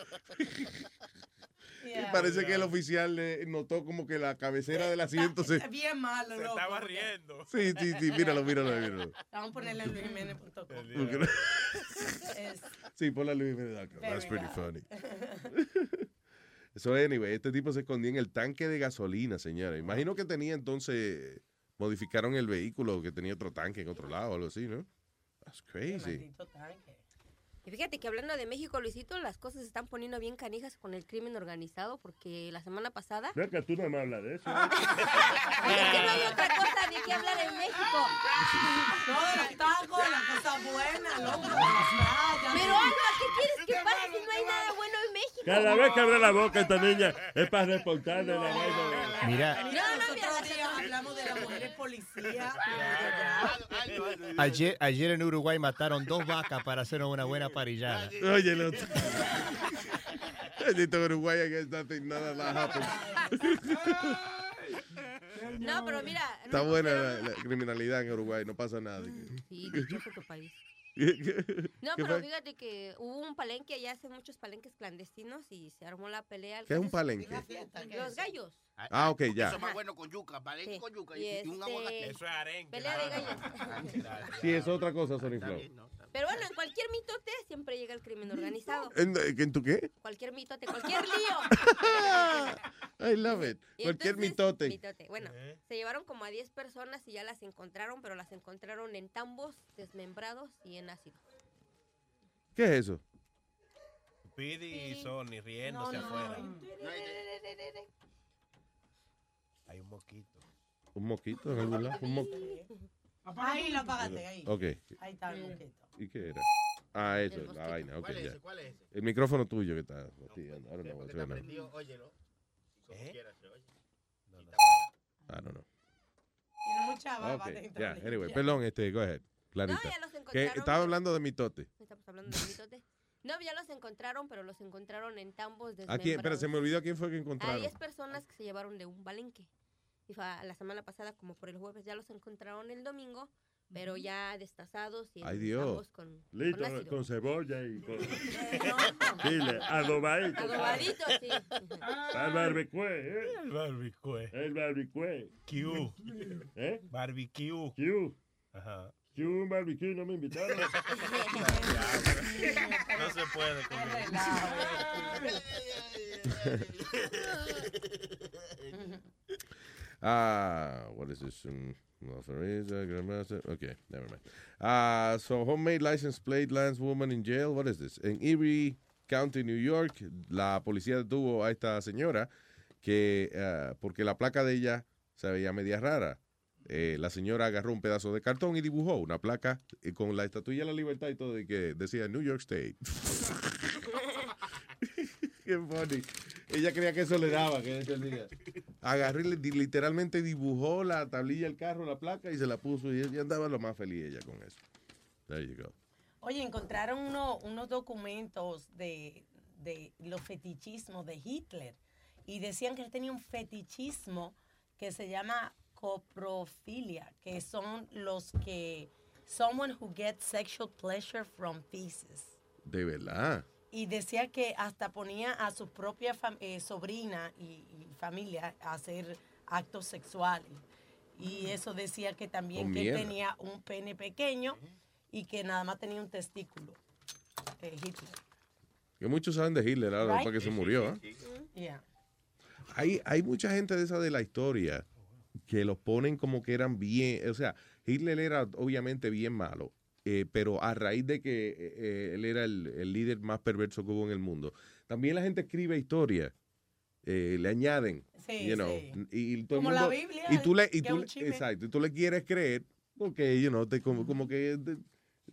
y parece que el oficial eh, notó como que la cabecera del asiento se... Está Bien malo, Se estaba riendo. Sí, sí, sí, míralo, míralo, míralo. Vamos a ponerle en luisjiménez.com. Porque no- Sí, por la Luis Jiménez. That's Very pretty Este, bad. funny. So, anyway, este tipo se escondía en el tanque de gasolina, señora. Imagino que tenía entonces. Modificaron el vehículo que tenía otro tanque en otro lado o algo así, ¿no? That's crazy. Y fíjate que hablando de México, Luisito, las cosas se están poniendo bien canijas con el crimen organizado porque la semana pasada... Ve que tú no me hablas de eso. Es que no hay otra cosa de qué hablar en México. No, de los tacos, la cosa buena, loco, de las playas. Pero Alma, ¿qué quieres que pase si no hay nada bueno en México? Cada vez que abre la boca esta niña es para reportarle la vaina. Mira, Mira, nosotros otro día hablamos de las mujeres policías. ayer, ayer en Uruguay mataron dos vacas para hacer una buena parrillada. Oye, el otro. Bendito Uruguay, que nothing, nada that happens. No, pero mira, Está buena la, la criminalidad en Uruguay, no pasa nada. Sí, dichoso tu país. No, ¿Qué pero fue? fíjate que hubo un palenque, allá hace muchos palenques clandestinos y se armó la pelea. al ¿Qué es un parecer. palenque? Los gallos. Ah, ok, ya. Eso es más bueno con yuca, para con yuca y, Y y un este- aguacate. Eso es arenque. Pelea de gallos. Sí, es otra Ah, cosa, Sony Flow. Pero bueno, en cualquier mitote siempre llega el crimen organizado. ¿En, en tu qué? Ah, Cualquier mitote, cualquier lío. I love it. Y Cualquier entonces, mitote. Bueno, se llevaron como a 10 personas y ya las encontraron, pero las encontraron en tambos, desmembrados y en ácido. ¿Qué es eso? Pidi y Sony riéndose afuera. Hay un moquito. Un moquito en algún lado. Un mo- Ahí lo apagaste, ahí. Ok. Ahí está Eh. el moquito. ¿Y qué era? Ah, eso, la vaina. ok, ¿Cuál es ya. ese? ¿Cuál es ese? pues, El micrófono tuyo que está fastidiando. I don't know what's Porque está going on. prendido, óyelo. Como ¿Eh? quiera se oye. I don't know. Tiene mucha baba Ah, Ok, dentro ya, de ella. anyway, perdón, este, go ahead. Clarita. No, ya los que encontraron. estaba hablando de mitote. Estamos hablando de mitote. No, ya los encontraron, pero los encontraron en ¿A tambos desmembrados. Ah, quién? Pero se me olvidó a quién fue que A encontraron. 10 personas que se llevaron de un balenque. Y fue a- la semana pasada, como por el jueves, ya los encontraron el domingo, pero ya destazados y en Ay, Dios. tambos con, con Listo, con, ácido. cebolla y con... Dile, adobadito. Adobadito, sí. Al barbecue, ¿eh? El barbecue. El barbecue. Q. ¿Eh? Barbecue. Q. Ajá. Q, un barbecue, no me invitaron. No se puede comer. Ah, what is this? Um, Valparaiso, Gran Mesa. Okay, never mind. Uh, so homemade license plate lands woman in jail. What is this? En Erie County, New York, la policía detuvo a esta señora que ah, porque la placa de ella se veía media rara. Eh, la señora agarró un pedazo de cartón y dibujó una placa eh, con la estatuilla de la libertad y todo y que decía New York State. Qué funny. Ella creía que eso le daba, que eso decía. Agarré, y li- literalmente dibujó la tablilla del carro, la placa y se la puso y ella andaba lo más feliz ella con eso. There you go. Oye, encontraron uno- unos documentos de, de los fetichismos de Hitler y decían que él tenía un fetichismo que se llama coprofilia, que son los que someone who gets sexual pleasure from feces. De verdad. Y decía que hasta ponía a su propia fam- eh, sobrina y, y familia a hacer actos sexuales. Y eso decía que también Oh, que él Mm. mierda. tenía un pene pequeño y que nada más tenía un testículo. Eh, Hitler. Que muchos saben de Hitler ahora Right. para Ah, que se murió. ¿eh? Yeah. Hay, hay mucha gente de esa de la historia que los ponen como que eran bien, o sea, Hitler era obviamente bien malo, eh, pero a raíz de que eh, eh, él era el, el líder más perverso que hubo en el mundo, también la gente escribe historias, eh, le añaden, Sí, you know, sí. y, y todo el Como la mundo- Biblia, y tú le, y que tú un le- chisme. exacto, y tú le quieres creer porque you know, te, como, como que te,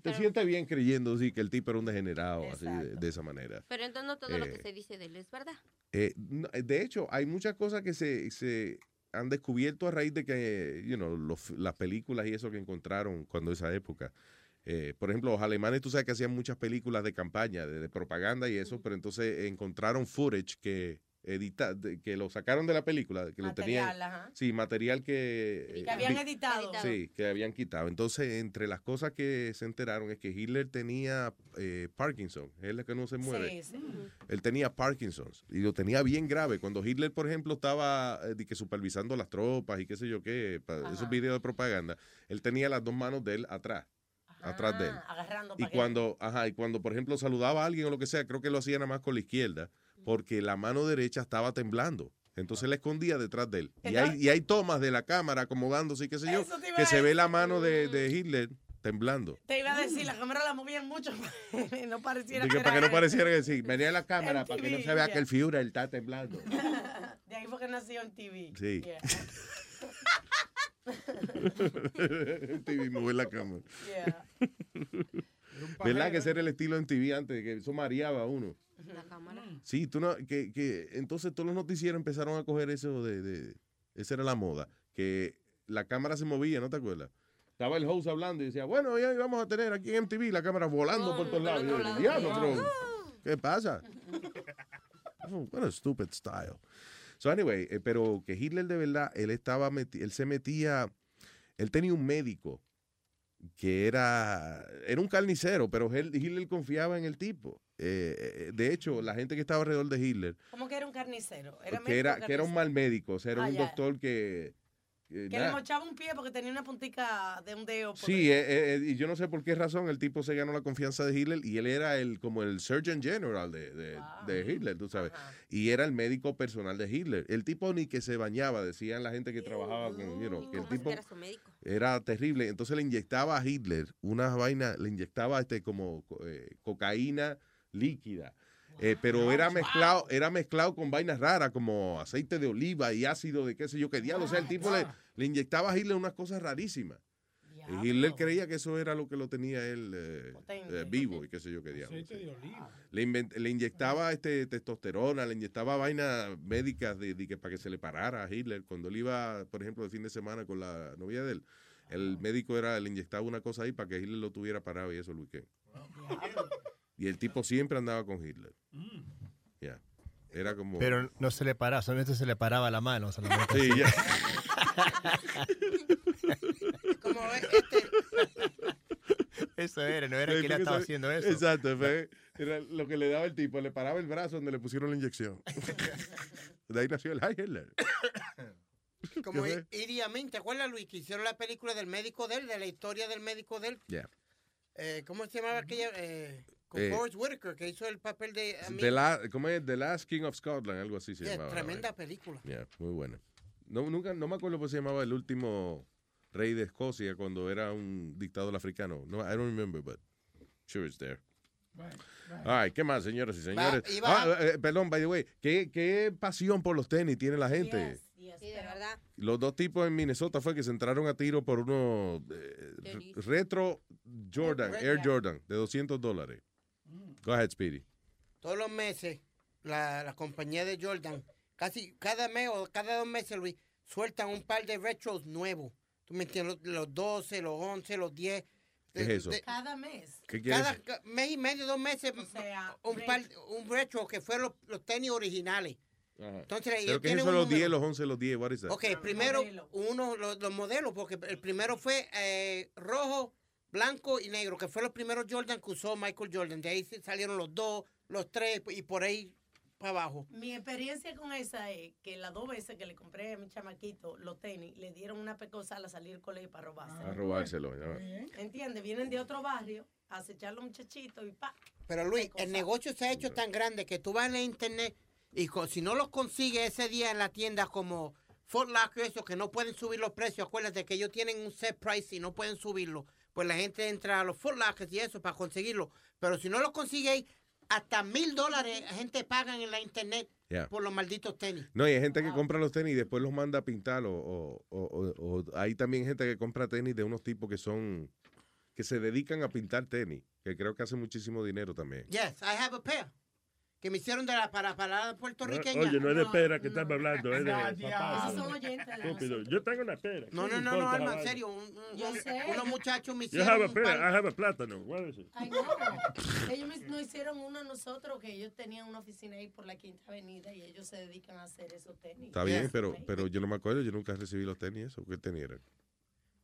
te sientes bien creyendo sí, que el tipo era un degenerado así de, de esa manera. Pero entonces no todo lo que Eh, se dice de él es verdad. eh, no, eh, de hecho, hay muchas cosas que se, se han descubierto a raíz de que, you know, los- las películas y eso que encontraron cuando esa época. Eh, por ejemplo, los alemanes, tú sabes que hacían muchas películas de campaña, de, de propaganda y eso, pero entonces encontraron footage que edita, de- que lo sacaron de la película, que lo tenían. Material, ajá. Sí, material que. Y eh, que habían vi- editado. Sí, que habían quitado. Entonces, entre las cosas que se enteraron es que Hitler tenía eh, Parkinson, es la que no se mueve. Sí, sí. Él tenía Parkinson's y lo tenía bien grave. Cuando Hitler, por ejemplo, estaba eh, di que supervisando las tropas y qué sé yo qué, pa- esos videos de propaganda, él tenía las dos manos de él atrás, atrás de él. Ah, Agarrando Y pa' que- cuando, ajá, y cuando, por ejemplo, saludaba a alguien o lo que sea, creo que lo hacía nada más con la izquierda, porque la mano derecha estaba temblando. Entonces le escondía detrás de él. Y hay, y hay tomas de la cámara acomodándose y qué sé yo, Eso te iba que a se ve decir. la mano de, de Hitler temblando. Te iba a decir, la cámara la movían mucho. no pareciera Dije, que para que era no pareciera que sí, venía la cámara MTV, para que no se vea ya. que el Führer está temblando. él. De ahí fue que nació en TV. Sí. Yeah. TV, mueve la cámara. Yeah. ¿Verdad que ese era el estilo en TV antes, que eso mareaba a uno? La cámara. Sí, tú no, que, que entonces todos los noticieros empezaron a coger eso de, de- esa era la moda, que la cámara se movía, ¿no te acuerdas? Estaba el host hablando y decía, bueno, hoy hoy vamos a tener aquí en MTV la cámara volando por todos lados. Y yo, "Diablo, pero, ¿qué pasa? Oh, What a stupid style. So anyway, eh, pero que Hitler de verdad, él estaba meti- él se metía, él tenía un médico que era, era un carnicero, pero él- Hitler confiaba en el tipo. eh, de hecho, la gente que estaba alrededor de Hitler, ¿Cómo que era un carnicero? Era que médico era, que era un carnicero. mal médico, o sea, era Ah, un ya. doctor que... que Que le nada. mochaba un pie porque tenía una puntica de un dedo. por Sí, el- eh, eh, y yo no sé por qué razón el tipo se ganó la confianza de Hitler y él era el como el Surgeon General de, de- de Hitler, tú sabes. Y era el médico personal de Hitler. El tipo ni que se bañaba, decían la gente que trabajaba con you know, que el tipo su médico. era terrible. Entonces le inyectaba a Hitler unas vainas, le inyectaba este como co- eh, cocaína líquida. Eh, pero era mezclado era mezclado con vainas raras como aceite de oliva y ácido de qué sé yo qué diablo. O sea, el tipo le, le inyectaba a Hitler unas cosas rarísimas. Y Hitler creía que eso era lo que lo tenía él eh, Potente. eh, vivo y qué sé yo qué diablo. Aceite de oliva. Le, invent- le inyectaba este testosterona, le inyectaba vainas médicas de, de que para que se le parara a Hitler. Cuando él iba, por ejemplo, de fin de semana con la novia de él, el médico era le inyectaba una cosa ahí para que Hitler lo tuviera parado y eso el weekend. Y el tipo siempre andaba con Hitler. Ya. Era como... Pero no se le paraba, solamente se le paraba la mano. solamente Sí, así. ya. Como este. Eso era, no era Sí, que él porque estaba sabe- haciendo eso. Exacto, fue- era lo que le daba el tipo, le paraba el brazo donde le pusieron la inyección. De ahí nació el High Hitler. Como ¿Qué I- Idi Amin, ¿te acuerdas, Luis? Que hicieron la película del médico de él, de la historia del médico de él. Yeah. Eh, ¿Cómo se llamaba aquella? Eh, con Eh, Forrest Whitaker, que hizo el papel de Amin. The la, ¿Cómo es? The Last King of Scotland, algo así se Yeah, llamaba. la tremenda vaina. película. Yeah, muy buena. No, nunca, no me acuerdo cómo se llamaba el último rey de Escocia cuando era un dictador africano. No, I don't remember, but sure it's there. Ay, ¿qué más, señoras y señores? y va- Ah, eh, perdón, by the way, ¿qué, qué pasión por los tenis tiene la gente? Sí, de verdad. Los dos tipos en Minnesota fue que se entraron a tiro por uno eh, Tenis. re- retro Jordan, Retro, Air yeah. Jordan, de 200 dólares. Go ahead, Speedy. Todos los meses, la, la compañía de Jordan, casi cada mes o cada dos meses, Luis, sueltan un par de retros nuevos. ¿Tú me entiendes? Los, los 12, los 11, los 10. ¿Qué es eso? Cada mes. ¿Qué quiere Cada decir? ca- mes y medio, dos meses, un, par, un retro que fueron los, los tenis originales. Ajá. Entonces, ellos ¿Pero qué es tienen eso un los número. 10, los 11, los 10? What is that? Ok, primero uno, los, los modelos, porque el primero fue eh, rojo, blanco y negro, que fueron los primeros Jordan que usó Michael Jordan. De ahí se- salieron los dos, los tres y por ahí para abajo. Mi experiencia con esa es que las dos veces que le compré a mi chamaquito los tenis, le dieron una pecosa al salir del colegio para robarse. A robárselo. ya va. ¿Entiendes? Vienen de otro barrio a acechar los muchachitos y pa. Pero Luis, el negocio se ha hecho tan grande que tú vas en la internet y co- si no los consigues ese día en la tienda como Foot Locker, eso que no pueden subir los precios, acuérdate que ellos tienen un set price y no pueden subirlo. Pues la gente entra a los Foot Lockers y eso para conseguirlo. Pero si no los consigues, hasta mil dólares la gente pagan en la internet Yeah. por los malditos tenis. No, y hay gente que compra los tenis y después los manda a pintar. O, o- o- o- o hay también gente que compra tenis de unos tipos que son. que se dedican a pintar tenis. Que creo que hacen muchísimo dinero también. Yes, I have a pair. Que me hicieron de la para parada puertorriqueña. Oye, no es de pera que estamos hablando, es de Ya, ya. papá. Esos son oyentes de Estúpido. Yo tengo una pera. No, ¿Qué no, no, me no, importa, Alma, en vale? serio. un- un- Yo un- sé. unos muchachos me Yo hicieron. have a un pera, par- I have a plátano. What is it? Ay, no. Ellos me- nos hicieron uno a nosotros que ellos tenían una oficina ahí por la Quinta Avenida y ellos se dedican a hacer esos tenis. Está bien, pero, pero yo no me acuerdo. Yo nunca recibí los tenis. ¿Eso qué tenis eran?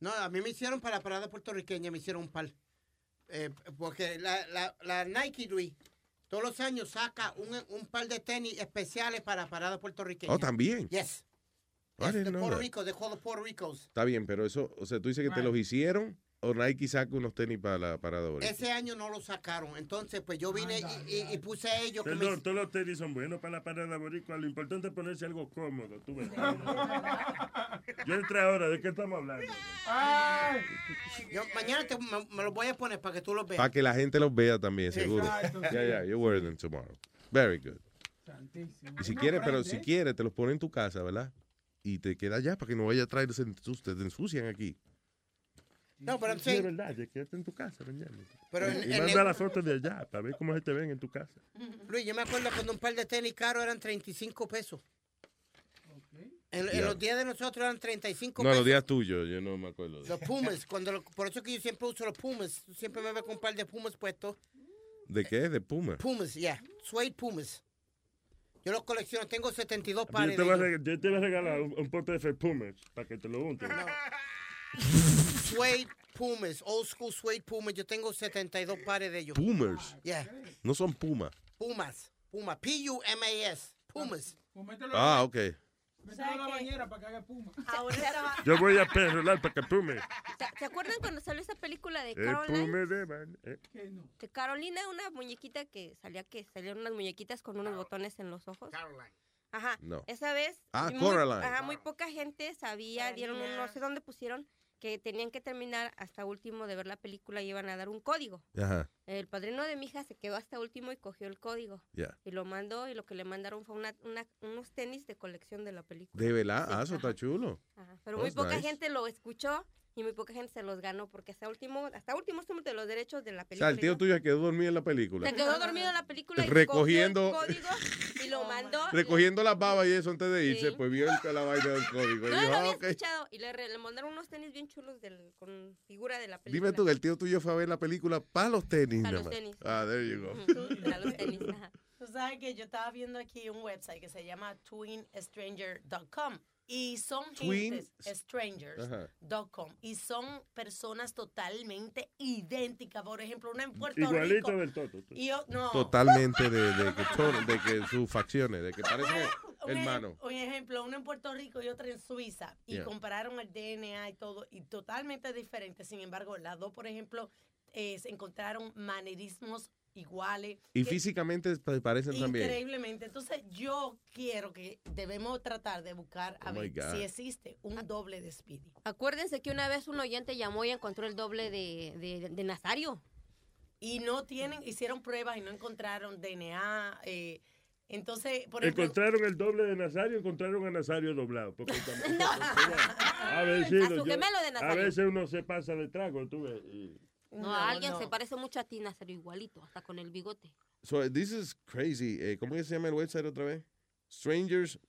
No, a mí me hicieron para la parada puertorriqueña, me hicieron un par. Eh, porque la, la, la Nike, Luis, todos los años saca un, un par de tenis especiales para parada puertorriqueña. Oh, también. Yes. I didn't De know Puerto that. Rico, de Puerto Ricos. Está bien, pero eso. O sea, tú dices que te Right. los hicieron. O Nike saca unos tenis para la parada ahora. Ese año no lo sacaron. Entonces, pues yo vine y, y- y puse a ellos. que me Perdón, todos los tenis son buenos para la parada boricua. Lo importante es ponerse algo cómodo. Tú ves. Yo entré ahora. ¿De qué estamos hablando? Yo mañana te- me, me los voy a poner para que tú los veas. Para que la gente los vea también, seguro. Exacto, Ya, sí. ya, you wear them tomorrow. Very good. Ah, Y si quieres, pero si quieres, te los pone en tu casa, ¿verdad? Y te queda allá para que no vaya a traer, se ensu- te ensucian aquí. No, pero I'm Sí, es saying- verdad, ya quédate en tu casa mañana. Pero y en- en manda el- la foto de allá para ver cómo se te ven en tu casa. Luis, yo me acuerdo cuando un par de tenis caros eran 35 pesos. En, en Yeah. los días de nosotros eran 35 No, pesos. los días tuyos, yo no me acuerdo. Los Pumas, cuando lo- por eso que yo siempre uso los Pumas. Siempre me veo con un par de Pumas puestos. ¿De qué? ¿De Puma? Pumas, ya. Yeah. Suede Pumas. Yo los colecciono, tengo 72 Yo pares. te, voy a de reg- yo te voy a regalar un, un pote de perfumes para que te lo untes. ellos. Suede Pumas, old school suede Pumas. Yo tengo 72 pares de ellos. Boomers. Yeah. No son Puma. Pumas. Pumas. P-U-M-A-s. Pumas. Ah, ok. a la bañera para que haga puma. Ahora estaba... Yo voy a perrolar para que pume. ¿Se- ¿Se acuerdan cuando salió esa película Eh, de El Caroline? pume de man. eh. De Carolina, una muñequita que salía que salían unas muñequitas con unos botones en los ojos. Ajá. No. Esa vez. Ah, muy- Coraline. Ajá, muy poca gente sabía, dieron un, no sé dónde pusieron, que tenían que terminar hasta último de ver la película y iban a dar un código. Ajá. El padrino de mi hija se quedó hasta último y cogió el código. Ya. Y lo mandó y lo que le mandaron fue una, una- unos tenis de colección de la película. De verdad, Sí, ah, eso está ajá. chulo. Ajá, Pero muy That's poca nice. gente lo escuchó y muy poca gente se los ganó porque hasta último, hasta último estuvo de los derechos de la O película. sea, el y tío todo. tuyo se quedó dormido en la película. se quedó dormido en la película y Recogiendo- cogió el código y lo mandó. Recogiendo las babas y eso antes de irse, pues vio el- la vaina del código. Y No, dijo, lo ah, había ok. escuchado y le, re- le mandaron unos tenis bien chulos del, con figura de la película. Dime tú que el tío tuyo fue a ver la película para los tenis. Pa' nada los más. tenis. Ah, there you go. Para los tenis, ajá. Tú sabes que yo estaba viendo aquí un website que se llama twinstranger.com y son Twin gentes, strangers.com Ajá. y son personas totalmente idénticas. Por ejemplo, una en Puerto Igualito Rico. del Toto. pues. Y yo- no. Totalmente de, de que son- de que sus facciones, de que parecen Un ejem- hermanos. Un ejemplo, una en Puerto Rico y otra en Suiza. Y Yeah. compararon el DNA y todo, y totalmente diferente. Sin embargo, las dos, por ejemplo, eh, se encontraron manerismos iguales. Y que- físicamente se parecen también. Increíblemente. Entonces, yo quiero que debemos tratar de buscar a Oh my ver God. si existe un doble de Speedy. Acuérdense que una vez un oyente llamó y encontró el doble de, de- de Nazario. Y no tienen, hicieron pruebas y no encontraron DNA. eh, entonces, por ejemplo, Encontraron el doble de Nazario, encontraron a Nazario doblado. Porque tampoco- a veces, A su yo- gemelo de Nazario. a veces uno se pasa de trago, tú ves. y- No, No, alguien no. se parece mucho a ti, Nazario, igualito, hasta con el bigote. So, this is crazy. Eh, ¿Cómo que se llama el website otra vez? Strangers,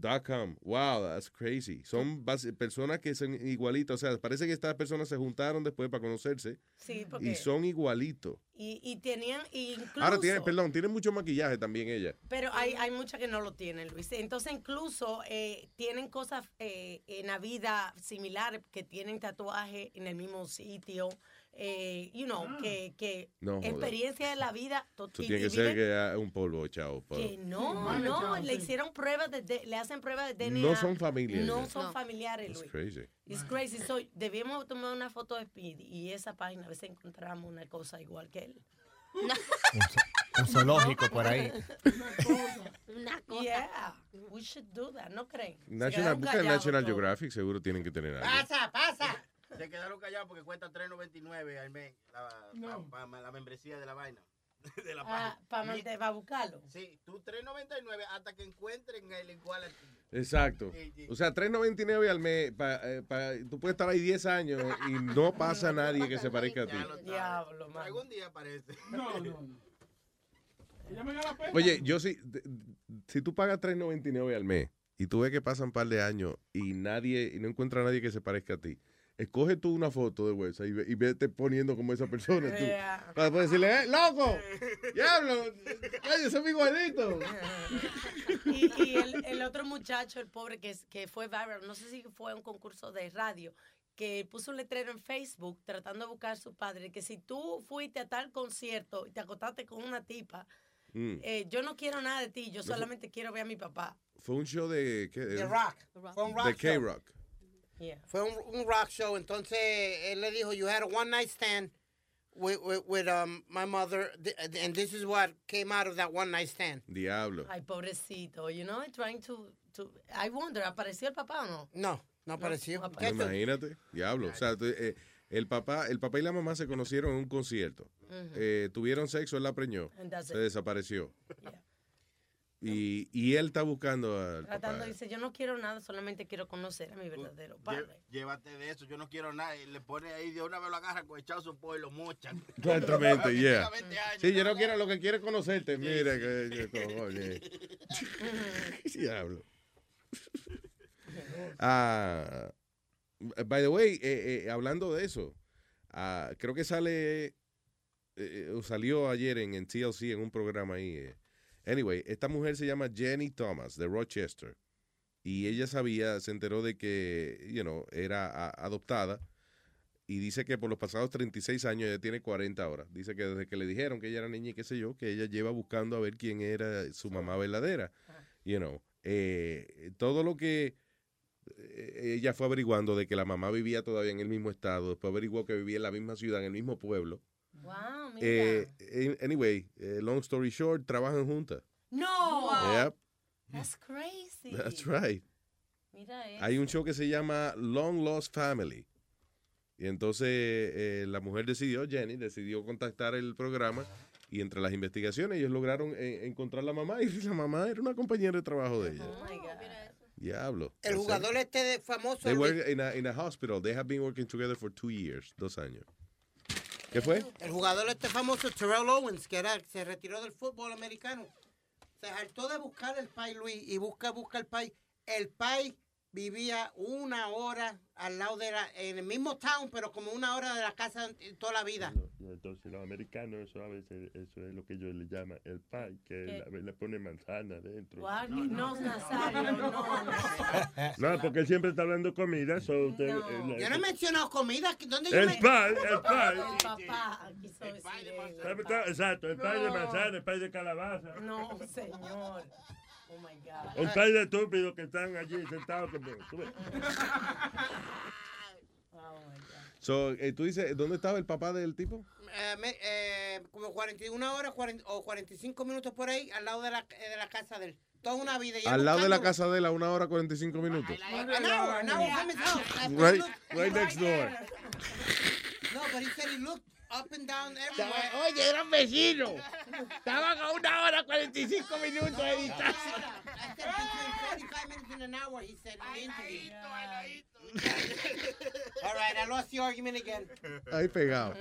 twinstrangers.com. Wow, that's crazy. Son bas- personas que son igualitas. O sea, parece que estas personas se juntaron después para conocerse. Sí, porque- Y son igualitos. y, y tenían, y incluso. Ahora tiene, perdón, tiene mucho maquillaje también ella. Pero hay, hay muchas que no lo tienen, Luis. Entonces, incluso eh, tienen cosas eh, en la vida similares, que tienen tatuaje en el mismo sitio, eh, you know, que, que No, joder. experiencia de la vida. to- Eso y- tiene y que ser viven- que ah, un polvo, chao. pa- que no, Vale, no, chao, le sí. hicieron pruebas, de, de- le hacen pruebas de DNA. No son familiares. No ya. son familiares, Luis. That's crazy. It's crazy. So, debíamos tomar una foto de Speedy y esa página, a veces encontramos una cosa igual que él. Un zoológico por ahí. Una cosa. Yeah, we should do that, ¿no creen? Se National, quedaron busca en callados National todos. Geographic, seguro tienen que tener Ah. algo. Pasa, pasa. Se quedaron callados porque cuesta 3.99 al mes la, No. pa- pa- la membresía de la vaina. De la Ah, para página. mant- para buscarlo. Sí, tú 3.99 hasta que encuentren el igual a ti. Exacto. Sí, sí. O sea, 3.99 al mes, pa- eh, pa- tú puedes estar ahí 10 años y no pasa nadie que se parezca a ti. Ya lo sabes. Diablo, man. Algún día aparece. No, no, no. Ella me gana la pena. Oye, yo sí, de- si tú pagas 3.99 al mes y tú ves que pasan un par de años y nadie, y no encuentra a nadie que se parezca a ti, escoge tú una foto de WhatsApp y, ve- y vete poniendo como esa persona tú. Yeah. Para poder decirle, "Eh, loco, diablo, oye, son igualitos. Y, y el, el otro muchacho, el pobre que, es- que fue viral, no sé si fue a un concurso de radio, que puso un letrero en Facebook tratando de buscar a su padre, que si tú fuiste a tal concierto y te acostaste con una tipa, Mm. eh, yo no quiero nada de ti, yo No fue- solamente quiero ver a mi papá. Fue un show de... ¿qué? The Rock. Fue un rock De show. K-Rock. Fue un, un rock show. Entonces, él le dijo, you had a one night stand with, with, with, um, my mother. Th- And this is what came out of that one night stand. Diablo. Ay, pobrecito, you know, trying to, to- I wonder, ¿apareció el papá o no? No, no apareció. Ah, No, Imagínate, diablo. O sea, tú, eh, el, papá, el papá y la mamá se conocieron en un concierto. Ujú. Eh, tuvieron sexo, él la preñó. And that's Se it. desapareció. Y, y él está buscando al Tratando, papá. dice, yo no quiero nada, solamente quiero conocer a mi verdadero padre. Lle- Llévate de eso, yo no quiero nada. Y le pone ahí, de una vez lo agarra con echado su pollo y lo mochan. Exactamente, yeah. Tenga 20 años. Sí, yo no quiero lo que quiere es conocerte. Mira, que, que- oye. Diablo. Ah, by the way, eh, eh, hablando de eso, ah, creo que sale, eh, eh, o salió ayer en, en TLC en un programa ahí. eh. Anyway, esta mujer se llama Jenny Thomas de Rochester y ella sabía, se enteró de que, you know, era a- adoptada y dice que por los pasados 36 años ella tiene 40 ahora. Dice que desde que le dijeron que ella era niña y qué sé yo, que ella lleva buscando a ver quién era su mamá verdadera. You know, eh, todo lo que eh, ella fue averiguando de que la mamá vivía todavía en el mismo estado, después averiguó que vivía en la misma ciudad, en el mismo pueblo. Wow, mira. Eh, en- anyway, eh, long story short, trabajan juntas. no. Yep, That's crazy. that's right. Mira eso. Hay un show que se llama Long Lost Family. Y entonces eh, la mujer decidió, Jenny, decidió contactar el programa y entre las investigaciones ellos lograron eh, encontrar la mamá y la mamá era una compañera de trabajo de ella. Diablo. El O sea, jugador este de- famoso. Pues, eh. They eh. Luis, work in a, in a hospital. They have been working together for two years, dos años. ¿Qué fue? El jugador este famoso, Terrell Owens, que era, se retiró del fútbol americano. Se hartó de buscar el país, Luis, y busca, busca el país. El país vivía una hora al lado de la, en el mismo town, pero como una hora de la casa en- toda la vida. Entonces los americanos eso a veces eso es lo que ellos le llaman el pie, que ¿Qué? le- le pone manzana dentro. Wow, no, Nazario, no, No, porque él siempre está hablando comida. so usted- eh, Yo no he mencionado comida. ¿Dónde yo El me- pie, el pie. El papá quiso decir Está- Ah. está- Exacto, el pie de No. manzana, el pie de calabaza. No, señor. Oh my God. El pie de estúpidos que están allí sentados. como- tú ves. So, eh, tú dices, ¿dónde estaba el papá del tipo? eh, me- eh, como 41 horas 40 o 45 minutos por ahí, al lado de la, eh, de la casa de él. Toda una vida. y él Al lado de la buscándolo. casa de él a una hora 45 minutos. An hour, an hour, from his house. Right, right next door. No, but he said he looked up and down everywhere. Estaba- Oye, eran vecinos. Estaban a una hora 45 minutos de distancia. I said between 45 minutes and an hour, he said. in the interview. All right, I lost the argument again. Ahí pegado.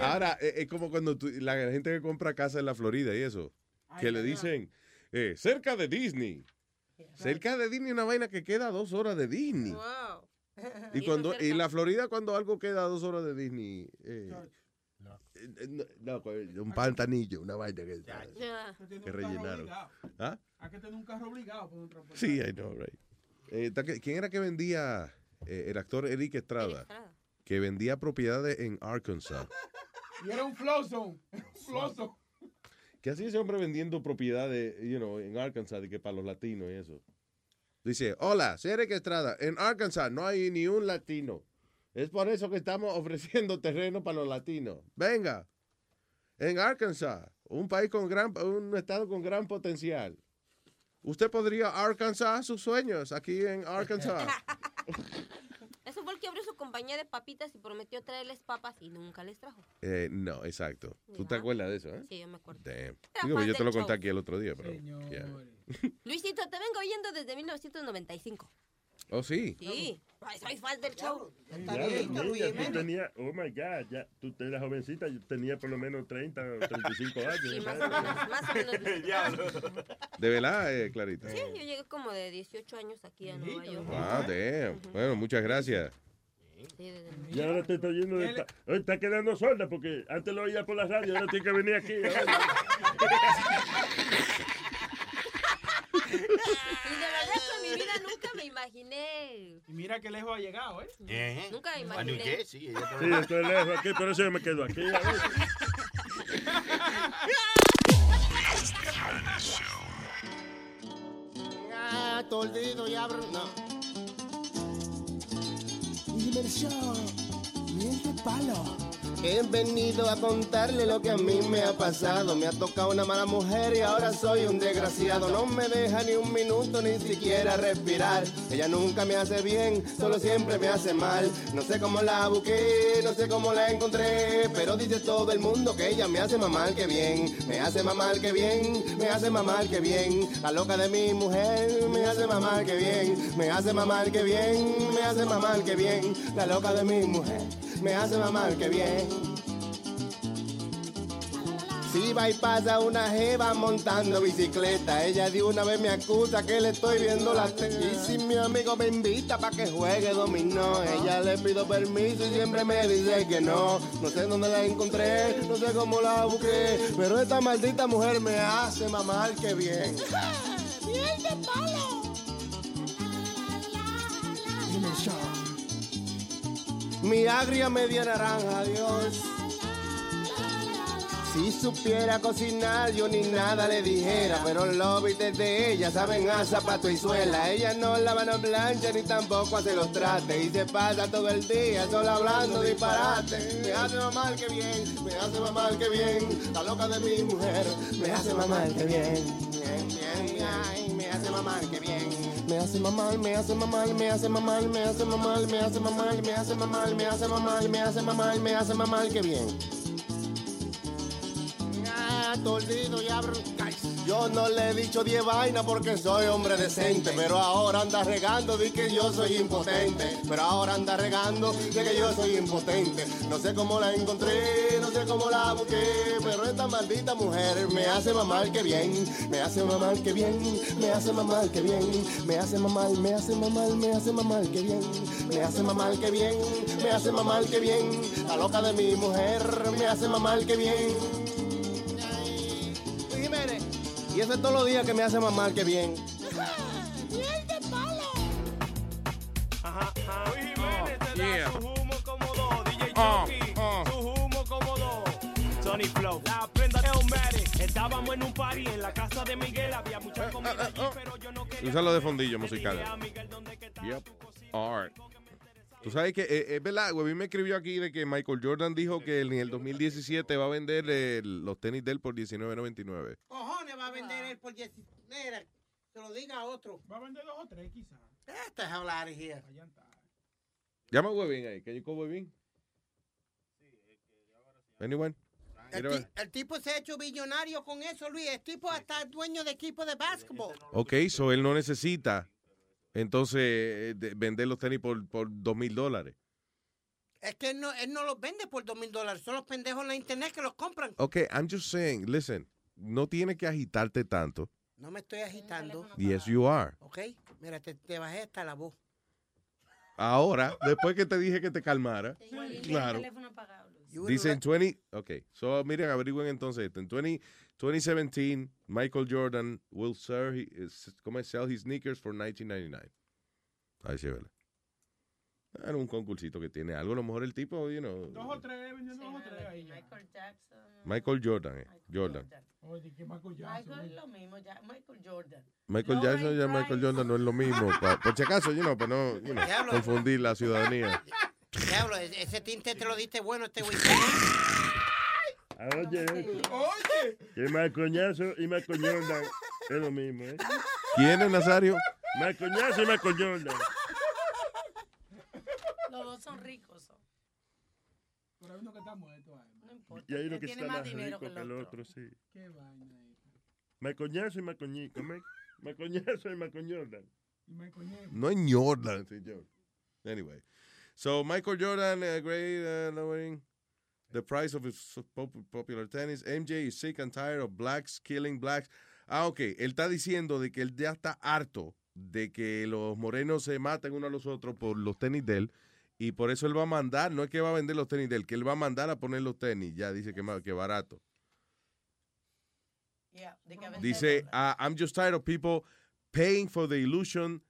Ahora, eh, es, como cuando tú- la gente que compra casa en la Florida y eso, que le dicen, eh, cerca de Disney. Cerca de Disney, una vaina que queda a dos horas de Disney. Wow. Y cuando en la Florida, cuando algo queda a dos horas de Disney, eh, eh, eh, no, no, con un pantanillo, una vaina que, eh, que rellenaron. ¿Ah? Hay que tener un carro obligado por un transporte. Sí, I know, right. Eh, ta- que- ¿Quién era que vendía? eh, el actor Eric Estrada, que vendía propiedades en Arkansas. Y era un flow zone. Un flow zone. ¿Qué hacía ese hombre vendiendo propiedades, you know, en Arkansas, de que para los latinos y eso? Dice, hola, soy Eric Estrada. En Arkansas no hay ni un latino. Es por eso que estamos ofreciendo terreno para los latinos. Venga, en Arkansas, un país con gran, un estado con gran potencial. Usted podría Arkansas sus sueños aquí en Arkansas. Eso fue el que abrió su compañía de papitas y prometió traerles papas y nunca les trajo. Eh, no, exacto. ¿Tú te acuerdas de eso, eh? Sí, yo me acuerdo. Damn. Era Digo, fan yo te del lo show. conté aquí el otro día, pero. yeah. Luisito, te vengo oyendo desde 1995. Oh, sí. Sí, Ay, soy fan del show. Ya, niña, tú tenías, oh my God, ya, tú te- la jovencita, yo tenía por lo menos 30 o 35 años. Sí, más o ¿sabes? menos, más o menos. Luisito. De verdad, eh, Clarita. Sí, yo llegué como de 18 años aquí a Nueva York. Ah, damn. Bueno, muchas gracias. Sí, desde el- Y ahora te está yendo de... ta- Oye, está quedando sorda porque antes lo oía por la radio, ahora tiene que venir aquí. ahora. Y de verdad que en mi vida nunca me imaginé. Y mira qué lejos ha llegado, ¿eh? Eh. Nunca me A New imaginé. Jersey. ella Sí, estaba- estoy lejos aquí, por eso yo me quedo aquí. a ver. Ya, Toldido, ya, bro. No. miel de palo. He venido a contarle lo que a mí me ha pasado. Me ha tocado una mala mujer y ahora soy un desgraciado. No me deja ni un minuto ni siquiera respirar. Ella nunca me hace bien, solo siempre me hace mal. No sé cómo la busqué, no sé cómo la encontré. Pero dice todo el mundo que ella me hace mamar que bien. Me hace mamar que bien, me hace mamar que bien. La loca de mi mujer me hace mamar que bien. Me hace mamar que bien, me hace mamar que bien. La loca de mi mujer me hace mamar que bien. Si va y pasa una jeva montando bicicleta, ella de una vez me acusa que le estoy viendo la tele. Y si mi amigo me invita pa' que juegue dominó, ella le pido permiso y siempre me dice que no. No sé dónde la encontré, no sé cómo la busqué, pero esta maldita mujer me hace mamar que bien. ¡Miel de palo! mi agria media naranja, Dios. Si supiera cocinar, yo ni nada le dijera, pero los bites de ella saben a zapato y suela. Ella no lava, no plancha, ni tampoco hace los trastes, y se pasa todo el día solo hablando disparate. Me hace mamar que bien, me hace mamar que bien, la loca de mi mujer, me hace mamar que bien. Bien, bien, ay, me hace mamar que bien. Me hace mamar, me hace mamar, me hace mamar, me hace mamar, me hace mamar, me hace mamar, me hace mamar, me hace mamar, me hace mamar que bien. Ah, Tordido y abro. Ay, Yo no le he dicho diez vainas porque soy hombre decente, pero ahora anda regando de que yo soy impotente, pero ahora anda regando de que yo soy impotente. No sé cómo la encontré, no sé cómo la busqué, pero esta maldita mujer me hace mamar que bien, me hace mamar que bien, me hace mamar que bien, me hace mamar, me hace mamar, me hace mamar que bien, me hace mamar que bien, me hace mamar que bien, la loca de mi mujer me hace mamar que bien. Jiménez. Y eso es todos los días que me hace mamar que bien. ¡Miel de palo! Ajá, ajá. Yeah. Ah, ah. Sony Flow, la prenda Elmatic. Estábamos en un party en la casa de Miguel. Había mucha comida allí, pero yo no quería. Úsalo de fondillo musical. Yep. All right. Tú sabes que eh, es verdad, Webby me escribió aquí de que Michael Jordan dijo que en el 2017 va a vender eh, los tenis de él por 19.99. Cojones va a vender él por 10. Mira, se lo diga a otro. Va a vender dos o tres, quizás. Estás hablar here. Llama a Webin ahí. Can you call Webin? Anyone? El, ti- el tipo se ha hecho billonario con eso, Luis. El tipo hasta es dueño de equipo este de básquetbol. Ok, so él no necesita entonces eh, de- vender los tenis por, por 2.000 dólares. Es que él no, él no los vende por dos mil dólares. Son los pendejos en la internet que los compran. Ok, I'm just saying, listen, no tienes que agitarte tanto. No me estoy agitando. Yes, you are. Ok, mira, te, te bajé hasta la voz. Ahora, después que te dije que te calmara, claro. Dicen 20, ok, so miren, averigüen entonces esto. En 20, 2017, Michael Jordan will sell, he- is- ¿cómo es? sell his sneakers for 1999. Ahí sí, ¿verdad? Ah, Era un concursito que tiene algo, a lo mejor el tipo, you know, Dos o tres, vendiendo dos o tres ahí. Michael Jackson. Michael Jordan, eh, Jordan. Oye, qué Michael Michael es lo mismo, ya, Michael Jordan. Michael Jackson ya Michael Jordan no es lo mismo. pa- por si acaso, you know, para no you know, Diablo. confundir la ciudadanía. Diablo, e- ese tinte te lo diste bueno este güey. Ah, Oye, Oye. que Malcoñazo y Malcoñondan es lo mismo, ¿eh? ¿Quién es Nazario? Malcoñazo y Malcoñondan. Los dos son ricos. son. Pero hay uno que está muerto ahí. No importa. Y hay uno Él que tiene está más más dinero rico que que el el otro, sí. Qué vaina. eh. Malcoñazo y Malcoñico. Malcoñazo y Malcoñondan. Y Michael Jordan. No es Jordan, señor. Anyway. So, Michael Jordan, uh, great uh, lowering the price of his pop- popular tennis. MJ is sick and tired of blacks killing blacks. Ah, ok. Él está diciendo de que él ya está harto de que los morenos se maten uno a los otros por los tenis de él. Y por eso él va a mandar, no es que va a vender los tenis de él, que él va a mandar a poner los tenis. Ya dice que, ma- que barato. Yeah, de que a veces- Dice, uh, I'm just tired of people paying for the illusion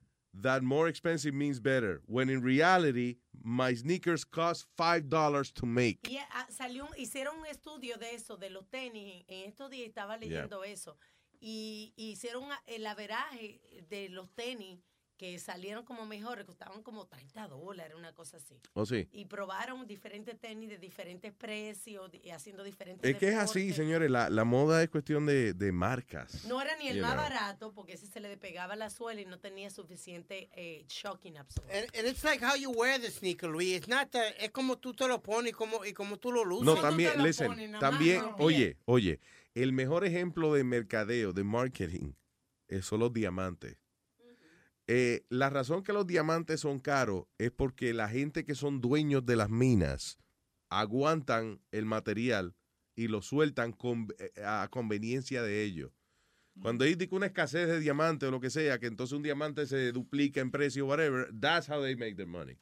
that more expensive means better, when in reality, my sneakers cost $5 to make. Y ah, salió, un- hicieron un estudio de eso, de los tenis. En estos días estaba Yeah. leyendo eso. Y, y hicieron a- el averaje de los tenis que salieron como mejores, costaban como 30 dólares, una cosa así. Oh, sí. Y probaron diferentes tenis de diferentes precios di- y haciendo diferentes. Es que es deportes. así, señores, la, la moda es cuestión de, de marcas. No era ni el You más know. barato porque ese se le despegaba la suela y no tenía suficiente eh, shocking absorber. And, and it's like how you wear the sneaker, Luis. It's not that, es como tú te lo pones y como, y como tú lo luces. No, también, listen, también, oye, oye, el mejor ejemplo de mercadeo, de marketing, eh, son los diamantes. Eh, la razón que los diamantes son caros es porque la gente que son dueños de las minas aguantan el material y lo sueltan con- eh, a conveniencia de ellos. Cuando hay de que una escasez de diamantes o lo que sea, que entonces un diamante se duplica en precio, whatever, that's how they make their money.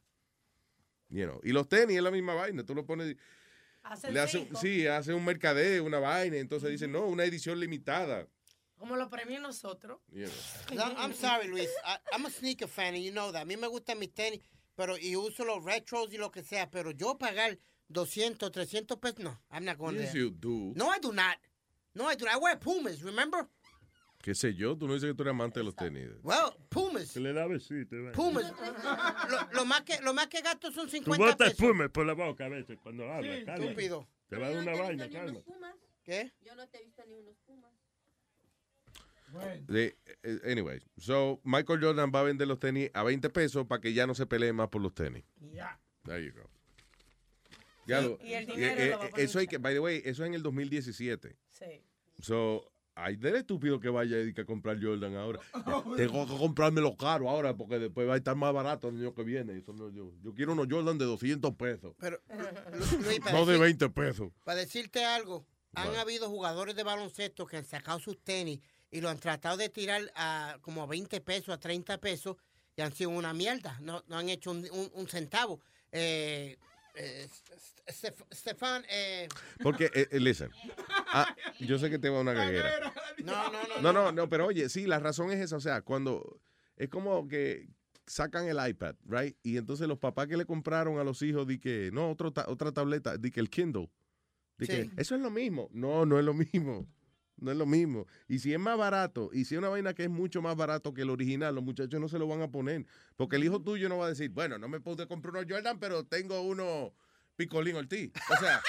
You know. Y los tenis es la misma vaina. Tú lo pones, Hacen le hace- cinco, sí, hace un mercadeo, una vaina, entonces dicen, no, una edición limitada. Como lo premian nosotros. You know. No, I'm sorry, Luis. I, I'm a sneaker fan, and you know that. A mí me gustan mis tenis. pero y uso los retros y lo que sea, pero yo pagar 200, 300 pesos, no, I'm not going Yes, there. you do. No, I do not. No, I do not. I wear Pumas, remember? ¿Qué sé yo? Tú no dices que tú eres amante de los tenis. Well, Pumas. Que le da besito. eh. Pumas. lo, lo más que, lo más que gasto son Tú 50 botas pesos. pumes por la boca a veces cuando hablas. Sí, calma. estúpido. Te va a dar una vaina, ni unos calma. pumas. ¿Qué? Yo no te he visto ni unos pumas. De, eh, anyway, so Michael Jordan va a vender los tenis a 20 pesos para que ya no se pelee más por los tenis. Ya. There you go. Ya Sí, lo- y el eh, dinero eh, lo va a poner eso hay que, by the way, eso es en el 2017. Sí. So, hay del estúpido que vaya y que a comprar Jordan ahora. Pues, Tengo que comprármelo caro ahora porque después va a estar más barato el año que viene. Eso no, yo, yo quiero unos Jordan de 200 pesos, Pero, Lu- Luis, para no de decir- 20 pesos. Para decirte algo, han Bueno. habido jugadores de baloncesto que han sacado sus tenis y lo han tratado de tirar a como a 20 pesos, a 30 pesos, y han sido una mierda. No, no han hecho un, un- un centavo. Eh, eh, Stef- Stefan, eh, Porque, eh, eh, listen, ah, yo sé que te va una gaguera. no, no, no. No, no, no, pero oye, sí, la razón es esa. O sea, cuando es como que sacan el iPad, right? Y entonces los papás que le compraron a los hijos, di que no, otro ta- otra tableta, di que el Kindle. Di que, Sí. eso es lo mismo. No, no es lo mismo. No es lo mismo. Y si es más barato, y si es una vaina que es mucho más barato que el original, los muchachos no se lo van a poner. Porque el hijo tuyo no va a decir, bueno, no me pude comprar uno Jordan, pero tengo uno Picolín Ortiz. O sea,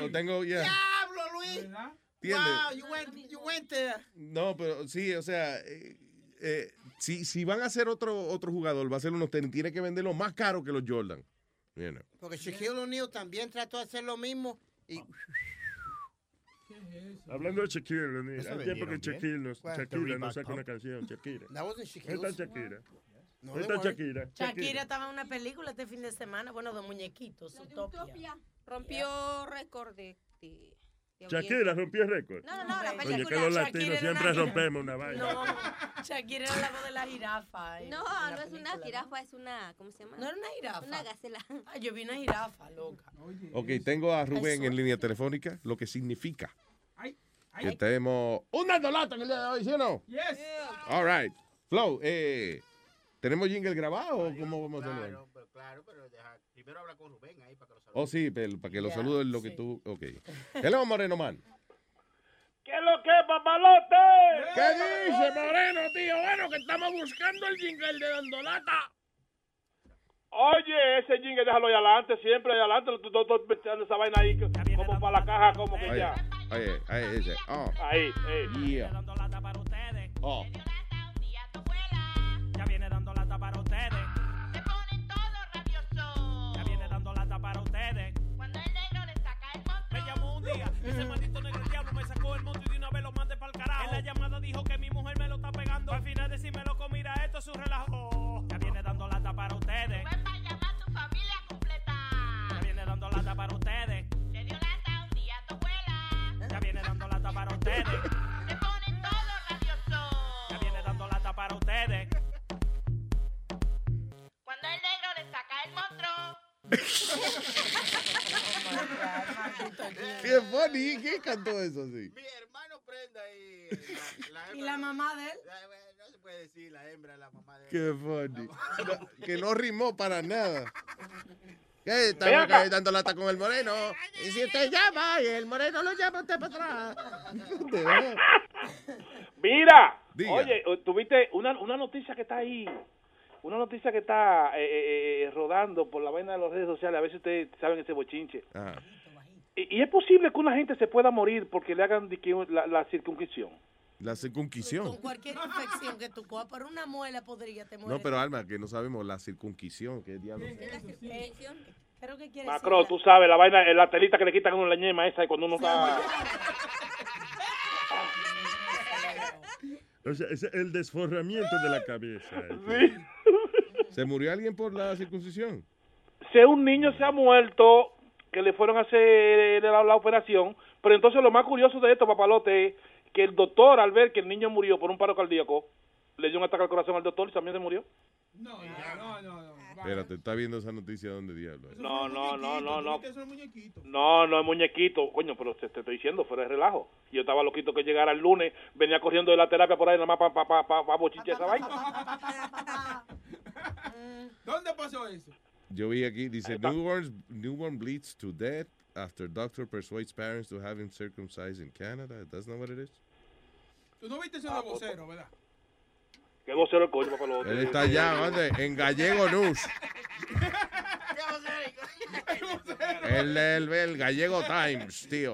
o- o, tengo, ya. ¡Diablo, Luis! ¿Entiendes? Wow, you went, you went there. No, pero sí, o sea, eh, eh, si, si van a ser otro, otro jugador, va a ser unos tenis, tiene que venderlo más caro que los Jordan. You know. Porque Shaquille O'Neal también trató de hacer lo mismo. Y, Hablando de Shakira, ni- Eso ¿eh? hay tiempo que vendieron bien. Shakira, no- ¿Cuál? Shakira no Reebok saca Pump. una canción. Shakira. That wasn't Shaquira's. ¿Dónde está No, Shakira? ¿Dónde está they weren't. Shakira? Shakira estaba en una película este fin de semana, bueno, de muñequitos, Utopia. Rompió récord de, de- de Shakira audiencia. rompió el récord. No, no, no, la Oye, que película, los Shakira latinos era siempre una- rompemos una vaina. No, Shakira era la voz de la jirafa. en- No, en la no es una película, jirafa, es una. ¿Cómo se llama? No era una jirafa. Una gacela. Ah, yo vi una jirafa, loca. Ok, tengo a Rubén en línea telefónica, lo que significa que tenemos un dolata en el día de hoy, ¿sí o no? Yes. All right. Flow, eh, ¿tenemos jingle grabado o cómo vamos a tener? Claro, pero, claro, pero deja- primero habla con Rubén ahí para que lo salude. Oh, sí, pero para que lo Ya, saluden lo que tú... Ok. Hello, Moreno Man. ¿Qué es lo que es, papalote? ¿Qué dice, Moreno, tío? Bueno, que estamos buscando el jingle de Dandolata. Oye, ese jingle déjalo ahí adelante, siempre ahí adelante. Tú tú- tú metiendo esa vaina ahí que- como para la caja, como que Oye, ya. oye, ahí dice. Oh. Ahí, ahí. Yeah. Oh. Ya viene dando lata para ustedes. Se ponen todos rabiosos. Ya viene dando lata para ustedes. Cuando el negro le saca el monstruo. Me llamó un día, ese maldito negro diablo me sacó el monstruo y de una vez lo mandé para el carajo. En la llamada dijo que mi mujer me lo está pegando. Al final decímelo con mira esto es su relajo. Ya viene dando lata para ustedes. Ven para llamar a tu familia completa. Ya viene dando lata para ustedes. Le dio lata un día a tu abuela. Ya viene dando lata para ustedes. Se ponen todos rabiosos. Ya viene dando lata para ustedes. Cuando el negro le saca el monstruo. Oh Qué funny. ¿Quién cantó eso así? Y la mamá de él. No se puede decir la hembra, la mamá de Qué funny. No, que no rimó para nada. ¿Qué? Ven Estamos acá. acá dando lata con el moreno. Y si usted llama y el moreno lo llama, usted para atrás. Mira, Diga. oye, eh, tuviste una, una noticia que está ahí, una noticia que está eh, eh, eh, rodando por la vaina de las redes sociales, a ver si ustedes saben ese bochinche. Ajá. Y, y es posible que una gente se pueda morir porque le hagan de que un- la, la circuncisión. La circuncisión. Con cualquier infección que tú cojas por una muela podría te mueres. No, pero Alma, que no sabemos la circuncisión. ¿Qué diablos? Eh, creo que quieres Macro, tú sabes, la vaina, eh, la telita que le quitan a uno la ñema esa y cuando uno está... O sea, es el desforramiento de la cabeza. ¿Se murió alguien por la circuncisión? Si un niño se ha muerto, que le fueron a hacer la, la operación, pero entonces lo más curioso de esto, papalote, es que el doctor al ver que el niño murió por un paro cardíaco, le dio un ataque al corazón al doctor y también se murió. Espérate, está viendo esa noticia donde diablo. es? No, no, no, no, no. No, no es muñequito, coño, pero te, te estoy diciendo, fuera de relajo. Yo estaba loquito que llegara el lunes, venía corriendo de la terapia por ahí nada más para pa, pa, pa, pa bochinchar esa vaina. ¿Dónde pasó eso? Yo vi aquí, dice, newborns, newborn bleeds to death after doctor persuades parents to have him circumcised in Canada. That's not what it is. Tú no viste eso de vocero, ¿verdad? Ah, Qué vocero el coño, Eh, papá. Él está allá, ¿dónde? En Gallego News. Él es el, el Gallego Times, tío.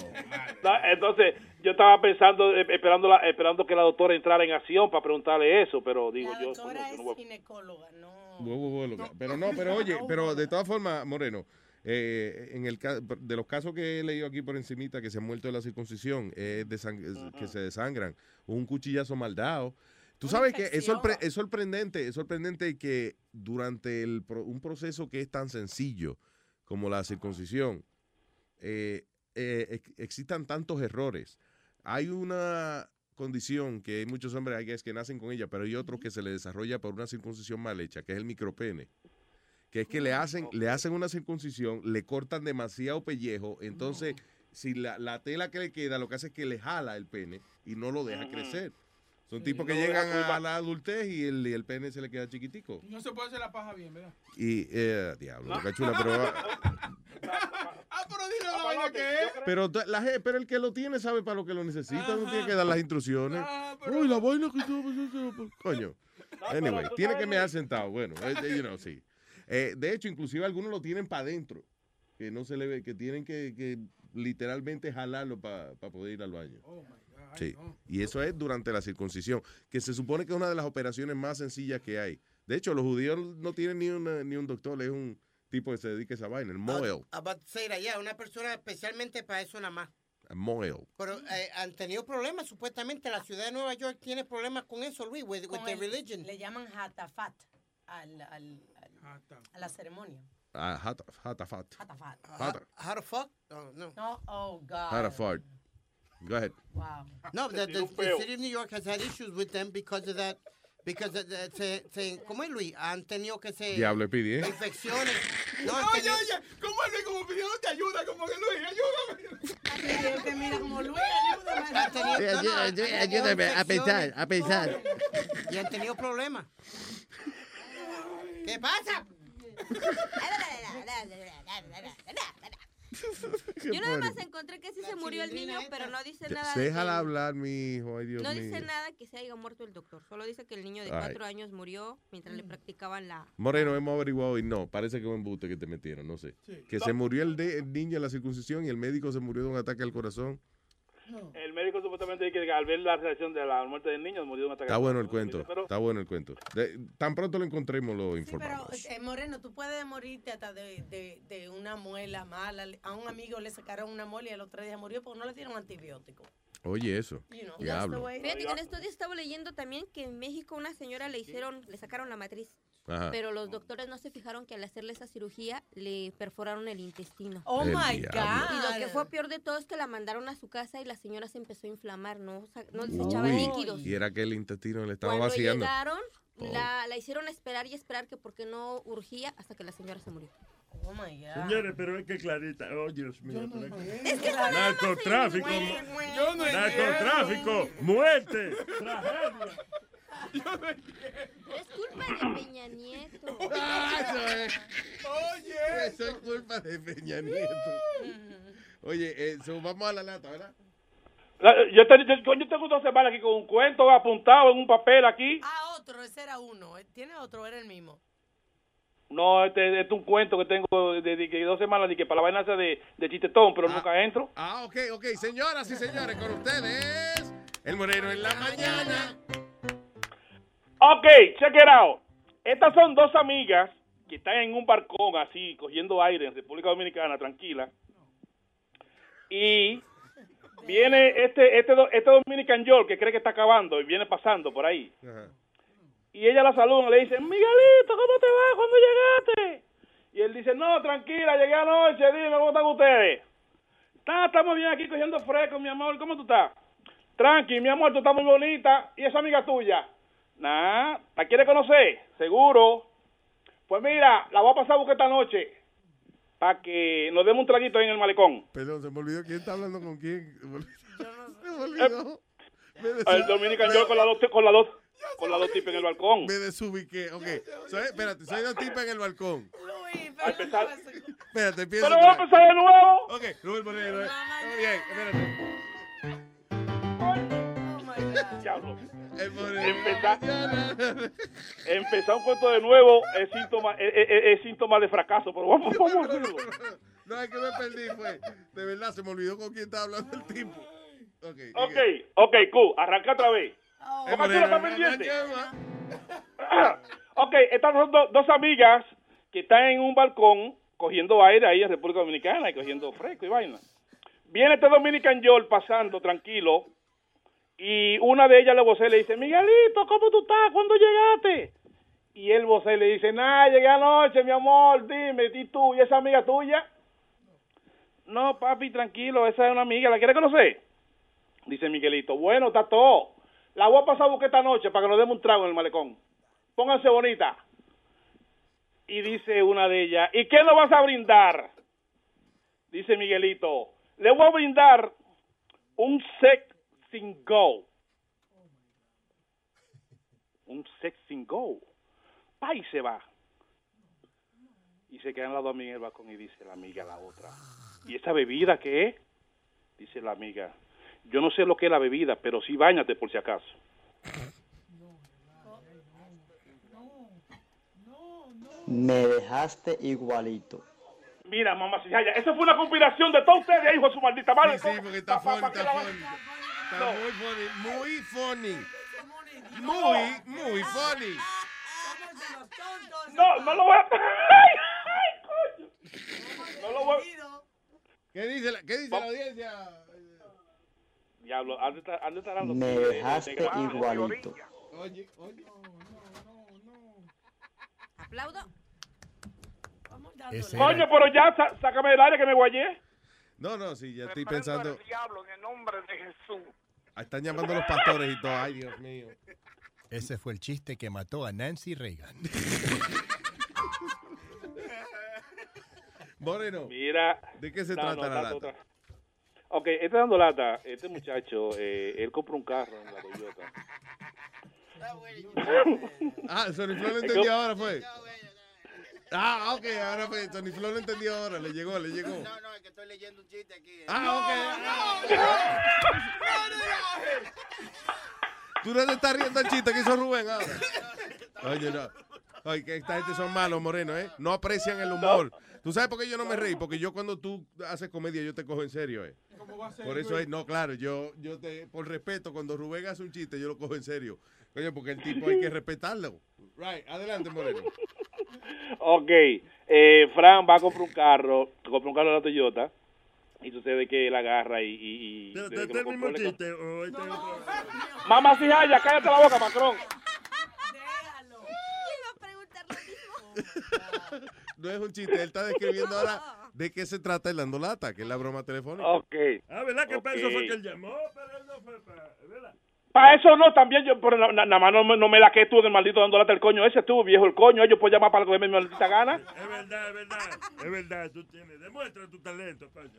No, entonces, yo estaba pensando, eh, esperando, la- esperando que la doctora entrara en acción para preguntarle eso, pero digo yo. coño, yo no voy a- Wow, wow, wow, lo que- Pero no, pero oye, pero de todas formas, Moreno, eh, en el ca- de los casos que he leído aquí por encimita que se han muerto de la circuncisión, eh, de sang- es- que se desangran, un cuchillazo mal dado. Tú sabes que es, sorpre- es sorprendente, es sorprendente que durante el pro- un proceso que es tan sencillo como la circuncisión, eh, eh, ex- existan tantos errores. Hay una condición que hay muchos hombres I guess, que nacen con ella, pero hay otro que se le desarrolla por una circuncisión mal hecha, que es el micropene. Que es que le hacen, le hacen una circuncisión, le cortan demasiado pellejo, entonces si la, la tela que le queda lo que hace es que le jala el pene y no lo deja Ujú. crecer. Son tipos No lo que deja llegan a curvar. la adultez y el, el pene se le queda chiquitico. No se puede hacer la paja bien, ¿verdad? Y, eh, diablo, qué chula, pero... Ah, pero dile la vaina que es. Pero, t- la, gen- pero el que lo tiene sabe para lo que lo necesita, no tiene que dar las instrucciones. Ah, Uy, la vaina que tú... Coño. Anyway, tú tiene sabes, que me sentado. Bueno, eh, eh, you know, sí. Eh, de hecho, inclusive algunos lo tienen para adentro, que no se le ve, que tienen que, que literalmente jalarlo para poder ir al baño. Sí. Y eso es durante la circuncisión, que se supone que es una de las operaciones más sencillas que hay. De hecho, los judíos no tienen ni, una- ni un doctor, es un tipo que se dedica a esa vaina, el Moel. About to say that, yeah, una persona especialmente para eso nada más. Ah. Moel. Pero eh, han tenido problemas, supuestamente la ciudad de Nueva York tiene problemas con eso, Luis, with, with Con the el- religion. Le llaman hatafat al, al, al- a la ceremonia. Ah, hata- hatafat. Hatafat. Hata- How the fuck? Oh, no. No, oh God. Ah. hatafat. Go ahead. Wow. No, the, Te the, tiró the feo. city of New York has had issues with them because of that. Because of the- se, se, ¿Cómo es Luis? Han tenido que se. Diablo, pide, ¿eh? Infecciones. No, han Oye, tenido- oye, ¿cómo es Luis? Como pidiendo te ayuda, como que Luis, ayúdame. Te mira como Luis, Han tenido- ayúdame. no, no, han tenido infecciones. a pensar. Y han tenido problemas. ¿Qué pasa? Yo nada más encontré que sí se murió el niño, pero no dice nada. de Déjala que- hablar, mi hijo. Ay, Dios no mío. dice nada que se haya muerto el doctor. Solo dice que el niño de Ay. cuatro años murió mientras le practicaban la. Moreno, hemos averiguado y no, parece que fue un embuste que te metieron, no sé. Que se murió el, de- el niño en la circuncisión y el médico se murió de un ataque al corazón. El médico supuestamente dice que al ver la reacción de la muerte del niño murió de un ataque. Está bueno el cuento, Pero- está bueno el cuento. De- tan pronto lo encontremos, lo informamos. Pero, eh, Moreno, tú puedes morirte hasta de, de, de una muela mala. A un amigo le sacaron una muela y al otro día murió porque no le dieron antibiótico. Oye, eso. You know, Diablo. Fíjate que en estos días estaba leyendo también que en México una señora le hicieron, le sacaron la matriz. Ajá. Pero los doctores no se fijaron que al hacerle esa cirugía le perforaron el intestino. Oh, El my diablo. God. Y lo que fue peor de todo es que la mandaron a su casa y la señora se empezó a inflamar, no, sa- no desechaba Uy, líquidos. Y era que el intestino le estaba Oh. Cuando vaciando. llegaron, la, la hicieron esperar y esperar que porque no urgía hasta que la señora se murió. Oh my God. Señores, pero es que Clarita, oh Dios mío. pero es que- Es que eso nada más narcotráfico, se- mu- Yo no narcotráfico, muerte. Es culpa de Peña Nieto. Oye. eh. Eso es culpa de Peña Nieto. Oye, eso, vamos a la lata, ¿verdad? eh, La- yo, te- yo- coño, tengo dos semanas aquí con un cuento apuntado en un papel aquí. Ah, otro, ese era uno. Eh, Tiene otro, era el mismo. No, este, este es un cuento que tengo de, de- de dos semanas de que para la vaina esa de, de chistetón, pero nunca entro. Ah, ok, ok, señoras y señores, con ustedes, el Moreno en la mañana. Ok, check it out. Estas son dos amigas que están en un barcón así, cogiendo aire en República Dominicana, tranquila. Y viene este, este, do- este Dominican York que cree que está acabando y viene pasando por ahí. Y ella la saluda y le dice, Miguelito, ¿cómo te va? ¿Cuándo llegaste? Y él dice, no, tranquila, llegué anoche, dime, ¿cómo están ustedes? "Tá, estamos bien aquí cogiendo fresco, mi amor, ¿cómo tú estás? Tranqui, mi amor, tú estás muy bonita. ¿Y esa amiga tuya? Nah, ¿la quieres conocer? Seguro. Pues mira, la voy a pasar a buscar esta noche para que nos demos un traguito ahí en el malecón. Perdón, se me olvidó quién está hablando con quién. Eh, El Dominican York con la dos, con la dos, con las dos tipas en el balcón. Me desubiqué. Ok. Soy- espérate, soy dos tipas en el balcón. A empezar. Espérate, empiezo. Pero vamos a empezar de nuevo. Ok, Rubén Moreno. eh. Muy bien, espérate. Diablo. Empezar, empezar un cuento de nuevo es síntoma, es, es- es síntoma de fracaso, pero vamos, vamos a hacerlo. No, es que me perdí, fue. De verdad, se me olvidó con quién estaba hablando el tipo. Ok. Ok, ok, Q, arranca otra vez. Eh, ¿Cómo tú no Moreno, estás pendiente? arranca, ok, estas son do- dos amigas que están en un balcón cogiendo aire ahí en República Dominicana y cogiendo fresco y vaina. Viene este Dominican Joel pasando tranquilo y una de ellas le vocea y le dice, Miguelito, ¿cómo tú estás? ¿Cuándo llegaste? Y el vocea y le dice, nada, llegué anoche, mi amor, dime, ¿y tú? ¿Y esa amiga tuya? No, papi, tranquilo, esa es una amiga, ¿la quieres conocer? Dice Miguelito, bueno, está todo. La voy a pasar a buscar esta noche para que nos demos un trago en el malecón. Pónganse bonita. Y dice una de ellas, ¿y qué nos vas a brindar? Dice Miguelito, le voy a brindar un sex sin go. Un sex sin go. Pa, y se va. Y se quedan las dos amigas en el balcón y dice la amiga a la otra. ¿Y esa bebida qué es? Dice la amiga. Yo no sé lo que es la bebida, pero sí bañate por si acaso. Me dejaste igualito. Mira, mamá, ya, ya. Eso fue una conspiración de todos ustedes, hijo de su maldita madre. Sí, porque está Está muy funny, muy funny. Muy, muy funny. No, no eh. lo voy a... No lo voy ¿Qué dice la, qué dice la audiencia? Diablo, ¿dónde está- dónde estarán los Me tigres de- dejaste de- de- igualito. Oye, oye. Aplaudo. Ese Coño, era- pero ya, sa- sácame del área que me guayé. No, no, sí, ya estoy pensando. diablo en el nombre de Jesús. Ah, Están llamando los pastores y todo. Ay, Dios mío. Ese fue el chiste que mató a Nancy Reagan. Moreno. Mira. ¿De qué se No, trata no, la tanto lata? otra. Ok, está dando lata. Este muchacho, eh, él compró un carro en la Toyota. Ah, Sony Flow lo entendió ahora, fue. Ah, ok, ahora fue. Sony Flow lo entendió ahora. Le llegó, le llegó. No, no, es que estoy leyendo un chiste aquí. eh. Ah, ok. Tú no te estás riendo el chiste que hizo Rubén ahora. Oye, no. Ay, que esta gente son malos, Moreno, ¿eh? No aprecian el humor. ¿Tú sabes por qué yo no me reí? Porque yo cuando tú haces comedia, yo te cojo en serio, ¿eh? Por eso es, no, claro, yo, yo te, por respeto, cuando Rubén hace un chiste, yo lo cojo en serio. Coño, porque el tipo hay que respetarlo. Right, adelante, Moreno. Ok, eh, Fran va a comprar un carro, compra un carro de la Toyota y sucede que él agarra y... y, y desde que lo compró, le compró- este- Mamá, si ya, cállate la boca, Macron. No es un chiste, él está describiendo ahora de qué se trata el Andolata, que es la broma telefónica. Ok. Ah, ¿verdad que para eso fue que él ya. llamó? Pero él no fue para... ¿Verdad? Para eso no, también yo, pero na- na- nada más no, me- no me la que tú del maldito dando lata el coño ese, tú, viejo el coño, ellos pueden llamar para comerme mi maldita gana. Es verdad, es verdad. Es verdad, tú tienes. Demuestra tu talento, coño.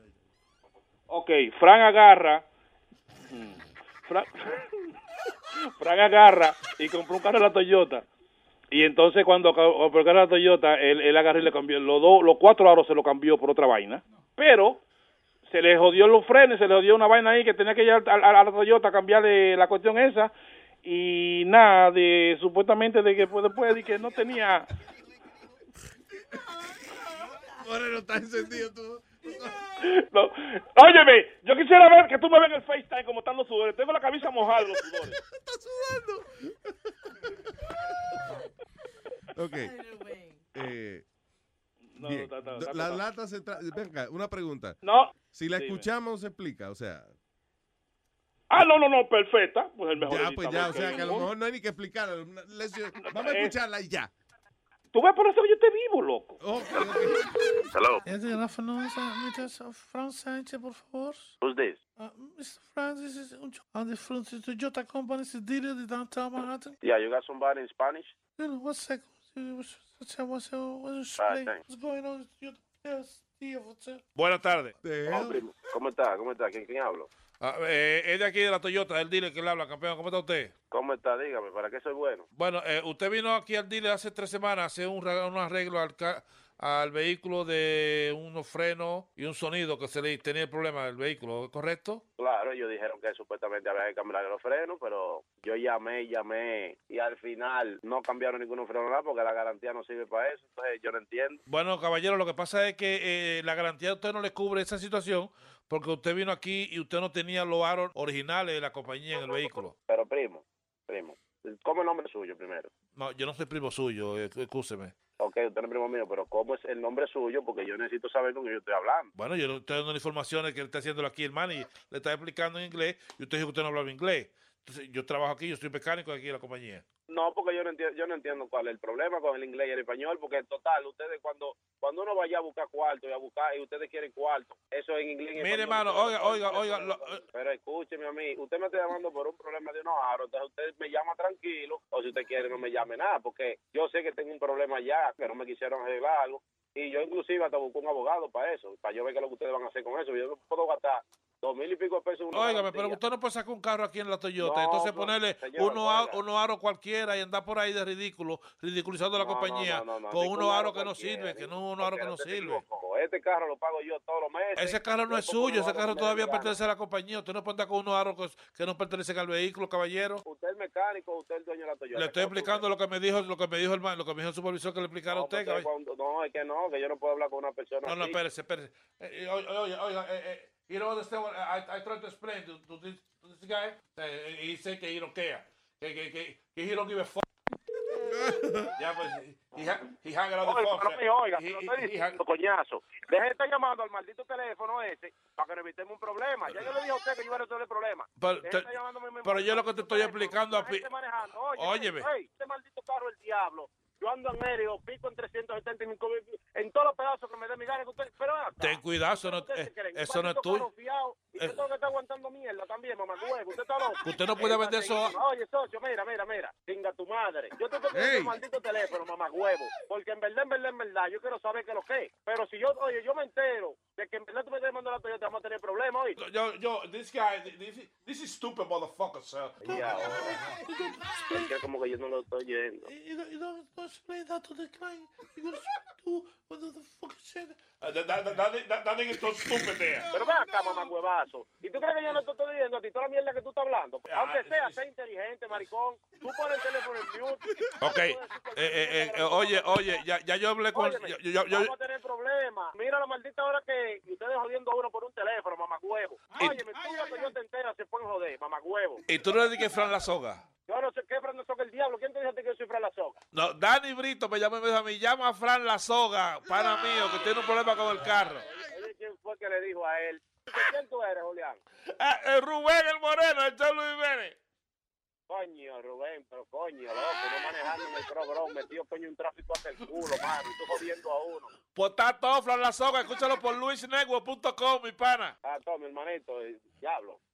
Ok, Fran agarra. Mm, Fran, Fran agarra y compró un carro de la Toyota. Y entonces cuando ca- compró el carro de la Toyota, él, él agarró y le cambió los dos, los cuatro aros se lo cambió por otra vaina. Pero se le jodió los frenes, se le jodió una vaina ahí que tenía que llevar a, a- a la Toyota a cambiarle la cuestión esa. Y nada, de, supuestamente de que pues, después de que no tenía Moreno está encendido tú. No. Óyeme, yo quisiera ver que tú me veas en el FaceTime como están los sudores. Tengo la camisa mojada de los sudores. Ok. Eh, No, bien. está- está- Do- está la tocado. lata se trata. Venga, una pregunta. No. Si la Dime. escuchamos, se explica. O sea, Ah, no, no, no, perfecta. Pues el mejor. ya, pues ya. O sea, que a lo mejor no. no hay ni que explicarla. Una- let's just- Vamos a eh. escucharla y ya. Tú ves por eso que yo te vivo, loco. Hello. Yes, good afternoon, sir. Mr. Frank Sánchez, por favor. Who's this? Uh, Mr. Frank, this is Ucho. And the front is Toyota Company, is dealer in downtown Manhattan. Yeah, you got somebody in Spanish? You know, one second. Uh, What's, what's, what's, what's, Ah, what's, thanks. what's going on? Yes, dear, what's, uh, Oh, Buenas tardes. ¿Cómo está? ¿Cómo está? ¿Quién, quién hablo? Ah, eh, es de aquí de la Toyota, el dealer que le habla, campeón. ¿Cómo está usted? ¿Cómo está? Dígame, ¿para qué soy bueno? Bueno, eh, usted vino aquí al dealer hace tres semanas a hacer un, rega- un arreglo al, ca- al vehículo de unos frenos y un sonido que se le tenía el problema del vehículo, ¿es ¿correcto? Claro, ellos dijeron que supuestamente había que cambiar los frenos, pero yo llamé y llamé y al final no cambiaron ninguno freno nada porque la garantía no sirve para eso, entonces yo no entiendo. Bueno, caballero, lo que pasa es que eh, la garantía de usted no le cubre esa situación porque usted vino aquí y usted no tenía los aros originales de la compañía en el vehículo. Pero primo, primo, ¿cómo es el nombre suyo primero? No, yo no soy primo suyo, eh, excúseme. Ok, usted no es primo mío, pero ¿cómo es el nombre suyo? Porque yo necesito saber con quién yo estoy hablando. Bueno, yo le estoy dando informaciones que él está haciendo aquí, hermano, y le está explicando en inglés, y usted dijo que usted no hablaba inglés. Entonces, yo trabajo aquí, yo soy mecánico aquí en la compañía. No, porque yo no entiendo, yo no entiendo cuál es el problema con el inglés y el español, porque en total, ustedes cuando cuando uno vaya a buscar cuarto y a buscar y ustedes quieren cuarto, eso es en inglés. y en Mire, español. hermano, oiga, oiga, oiga, lo- eh. Pero escúcheme a mí, usted me está llamando por un problema de unos aros, entonces usted me llama tranquilo, o si usted quiere no me llame nada, porque yo sé que tengo un problema ya, que no me quisieron arreglar algo, y yo inclusive hasta busco un abogado para eso, para yo ver qué es lo que ustedes van a hacer con eso, yo no puedo gastar dos mil y pico de pesos en una Óigame, garantía. pero usted no puede sacar un carro aquí en la Toyota, No, entonces no, ponerle señor, unos a- oiga. unos aros cualquiera y andar por ahí de ridículo, ridiculizando a la No, no, compañía no, no, no, con ningún unos aro aros que no cualquiera, sirven, que no unos aros que no Espérate, te sirven. equivoco. Este carro lo pago yo todos los meses. Ese carro no Yo es pongo suyo, unos ese aros carro que me todavía regalan. pertenece a la compañía. Usted no puede andar con unos aros que- que no pertenecen al vehículo, caballero. Usted es mecánico, usted es el dueño de la Toyota. Le estoy ¿Cómo tú explicando lo que me dijo, lo que me dijo el ma- lo que me dijo el supervisor que le explicara a No, usted, porque caballero. cuando- no, es que no, que yo no puedo hablar con una persona No, no, así. espérese, espérese. Eh, eh, oiga, oiga, oiga, eh, eh, you don't understand what I, I tried to explain to, to this, to this guy. Eh, he said que he don't care. Que, que, que, que he don't give a fuck. ya, pues, he, ha- he hang out on the Oiga, phone. pero sir. mío, oiga, He- pero he- estoy he hang- diciendo, coñazo. Deje de estar llamando al maldito teléfono ese para que no evitemos un problema. Ya yo le dije a usted que yo iba a resolver el problema. Pero, Deje de te- estar llamándome a mi pero yo lo que maldito te estoy teléfono. explicando a La gente Pi- manejando, oye, Óyeme. ey, este maldito carro es el diablo. Yo ando en aéreo, pico en 370 y me come- en todos los pedazos que me dé mi gana. que usted- Pero ven acá. Ten cuidado, eso no, ¿Ustedes eh, se creen? eso no es Maldito tuyo. carro fiado, Y yo Eh. tengo que estar aguantando mierda también, mamá huevo. Usted está loco. Usted no puede Esa vender eso- señora, Oye, socio, mira, mira, mira. Chinga tu madre. Yo te estoy Ey. el maldito teléfono, mamá huevo. Porque en verdad, en verdad, en verdad, yo quiero saber qué es lo que es. Pero si yo, oye, yo me entero de que en verdad tú me estás llamando a la Toyota, vamos a tener problemas hoy. Yo, yo, this guy, this, this is stupid motherfucker, sir. Eh, Es que como que yo no lo estoy oyendo. You don't, you don't, don't explain that to the client. You're gonna speak to what the fuck said. Uh, that, that, that, that, that nigga is so stupid there. Pero ven acá, mamá huevazo. ¿Y tú crees que yo no te estoy diciendo a ti toda la mierda que tú estás hablando? Aunque sea, sea inteligente, maricón. Tú pones el teléfono en mute. Ok, eh, eh, eh, oye, oye, ya, ya yo hablé con... Óyeme, yo- yo- yo- vamos a tener problemas. Mira la maldita hora que ustedes jodiendo a uno por un teléfono, mamagüevo. Y- Oye, me tú la Toyota entera se pueden joder, mamagüevo. y tú no le dices Fran la soga. Yo no sé qué prendo soy el diablo. ¿Quién te dijo a ti que yo soy Fran la soga? No, Dani Brito me llamó y me dijo a mí, llama a Fran la soga, pana mío, que tiene un problema con el carro. Este, Oye, ¿quién fue que le dijo a él? ¿Quién tú eres, Julián? Ah, eh, Rubén el Moreno, el Cholo Jiménez. Coño, Rubén, pero coño, loco, no manejando en el programa, metido coño un tráfico hasta el culo, mano, y tú jodiendo a uno. Pues está todo, Fran la soga, escúchalo por luisnetwork.com, mi pana. Está todo, mi hermanito, eh, diablo,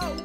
Oh.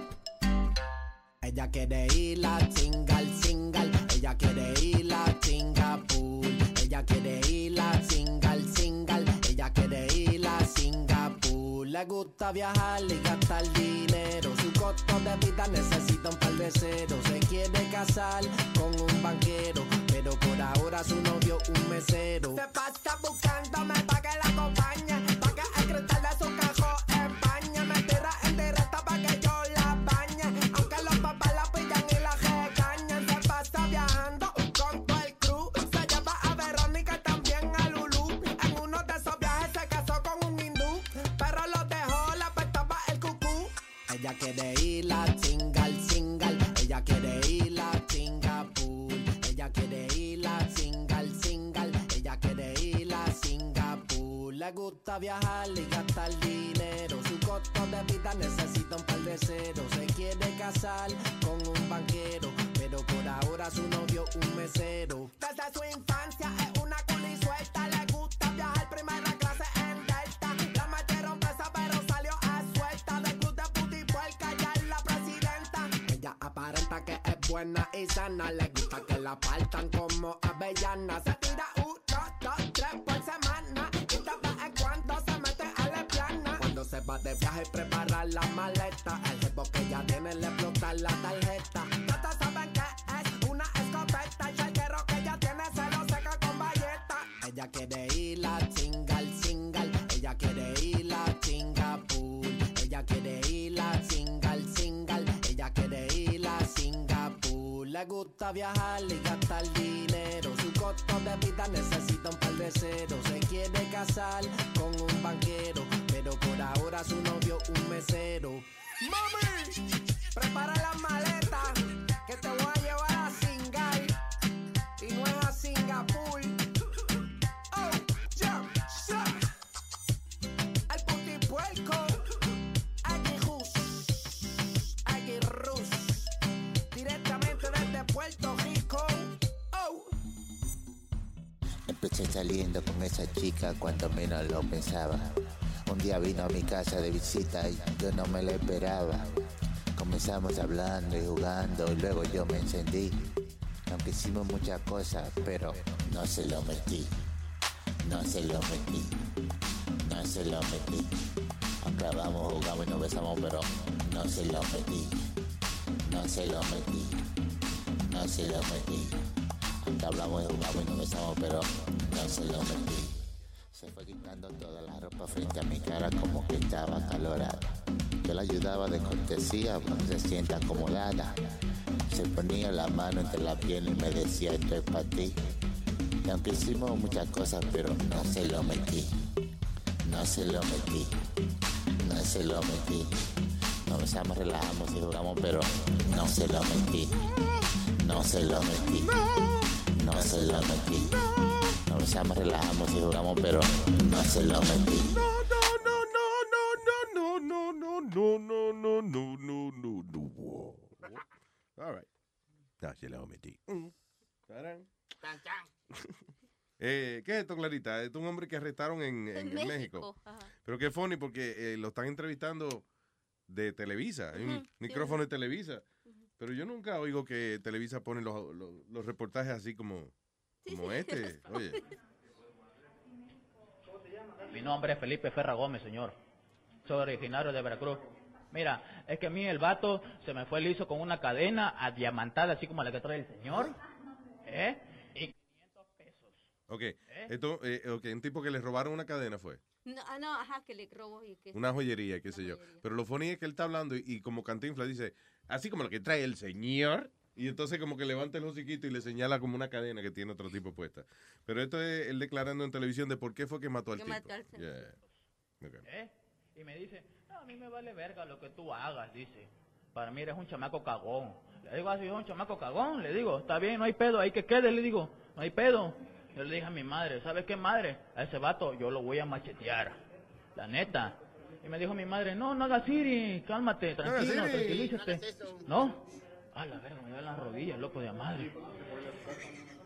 Ella quiere ir la chinga al single Ella quiere ir la chinga pool Ella quiere ir la chinga al single Ella quiere ir la Singapur Le gusta viajar y gastar dinero Su costo de vida necesita un par de ceros Se quiere casar con un banquero Pero por ahora su novio un mesero Se pasa buscándome pa' que la acompañe, pa' que el cristal de su cajón empañe, me tira en directa pa' que yo la bañe, aunque los papás la pillan y la regañan, se pasa viajando con todo el crew, se lleva a Verónica y también a Lulú, en uno de esos viajes se casó con un hindú, pero lo dejó, la apestaba el cucú. Ella quiere ir la chinga al single, ella quiere ir la chinga pool, ella quiere ir la chinga al single, ella quiere ir la Singapur. Le le gusta viajar y gastar dinero. Su costo de vida necesita un par de ceros. Se quiere casar con un banquero, pero por ahora su novio un mesero. Desde su infancia es una culi suelta. Le gusta viajar primera clase en Delta. La metieron presa, pero salió a suelta. Del club de puti puerca, ya es la presidenta. Ella aparenta que es buena y sana. Le gusta que la partan como avellana. Se tira un, dos, dos, tres por semana. Y tapa en cuanto se mete a la plana. Cuando se va de viaje, prepara la maleta. El jefe que ella tiene le explota la tarjeta. Todos saben que es una escopeta. Y el guerrero que ella tiene se lo seca con bayeta. Ella quiere ir a chingar, chingar. Ella quiere ir a Singapur. Ella quiere ir a chingar, chingar. Ella quiere ir a Singapur. Le gusta viajar y gastar dinero. Su costo de vida necesita un par de ceros. Se quiere casar con un banquero. Pero por ahora su novio un mesero. ¡Mami! Prepara la maleta que te voy a llevar a Singal. Y no es a Singapur. Oh, yeah, yeah. Al putipuerco, aguijus, aguirrus, directamente desde Puerto Rico. Oh, Empecé saliendo con esa chica cuando menos lo pensaba. Un día vino a mi casa de visita y yo no me lo esperaba. Comenzamos hablando y jugando y luego yo me encendí. Aunque hicimos muchas cosas, pero no se lo metí. No se lo metí. No se lo metí. Acabamos, jugamos y nos besamos, pero no se lo metí. No se lo metí. No se lo metí. Aunque hablamos, jugamos y nos besamos, pero no se lo metí. Se fue quitando toda la ropa frente a mi cara como que estaba calorada. Yo la ayudaba de cortesía, pues, se sienta acomodada. Se ponía la mano entre la piel y me decía esto es para ti. Y aunque hicimos muchas cosas, pero no se lo metí. No se lo metí. No se lo metí. Nos besamos, relajamos y jugamos, pero no se lo metí. No se lo metí. No se lo metí. Nos besamos, relajamos y jugamos, pero no se lo metí. No, no, no, no, no, no, no, no, no, no. Whoa. All right. No se lo metí. Tarán. Eh, ¿Qué es esto, Clarita? Esto es un hombre que arrestaron en, en- en México. Pero qué funny porque eh, lo están entrevistando de Televisa, hay un Ujú, sí, micrófono ujú. de Televisa. Pero yo nunca oigo que Televisa pone los, los- los reportajes así como, como este. Oye. Mi nombre es Felipe Ferra Gómez, señor. Soy originario de Veracruz. Mira, es que a mí el vato se me fue liso con una cadena adiamantada, así como la que trae el señor. ¿Eh? Y Ok, esto, eh, ok, un tipo que le robaron una cadena fue. No, ah, no, ajá, que le robo y que... Una joyería, qué sé yo. Pero lo funny es que él está hablando y, y como Cantinflas dice, así como lo que trae el señor. Y entonces como que levanta el hociquito y le señala como una cadena que tiene otro tipo puesta. Pero esto es él declarando en televisión de por qué fue que mató al Que tipo. mató al señor. Yeah. Ok. ¿Eh? Y me dice, no, a mí me vale verga lo que tú hagas, dice. Para mí eres un chamaco cagón. Le digo, así, un chamaco cagón. Le digo, está bien, no hay pedo, ahí que quede, le digo, no hay pedo. Yo le dije a mi madre, ¿sabes qué madre? A ese vato yo lo voy a machetear. La neta. Y me dijo mi madre, no, no hagas Siri, cálmate, hagas tranquilo, Siri. tranquilízate. No. A la verga, me da las rodillas, loco de madre.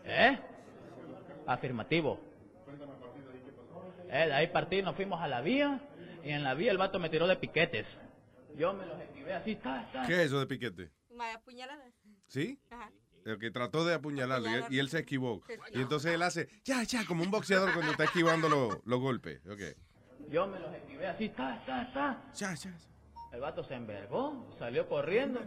¿Eh? Afirmativo. Eh, de ahí partí, nos fuimos a la vía y en la vía el vato me tiró de piquetes. Yo me los esquivé así, ta, ta. ¿Qué es eso de piquete? Ma- apuñalada. ¿Sí? Ajá. El que trató de apuñalarlo y él- y él se esquivó. Se esquivó. Y entonces él hace, ya, ya, como un boxeador cuando está esquivando lo- los golpes. Ok. Yo me los esquivé así, ta, ta, ta. Ya, ya. El vato se envergó, salió corriendo.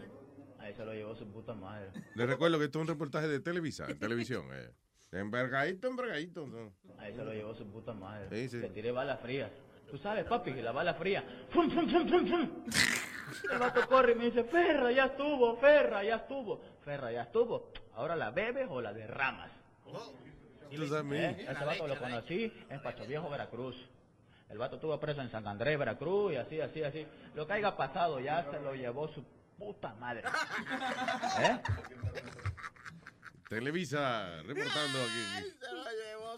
Ahí se lo llevó su puta madre. Les recuerdo que esto es un reportaje de Televisa, en televisión. Eh. Envergadito, envergadito. ¿no? Ahí se lo llevó su puta madre. Sí, sí. Le tiré balas frías. Tú sabes, papi, que la bala fría. ¡Fum, fum, fum, fum, fum! El vato corre y me dice, Ferra, ya estuvo, Ferra, ya estuvo. Ferra, ya estuvo. Ahora la bebes o la derramas. Oh. Tú sabes, ¿Eh? mira. Ese vato lo conocí en Pacho Viejo, Veracruz. El vato estuvo preso en San Andrés, Veracruz, y así, así, así. Lo que haya pasado ya se lo llevó su puta madre. ¿Eh? Televisa, reportando aquí. Se lo llevó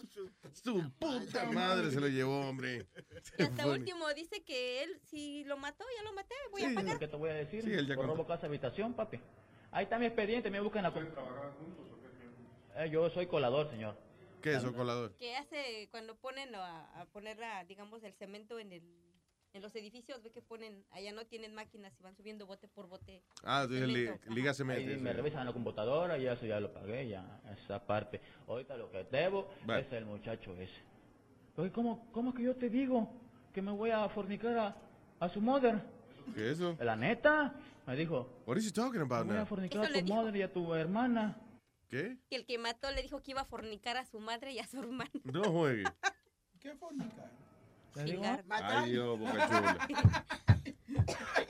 Su puta madre se lo llevó, hombre. Y hasta último dice que él, si lo mató, ya lo maté, voy a pagar. ¿Qué te voy a decir? Sí, él ya Yo robo casa habitación, papi. Ahí está mi expediente, me buscan la... Eh, yo soy colador, señor. ¿Qué es eso, colador? Que hace cuando ponen a, a poner, la, digamos, el cemento en el en los edificios, ve que ponen, allá no tienen máquinas y van subiendo bote por bote. Ah, tú dices li- Cemento, liga Ahí me cemento. revisan la computadora y eso ya lo pagué, ya, esa parte. Ahorita lo que debo es el muchacho ese. Oye, ¿cómo, ¿cómo que yo te digo que me voy a fornicar a, a su mother? ¿Qué es eso? La neta, me dijo, What is he talking me about voy a now? fornicar Eso a le tu dijo. madre y a tu hermana. ¿Qué? Que el que mató le dijo que iba a fornicar a su madre y a su hermano. No juegue. ¿Qué fornicar? ¿Te digo? Ay, Dios, Boca Chula.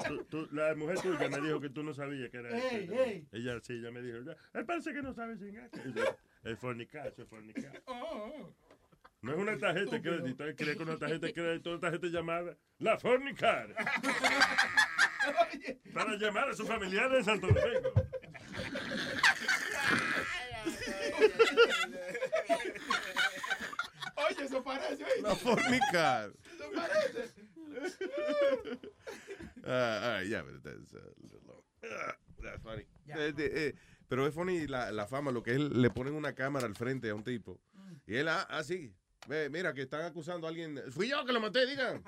Tú- tú- la mujer tuya me dijo que tú no sabías que era eso. Ey, ey. Ella sí, ella me dijo. "Ya, Él parece que no sabe chingar. Ella, El fornicar, eso es fornicar. No es una tarjeta de crédito, él cree que una tarjeta de crédito, una tarjeta llamada La Fornicar. Para llamar a sus familiares en Santo Domingo. Oye, eso parece, ¿oíste? La fornicar. Eso parece. Ah, all right, yeah, but that's, uh, a little long. Ah, that's funny. Eh, de- eh, pero es funny la, la fama, lo que es, le ponen una cámara al frente a un tipo. Y él, ah, ah, sí. Ve, mira, que están acusando a alguien. Fui yo que lo maté, digan.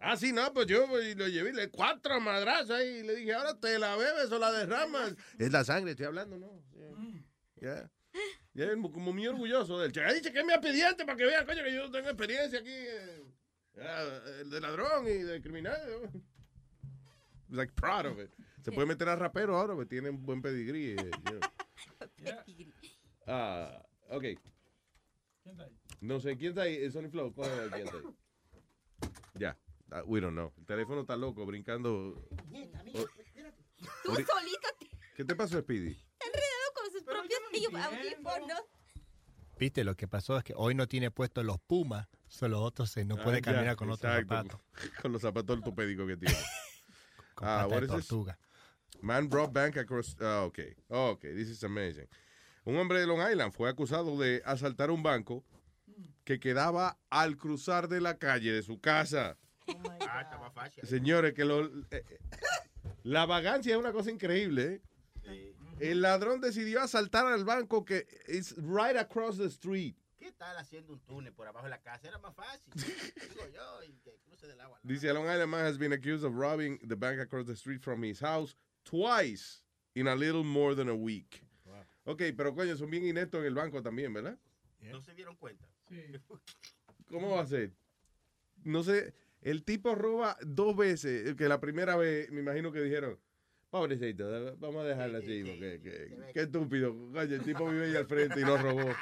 Ah, sí, no, pues yo pues, lo llevé y le di cuatro madrazos ahí. Y le dije, ahora te la bebes o la derramas. Es la sangre, estoy hablando, ¿no? Ya. Ya, él como muy orgulloso de él. Ya dice que es mi expediente para que vean, coño, que yo tengo experiencia aquí. eh, ah, eh, de ladrón y de criminal. ¿no? like proud of it. Se puede meter a rapero ahora, porque tiene un buen pedigrí. eh, you know. Ah, ok. No sé quién está ahí. Eh, Sony Flow, coge a quién está ahí. Ya. Ah, we don't know. El teléfono está loco, brincando. Oh, Tú Ori- solito te ¿Qué te pasó, Speedy? has enredado con sus propios ellos- audífonos. Viste, lo que pasó es que hoy no tiene puestos los Pumas, solo otros se no puede Ah, ya, caminar con otros exacto, zapatos. Con, con los zapatos ortopédicos que tiene. Ah, pata de what is this? tortuga. Man brought bank across. Ah, ok. Ok, this is amazing. Un hombre de Long Island fue acusado de asaltar un banco que quedaba al cruzar de la calle de su casa. Ah, estaba fácil. Señores, que lo, eh, eh, la vagancia es una cosa increíble. ¿eh? El ladrón decidió asaltar al banco que is right across the street. ¿Qué tal haciendo un túnel por abajo de la casa? Era más fácil. Digo yo, y que cruce del agua. Dice, a Long Island man has been accused of robbing the bank across the street from his house twice in a little more than a week. Ok, pero coño, son bien ineptos en el banco también, ¿verdad? ¿No se dieron cuenta? ¿Cómo va a ser? No sé, el tipo roba dos veces, eh, que la primera vez me imagino que dijeron, pobrecito, vamos a dejarla así, porque que- qué estúpido, coño, el tipo vive ahí al frente y no robó.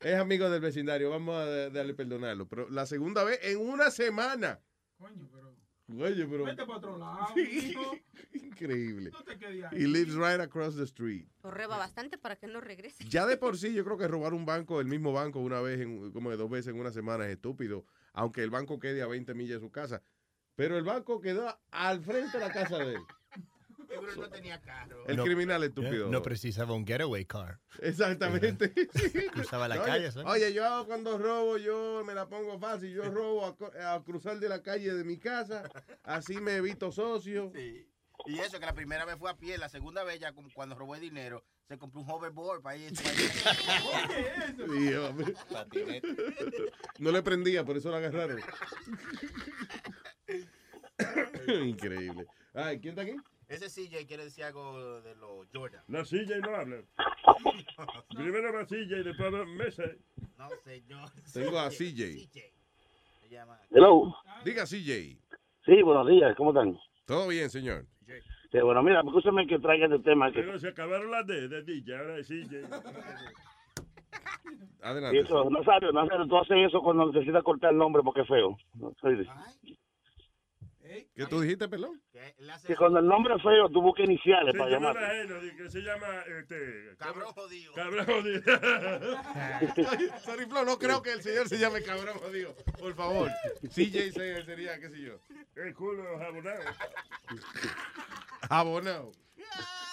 Es amigo del vecindario, vamos a darle perdonarlo. Pero la segunda vez en una semana. Coño, pero... Vete para otro lado, Sí. mijo. Increíble. No te quedes ahí. He lives right across the street. Lo reba bastante para que no regrese. Ya de por sí, yo creo que robar un banco, el mismo banco, una vez, en- como de dos veces en una semana es estúpido, aunque el banco quede a 20 millas de su casa. Pero el banco quedó al frente de la casa de él. Seguro no tenía carro. El No- eh, criminal estúpido. No precisaba un getaway car. Eh, Exactamente. Cruzaba la oye, calle, ¿sabes? Oye, yo hago cuando robo, yo me la pongo fácil. Yo robo a, co- a cruzar de la calle de mi casa, así me evito socio. Y eso, que la primera vez fue a pie, la segunda vez ya como cuando robó el dinero, se compró un hoverboard para ir. Dios mío. No le prendía, por eso la agarraron. Increíble. Ay, ¿quién está aquí? Ese CJ quiere decir algo de los Jordan. La silla y no habla. Primero la silla y después la mesa. No, señor. Tengo a CJ. Se llama. Hello. Diga CJ. Sí, buenos días, ¿cómo están? Todo bien, señor. Sí, bueno, mira, escúchame que traiga este tema. Que, Pero se acabaron las D de DJ, ahora es CJ. y eso, no sabes, no sabes, tú haces eso cuando necesitas cortar el nombre porque es feo. No, soy- ¿Qué tú dijiste, pelón? Que cuando el nombre es feo, tú buscas iniciales Se para llama llamarte. ajeno, di- que se llama este, cabrón jodido. Cabrón jodido. Sorry, Flo, no creo que el señor se llame cabrón, digo. Por favor. CJ se- sería, qué sé yo. ah, El culo jabonado. Abonado.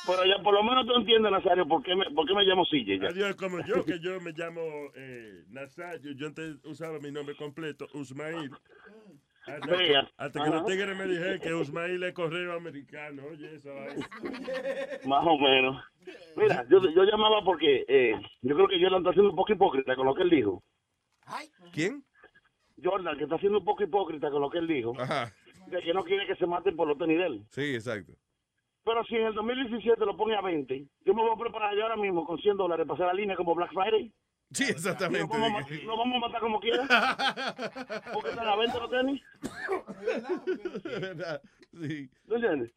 Pero ya por lo menos tú entiendes, Nazario, por qué me, por qué me llamo Sille. ya. Adiós, como yo, que yo me llamo eh, Nazario. Yo antes usaba mi nombre completo, Usmail. Hasta, Sí, ya. hasta que Ajá. los tigres me dijeron que Usmail es correo americano. Oye, esa vaina. Más o menos. Mira, yo, yo llamaba porque eh, yo creo que Jordan está siendo un poco hipócrita con lo que él dijo. ¿Quién? Jordan, que está siendo un poco hipócrita con lo que él dijo. De que no quiere que se maten por los tenis de él. Sí, exacto. Pero si en el 2017 lo pone a 20, yo me voy a preparar yo ahora mismo con 100 dólares para hacer la línea como Black Friday. Sí, exactamente. Nos vamos, a ma- nos vamos a matar como quiera. Porque están a 20 los tenis. Sí. ¿Tú entiendes?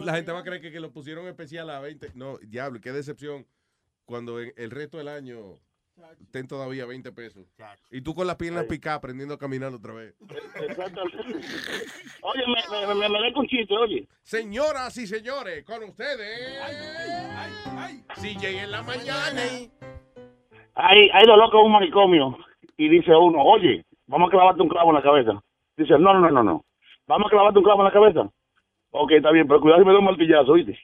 La gente va a creer que, que lo pusieron especial a 20. No, diablo, qué decepción. Cuando en- el resto del año estén todavía 20 pesos. Y tú con las piernas picadas aprendiendo a caminar otra vez. Exactamente. Oye, me, me, me, me dejo un chiste, oye. Señoras y señores, con ustedes. Si llegué en la mañana. Hay, hay dos locos en un manicomio y dice uno, oye, vamos a clavarte un clavo en la cabeza. Dice, no, no, no, no, no. Vamos a clavarte un clavo en la cabeza. Ok, está bien, pero cuidado si me da un martillazo, oíste.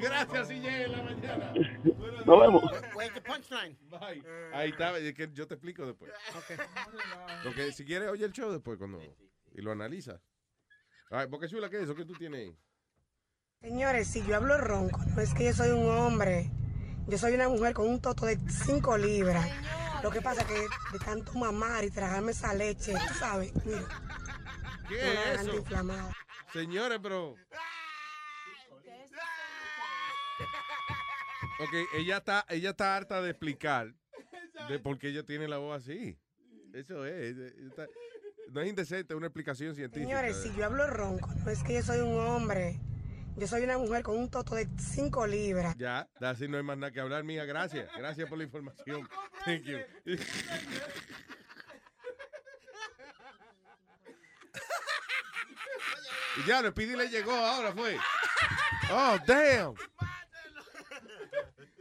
Gracias, si llegué en la mañana. Nos vemos. Where's the punchline? Ahí está, es que yo te explico después. Porque si quieres, oye el show después cuando y lo analiza. Ay, Boca Chula, ¿qué es eso que tú tienes ahí? Señores, si yo hablo ronco, no es que yo soy un hombre. Yo soy una mujer con un toto de 5 libras. Lo que pasa es que de tanto mamar y tragarme esa leche, tú sabes, mira, ¿Qué una es garganta eso? inflamada. Señores, pero. Ok, ella está, ella está harta de explicar de por qué ella tiene la voz así. Eso es. eh, está- no es indecente, es una explicación científica. Señores, si yo hablo ronco, no es que yo soy un hombre. Yo soy una mujer con un toto de 5 libras. Ya, de así no hay más nada que hablar, mía. Gracias. Gracias por la información. Thank you. Y ya, el Speedy le llegó ahora, fue. Oh, damn.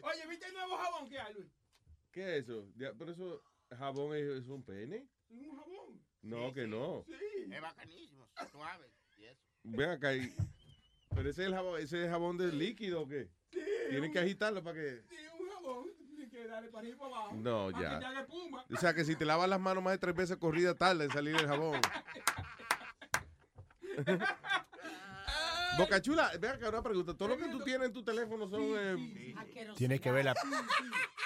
Oye, ¿viste el nuevo jabón que hay, Luis? ¿Qué es eso? Ya, pero eso, jabón es, es un pene. Un jabón. No, que no. Es bacanísimo, suave. y eso. Ven acá y. Pero ese es el jabón, ese es el jabón del líquido o qué? Tienen que agitarlo para que. Sí, un jabón. Tienes que darle para arriba y para abajo. No, para ya. que te haga espuma. O sea que si te lavas las manos más de tres veces corrida tarda en salir el jabón. Boca Chula, ven acá una pregunta. Todo lo que tú tienes en tu teléfono son. eh, Tienes que ver la,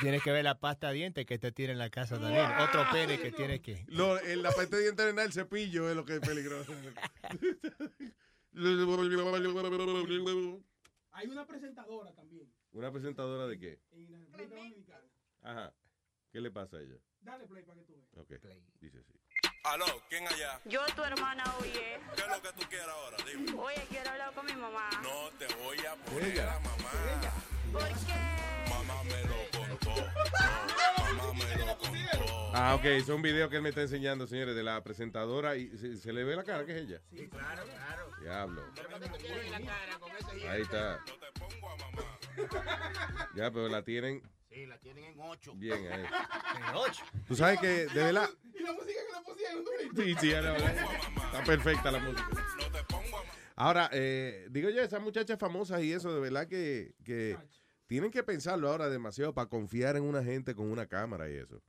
tienes que ver la pasta de dientes que te tiene en la casa también. Otro pene que tienes que. lo- en la parte de dientes de nada, el cepillo es lo que es peligroso. Hay una presentadora también. ¿Una presentadora de qué? En la República Dominicana. Ajá. ¿Qué le pasa a ella? Dale play para que tú veas. Ok. Dice así. Aló, ¿quién allá? Yo, tu hermana, oye. ¿Qué es lo que tú quieres ahora? Dime. Oye, quiero hablar con mi mamá. No te voy a poner Ella. a mamá. ¿Por Mamá me lo contó. No, mamá me lo contó. Ah, ok, es un video que él me está enseñando, señores, de la presentadora y se, se le ve la cara que es ella. Sí, claro, claro. Diablo. Pero ¿para qué tú quieres ver la cara con ese Ahí está. Ya, pero la tienen Sí, la tienen en ocho. bien ahí. En ocho. Tú sabes que, de verdad. Y la música que le pusieron, ¿tú viste? Sí, sí, ahora- está perfecta la música. Ahora, eh, digo yo, esas muchachas famosas y eso, de verdad que, que tienen que pensarlo ahora demasiado para confiar en una gente con una cámara y eso.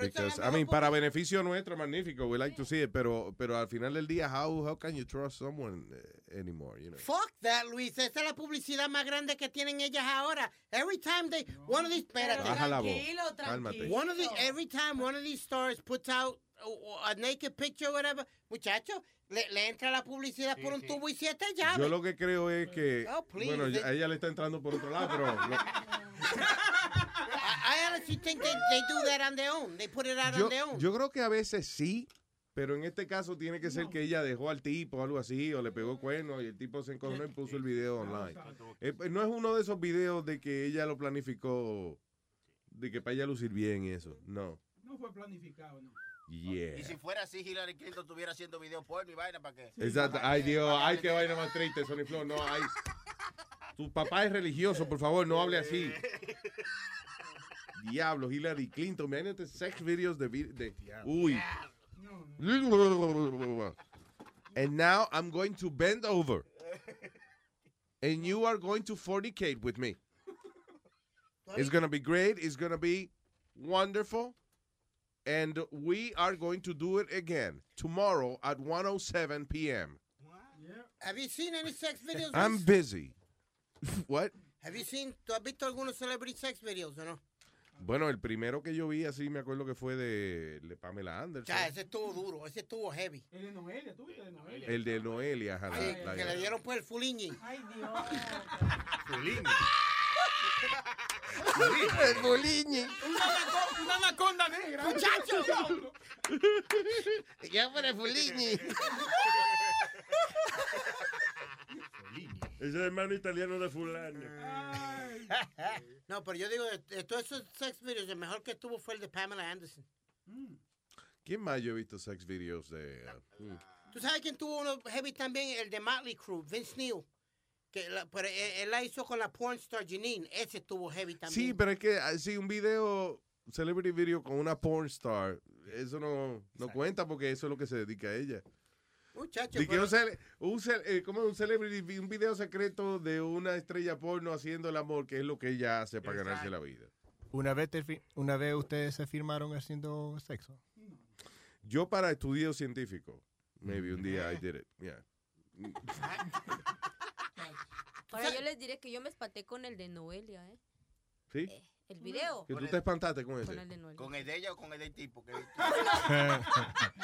Because, I mean, para beneficio nuestro, magnífico, we like to see it, pero, pero al final del día, how, how can you trust someone eh, anymore, you know? Fuck that, Luis. Esa es la publicidad más grande que tienen ellas ahora. Every time they, one of these, espérate. Baja la voz. Tranquilo, Cálmate. One of the, every time one of these stores puts out uh, a naked picture, whatever, muchacho, le, le entra la publicidad por un tubo y siete llaves. Yo lo que creo es que, Oh, please. bueno, ya- a ella le está entrando por otro lado, pero lo- I, I honestly think they, they do that on their own. They put it out yo, on their own. yo creo que a veces sí, pero en este caso tiene que ser que ella dejó al tipo o algo así, o le pegó cuerno y el tipo se encojonó y puso el video online. Eh, pues, no es uno de esos videos de que ella lo planificó, de que para ella lucir bien y eso. No. No fue planificado, no. Y si Yeah. fuera así, Hillary Clinton estuviera haciendo video porno y vaina para qué. Exacto. Ay, Dios, ay, qué vaina más triste, Sony Flow. No, ay. Tu papá es religioso, por favor, no hable así. Diablo, Hillary Clinton. Imagínate sex videos de. vi- de uy. And now I'm going to bend over. And you are going to fornicate with me. It's going to be great. It's going to be wonderful. And we are going to do it again tomorrow at 1.07 p.m. Have you seen any sex videos? I'm Luis? busy. What? Have you seen, ¿Tú has visto algunos celebrity sex videos o no? Bueno, el primero que yo vi así me acuerdo que fue de, de Pamela Anderson. Ya, ese estuvo duro, ese estuvo heavy. El de Noelia, tú de Noelia. El de Noelia. ajá, la- la- que le dieron pues el fuliñi. Ay, Dios. El boliñi. Una, anaco- una anaconda negra. Muchacho. Diablo. Ya por el fulini. Es el hermano italiano de fulano. Ah. No, pero yo digo, de todos esos sex videos, el mejor que tuvo fue el de Pamela Anderson. ¿Quién más yo he visto sex videos de? uh, mm. ¿Tú sabes quién tuvo uno heavy también? El de Motley Crue, Vince Neil. Que la- pero él, él la hizo con la pornstar Janine. Ese estuvo heavy también. Sí, pero es que ah, si un video, celebrity video con una porn star, eso no, no cuenta porque eso es lo que se dedica a ella. Muchacho, Y que pero- un, cele- un cel- eh, ¿cómo es? un celebrity, vi- un video secreto de una estrella porno haciendo el amor, que es lo que ella hace para ganarse la vida. ¿Una vez, te fi- una vez ustedes se firmaron haciendo sexo? Yo para estudio científico, maybe un día I did it, yeah. Ahora yo les diré que yo me espanté con el de Noelia, ¿eh? ¿Sí? Mm. oh, El video. Que tú te espantaste con ese. el de Noelia. ¿Con el de ella o con el del tipo? Que...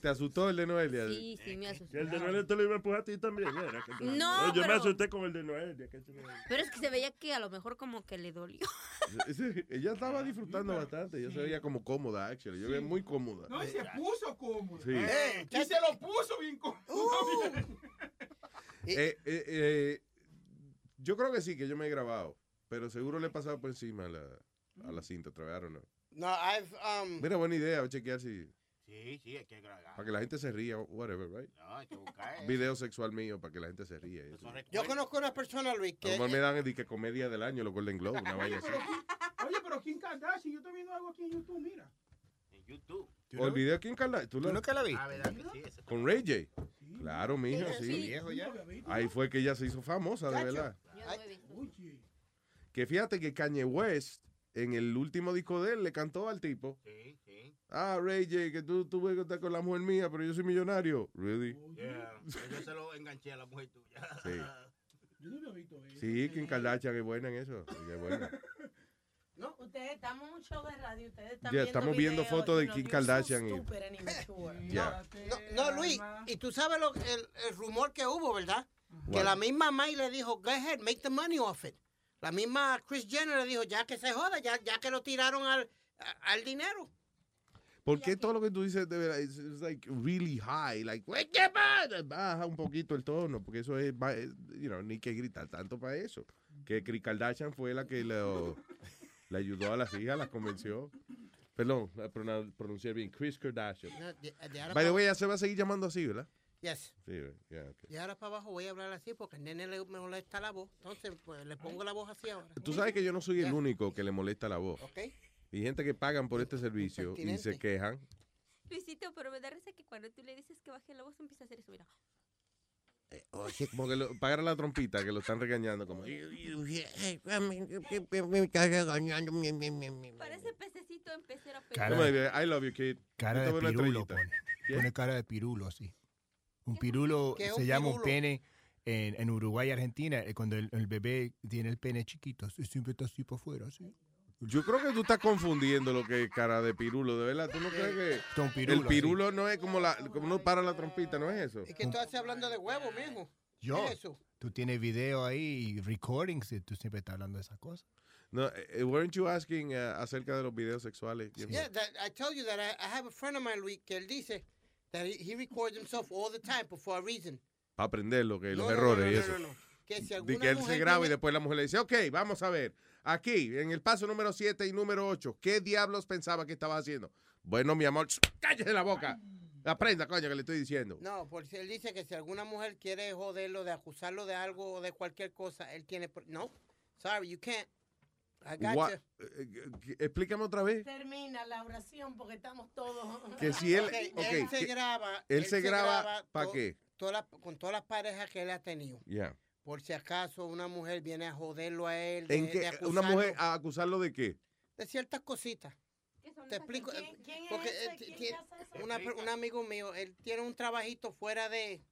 ¿Te asustó el de Noelia? Sí, sí, me asustó. Que el de Noel te lo iba a empujar a ti también. ¿eh? era que te- No, yo me pero- asusté con el de Noel. que- Pero es que se veía que a lo mejor como que le dolió. Sí, Ella estaba disfrutando bastante. Yo se veía como cómoda, actually. Yo veía muy cómoda. Eh, No, y se puso cómodo. Sí. Eh, y se lo puso bien cómodo. Uh. Eh, eh, eh, yo creo que sí, que yo me he grabado. Pero seguro le he pasado por encima a la, a la cinta otra vez. I don't know. No, I've, um, Mira, buena idea. Voy a chequear si. Sí, sí, hay que grabar. Para que la gente se ría, whatever, right? No, hay que buscar eso. Video sexual mío para que la gente se ría. y Eso. yo conozco una persona, Luis, A que... lo eh, mejor me dan el disque comedia del año, los Golden Globe, oh, una vaina así. Oye, pero Kim Kardashian, yo estoy viendo algo aquí en YouTube, mira. O el video aquí en Carla. ¿Tú, lo- nunca la viste? Con Ray J. Claro, mijo, Pero sí. sí. Viejo ya. Ahí fue que ella se hizo famosa, de verdad. Oye. Que fíjate que Kanye West, en el último disco de él, le cantó al tipo. Ah, Ray J, que tú tuve que estar con la mujer mía, pero yo soy millonario. Really? Yeah. Yo se lo enganché a la mujer tuya. Sí. Yo no había visto eso. Sí, que en Kardashian es buena en eso. Ella es buena. No, ustedes estamos en un show de radio, ustedes Ya, están estamos viendo videos fotos de y los Kim views so Kardashian y- stupid and immature. Ya. No, Luis, y tú sabes lo, el, el rumor que hubo, ¿verdad? Que What? la misma May le dijo, go ahead, make the money off it. La misma Chris Jenner le dijo, ya que se joda, ya, ya que lo tiraron al, a- al dinero. ¿Por qué todo lo que tú dices de verdad es es like really high? Like, "Güey, ¿qué pasa?" Baja un poquito el tono, porque eso es, va- es, you know, ni que gritar tanto para eso. Que Kris Kardashian fue la que lo- le ayudó a las hijas, las convenció. Perdón, la prona- pronuncié bien, Chris Kardashian. No, de- de ahora By the pa- way, ya se va a seguir llamando así, ¿verdad? Yes. Sí, yeah, ok. Y ahora para abajo voy a hablar así porque el nene le me molesta la voz. Entonces, pues le pongo la voz así ahora. Tú sabes que yo no soy el único que le molesta la voz. ¿Ok? Y gente que pagan por este servicio y se Impertinente. quejan. Luisito, pero me da risa que cuando tú le dices que baje la voz empieza a hacer eso, mira. Oye, como que lo, pagan la trompita, que lo están regañando. Como, Parece pececito en pecera. pero- Cara Come on, de- baby, I love you, kid. Cara de Yo te veo una pirulo estrellita. pone. ¿Qué? Pone cara de pirulo, sí. Un pirulo ¿Qué es se un llama un pirulo? pene en, en Uruguay y Argentina. eh, Cuando el, el bebé tiene el pene chiquito, sí, siempre está así para afuera, sí. Yo creo que tú estás confundiendo lo que es cara de pirulo, de verdad. ¿Tú no crees que Don pirulo, el pirulo no es como la, como no para la trompita, no es eso? Es que tú estás hablando de huevo, mijo. Yo. ¿Qué es eso? Tú tienes video ahí y recordings y tú siempre estás hablando de esas cosas. No, eh, weren't you asking eh, acerca de los videos sexuales? Yeah, that, I tell you that I, I have a friend of mine, Luis, que él dice that he, he records himself all the time, but for a reason. Para aprender lo que los No, no, errores no, y no, eso. no, no. Que si De alguna que él se mujer graba y tiene- después la mujer le dice, ok, vamos a ver, aquí, en el paso número 7 y número 8, ¿qué diablos pensaba que estaba haciendo? Bueno, mi amor, cállese la boca. Aprenda, coño, que le estoy diciendo. No, porque él dice que si alguna mujer quiere joderlo, de acusarlo de algo o de cualquier cosa, él tiene... por- No, sorry, you can't. What- eh, eh, explícame otra vez. Termina la oración porque estamos todos. Que si él- Ok, él ok, se que- graba. él se graba ¿pa' to- qué? todas las- con todas las parejas que él ha tenido. Yeah. Por si acaso una mujer viene a joderlo a él. de- ¿En de qué? eh, acusarlo ¿Una mujer a acusarlo de qué? De ciertas cositas. Te explico. eh, es porque ese? eh, ti- ¿Quién ti- hace eso? una per- un amigo mío, él tiene un trabajito fuera de.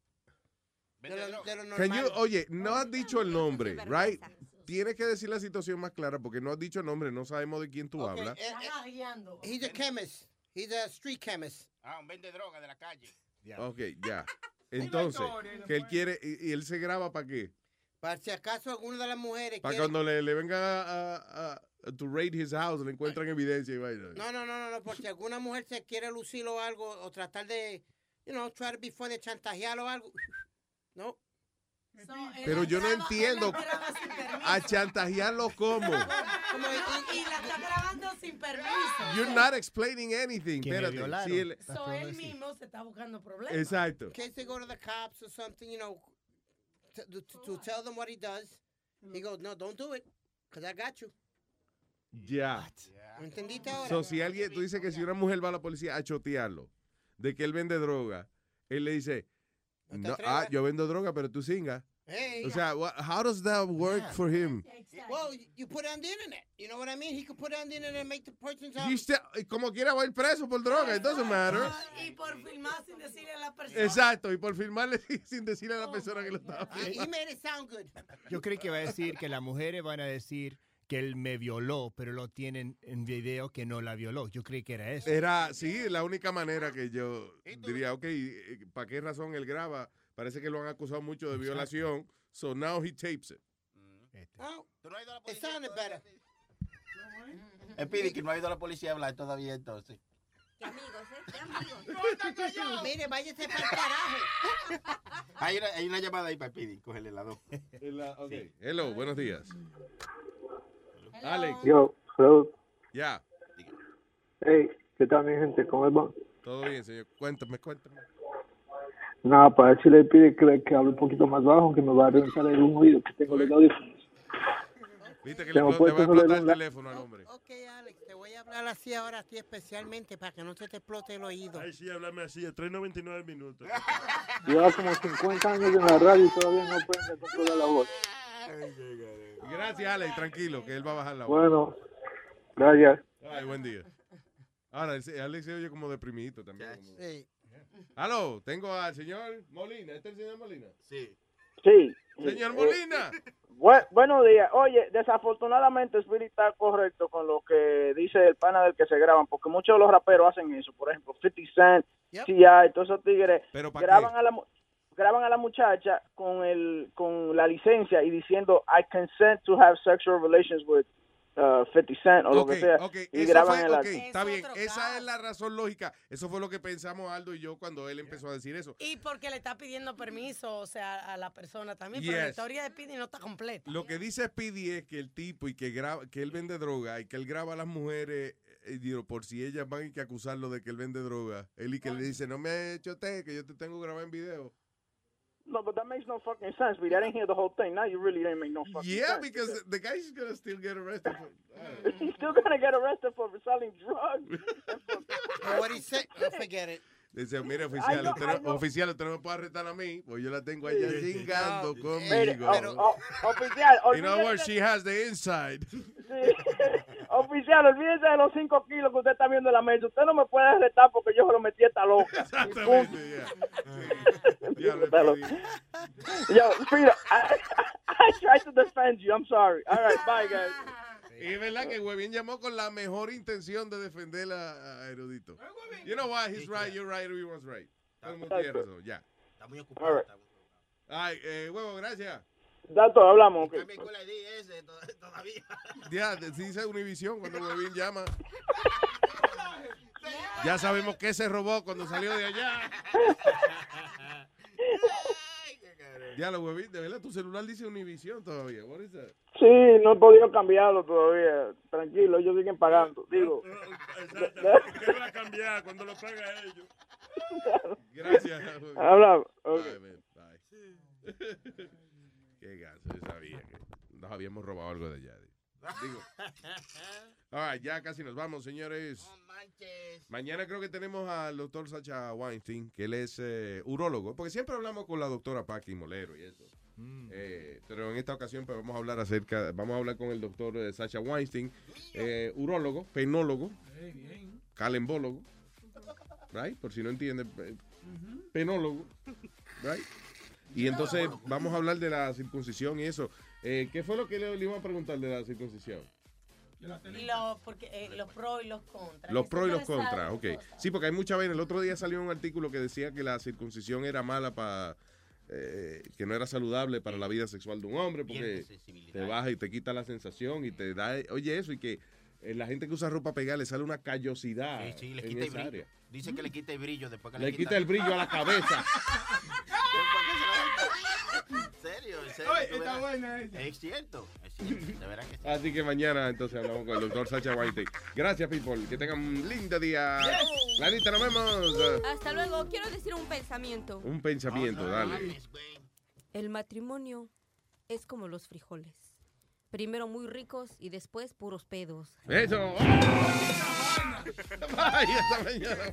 De lo, de lo Can you- normal. oye, no has dicho el nombre, right? Tienes que decir la situación más clara porque no has dicho el nombre, no sabemos de quién tú hablas. Estás guiando. Eh, He's a chemist. He's a street chemist. Ah, un vende droga de la calle. Ok, ya. Entonces, que él quiere, y, y él se graba para qué? Para si acaso alguna de las mujeres. Para quiere- cuando le, le venga a, a- a- to raid his house, le encuentran evidencia y vaina. No, no, no, no, no, por si alguna mujer se quiere lucir o algo, o tratar de, you know, try to be funny, de chantajear o algo. No. Pero yo no entiendo. A chantajearlo como. y la está grabando sin permiso. You're not explaining anything. Que me Espérate. violaron. Sí, él- So él mismo se está buscando problemas. Exacto. In case they go to the cops or something, you know, to, to, to tell them what he does. He goes, no, don't do it, because I got you. Ya. ¿Me entendiste ahora? So, si alguien, tú dices que si una mujer va a la policía a chotearlo, de que él vende droga, él le dice, "No, atrevas. ah, yo vendo droga, pero tú singa. Hey. O sea, wha- how does that work for him? Well, you- you put it on the internet. You know what I mean? He could put it on the internet and make the person's You still- como quiera va a ir preso por droga, it doesn't matter. Ah, Ah, Y por filmar sin decirle a la persona. Exacto, y por firmarle sin decirle a la persona que lo estaba Ah, He made it sound good. Yo creo que va a decir que las mujeres van a decir que él me violó, pero lo tienen en video que no la violó. Yo creí que era eso. Era, sí, la única manera que yo diría, ok, ¿para qué razón él graba? Parece que lo han acusado mucho de violación. So now he tapes it. Oh, it sounded better. Espíritu, que no ha ido a la policía a hablar todavía entonces. ¿eh? Mire, váyase para el carajo. Hay una, hay una llamada ahí para Pidi, cógele la dos. Sí. Hello, buenos días. Alex. Yo, hello. Ya, Hey, ¿qué tal mi gente? ¿Cómo va? todo bien, señor. Cuéntame, cuéntame. Nada, para ver si le pide que, que hable un poquito más bajo, que me va a reventar el un oído que Este tengo los audífonos. Viste que Se le, me va- fue le va a todo el explotar el onda. teléfono al hombre. Hablar así ahora a ti especialmente para que no se te explote el oído. Ay, sí, háblame así, a 3.99 minutos. Lleva como 50 años en la radio y todavía no aprende controlar la voz. Gracias, Alex, tranquilo, que él va a bajar la voz. Bueno, gracias. Ay, buen día. Ahora, él se- Alex se oye como deprimido también. como- Sí. Aló, tengo al señor Molina. ¿Este es el señor Molina? Sí. Sí. Señor Eh, Molina. bue- buenos días. Oye, desafortunadamente Spirit está correcto con lo que dice el pana del que se graban, porque muchos de los raperos hacen eso. Por ejemplo, 50 Cent, T.I., todos esos tigres Pero ¿pa' graban qué? a la mu- graban a la muchacha con el con la licencia y diciendo I consent to have sexual relations with uh, 50 Cent o lo que sea y Eso graban fue- el ok, está bien, esa es la razón lógica. Eso fue lo que pensamos Aldo y yo cuando él empezó a decir eso. Y porque le está pidiendo permiso, o sea, a la persona también. Pero la Yes. historia de Pidi no está completa. Lo que dice Speedy es que el tipo y que graba, que él vende droga y que él graba a las mujeres eh, digo, por si ellas van y que acusarlo de que él vende droga. Él y que le dice, no me hecho te, que yo te tengo grabado en video. No, but that makes no fucking sense. But I didn't hear the whole thing. Now you really didn't make no fucking Yeah, sense. because the guy's gonna still get arrested. for- He's still gonna get arrested for selling drugs. what he said, forget it. Dice, mira, I oficial, know, usted no- I know. oficial, usted no me puede arrestar a mí, pues yo la tengo allá Sí, sí. chingando Mire, conmigo. Oh, o- o- Oh, oficial, You know what? She olvídese, has the inside. sí. oficial, olvídese de los 5 kilos que usted está viendo en la mesa. Usted no me puede arrestar porque yo se lo metí a esta loca. Exactamente, ya. Yo, Frida, I, I tried to defend you. I'm sorry. All right, bye, guys. Y es verdad que Webin llamó con la mejor intención de defender a, a Erudito. You know what? He's right, you're right, everyone's right. Todo el mundo tiene razón, ya. Está muy ocupado. All right. Ay, eh, huevo, gracias. Dato, hablamos. ok. También con la ID ese to- todavía. Ya, de- dice Univisión cuando Webin llama. Ya sabemos que se robó cuando salió de allá. Ya, lo Webin, de verdad, tu celular dice Univisión todavía. What is that? Sí, no he podido cambiarlo todavía. Tranquilo, ellos siguen pagando. Digo. Exacto. ¿Qué va a cambiar cuando lo paga ellos? Gracias. Webin. Hablamos, ok. Bye, man, bye. Qué ganso, yo sabía que nos habíamos robado algo de allá. Digo. All right, ya casi nos vamos, señores. Mañana creo que tenemos al doctor Sacha Weinstein, que él es eh, urólogo, porque siempre hablamos con la doctora Paqui Molero y eso. Eh, pero en esta ocasión pues, vamos a hablar acerca, vamos a hablar con el doctor eh, Sacha Weinstein, eh, urólogo, penólogo, calembólogo, right? Por si no entiende, eh, penólogo, right? Y entonces vamos a hablar de la circuncisión y eso. Eh, ¿Qué fue lo que le, le iba a preguntar de la circuncisión? Los, porque, eh, los pros y los contras. Los Eso pros y los puede ser contras, ok. Sí, porque hay mucha vaina. El otro día salió un artículo que decía que la circuncisión era mala para... que no era saludable para la vida sexual de un hombre porque te baja y te quita la sensación y te da... Oye, eso y que eh, la gente que usa ropa pegada le sale una callosidad Sí, sí, le Ah, en quita el esa brillo. área. Dice que le quita el brillo después que le, Le quita el brillo a la cabeza. ¿En serio? ¿En serio? Oye, ¿Tú está verás? buena esa. Es cierto, es cierto. De verdad que Así que mañana entonces hablamos con el doctor Sacha Weinstein. Gracias, people. Que tengan un lindo día. Yes. Lanita, nos vemos. Hasta luego. Quiero decir un pensamiento. Un pensamiento, dale. El matrimonio es como los frijoles. Primero muy ricos y después puros pedos. Eso. Bye, hasta mañana.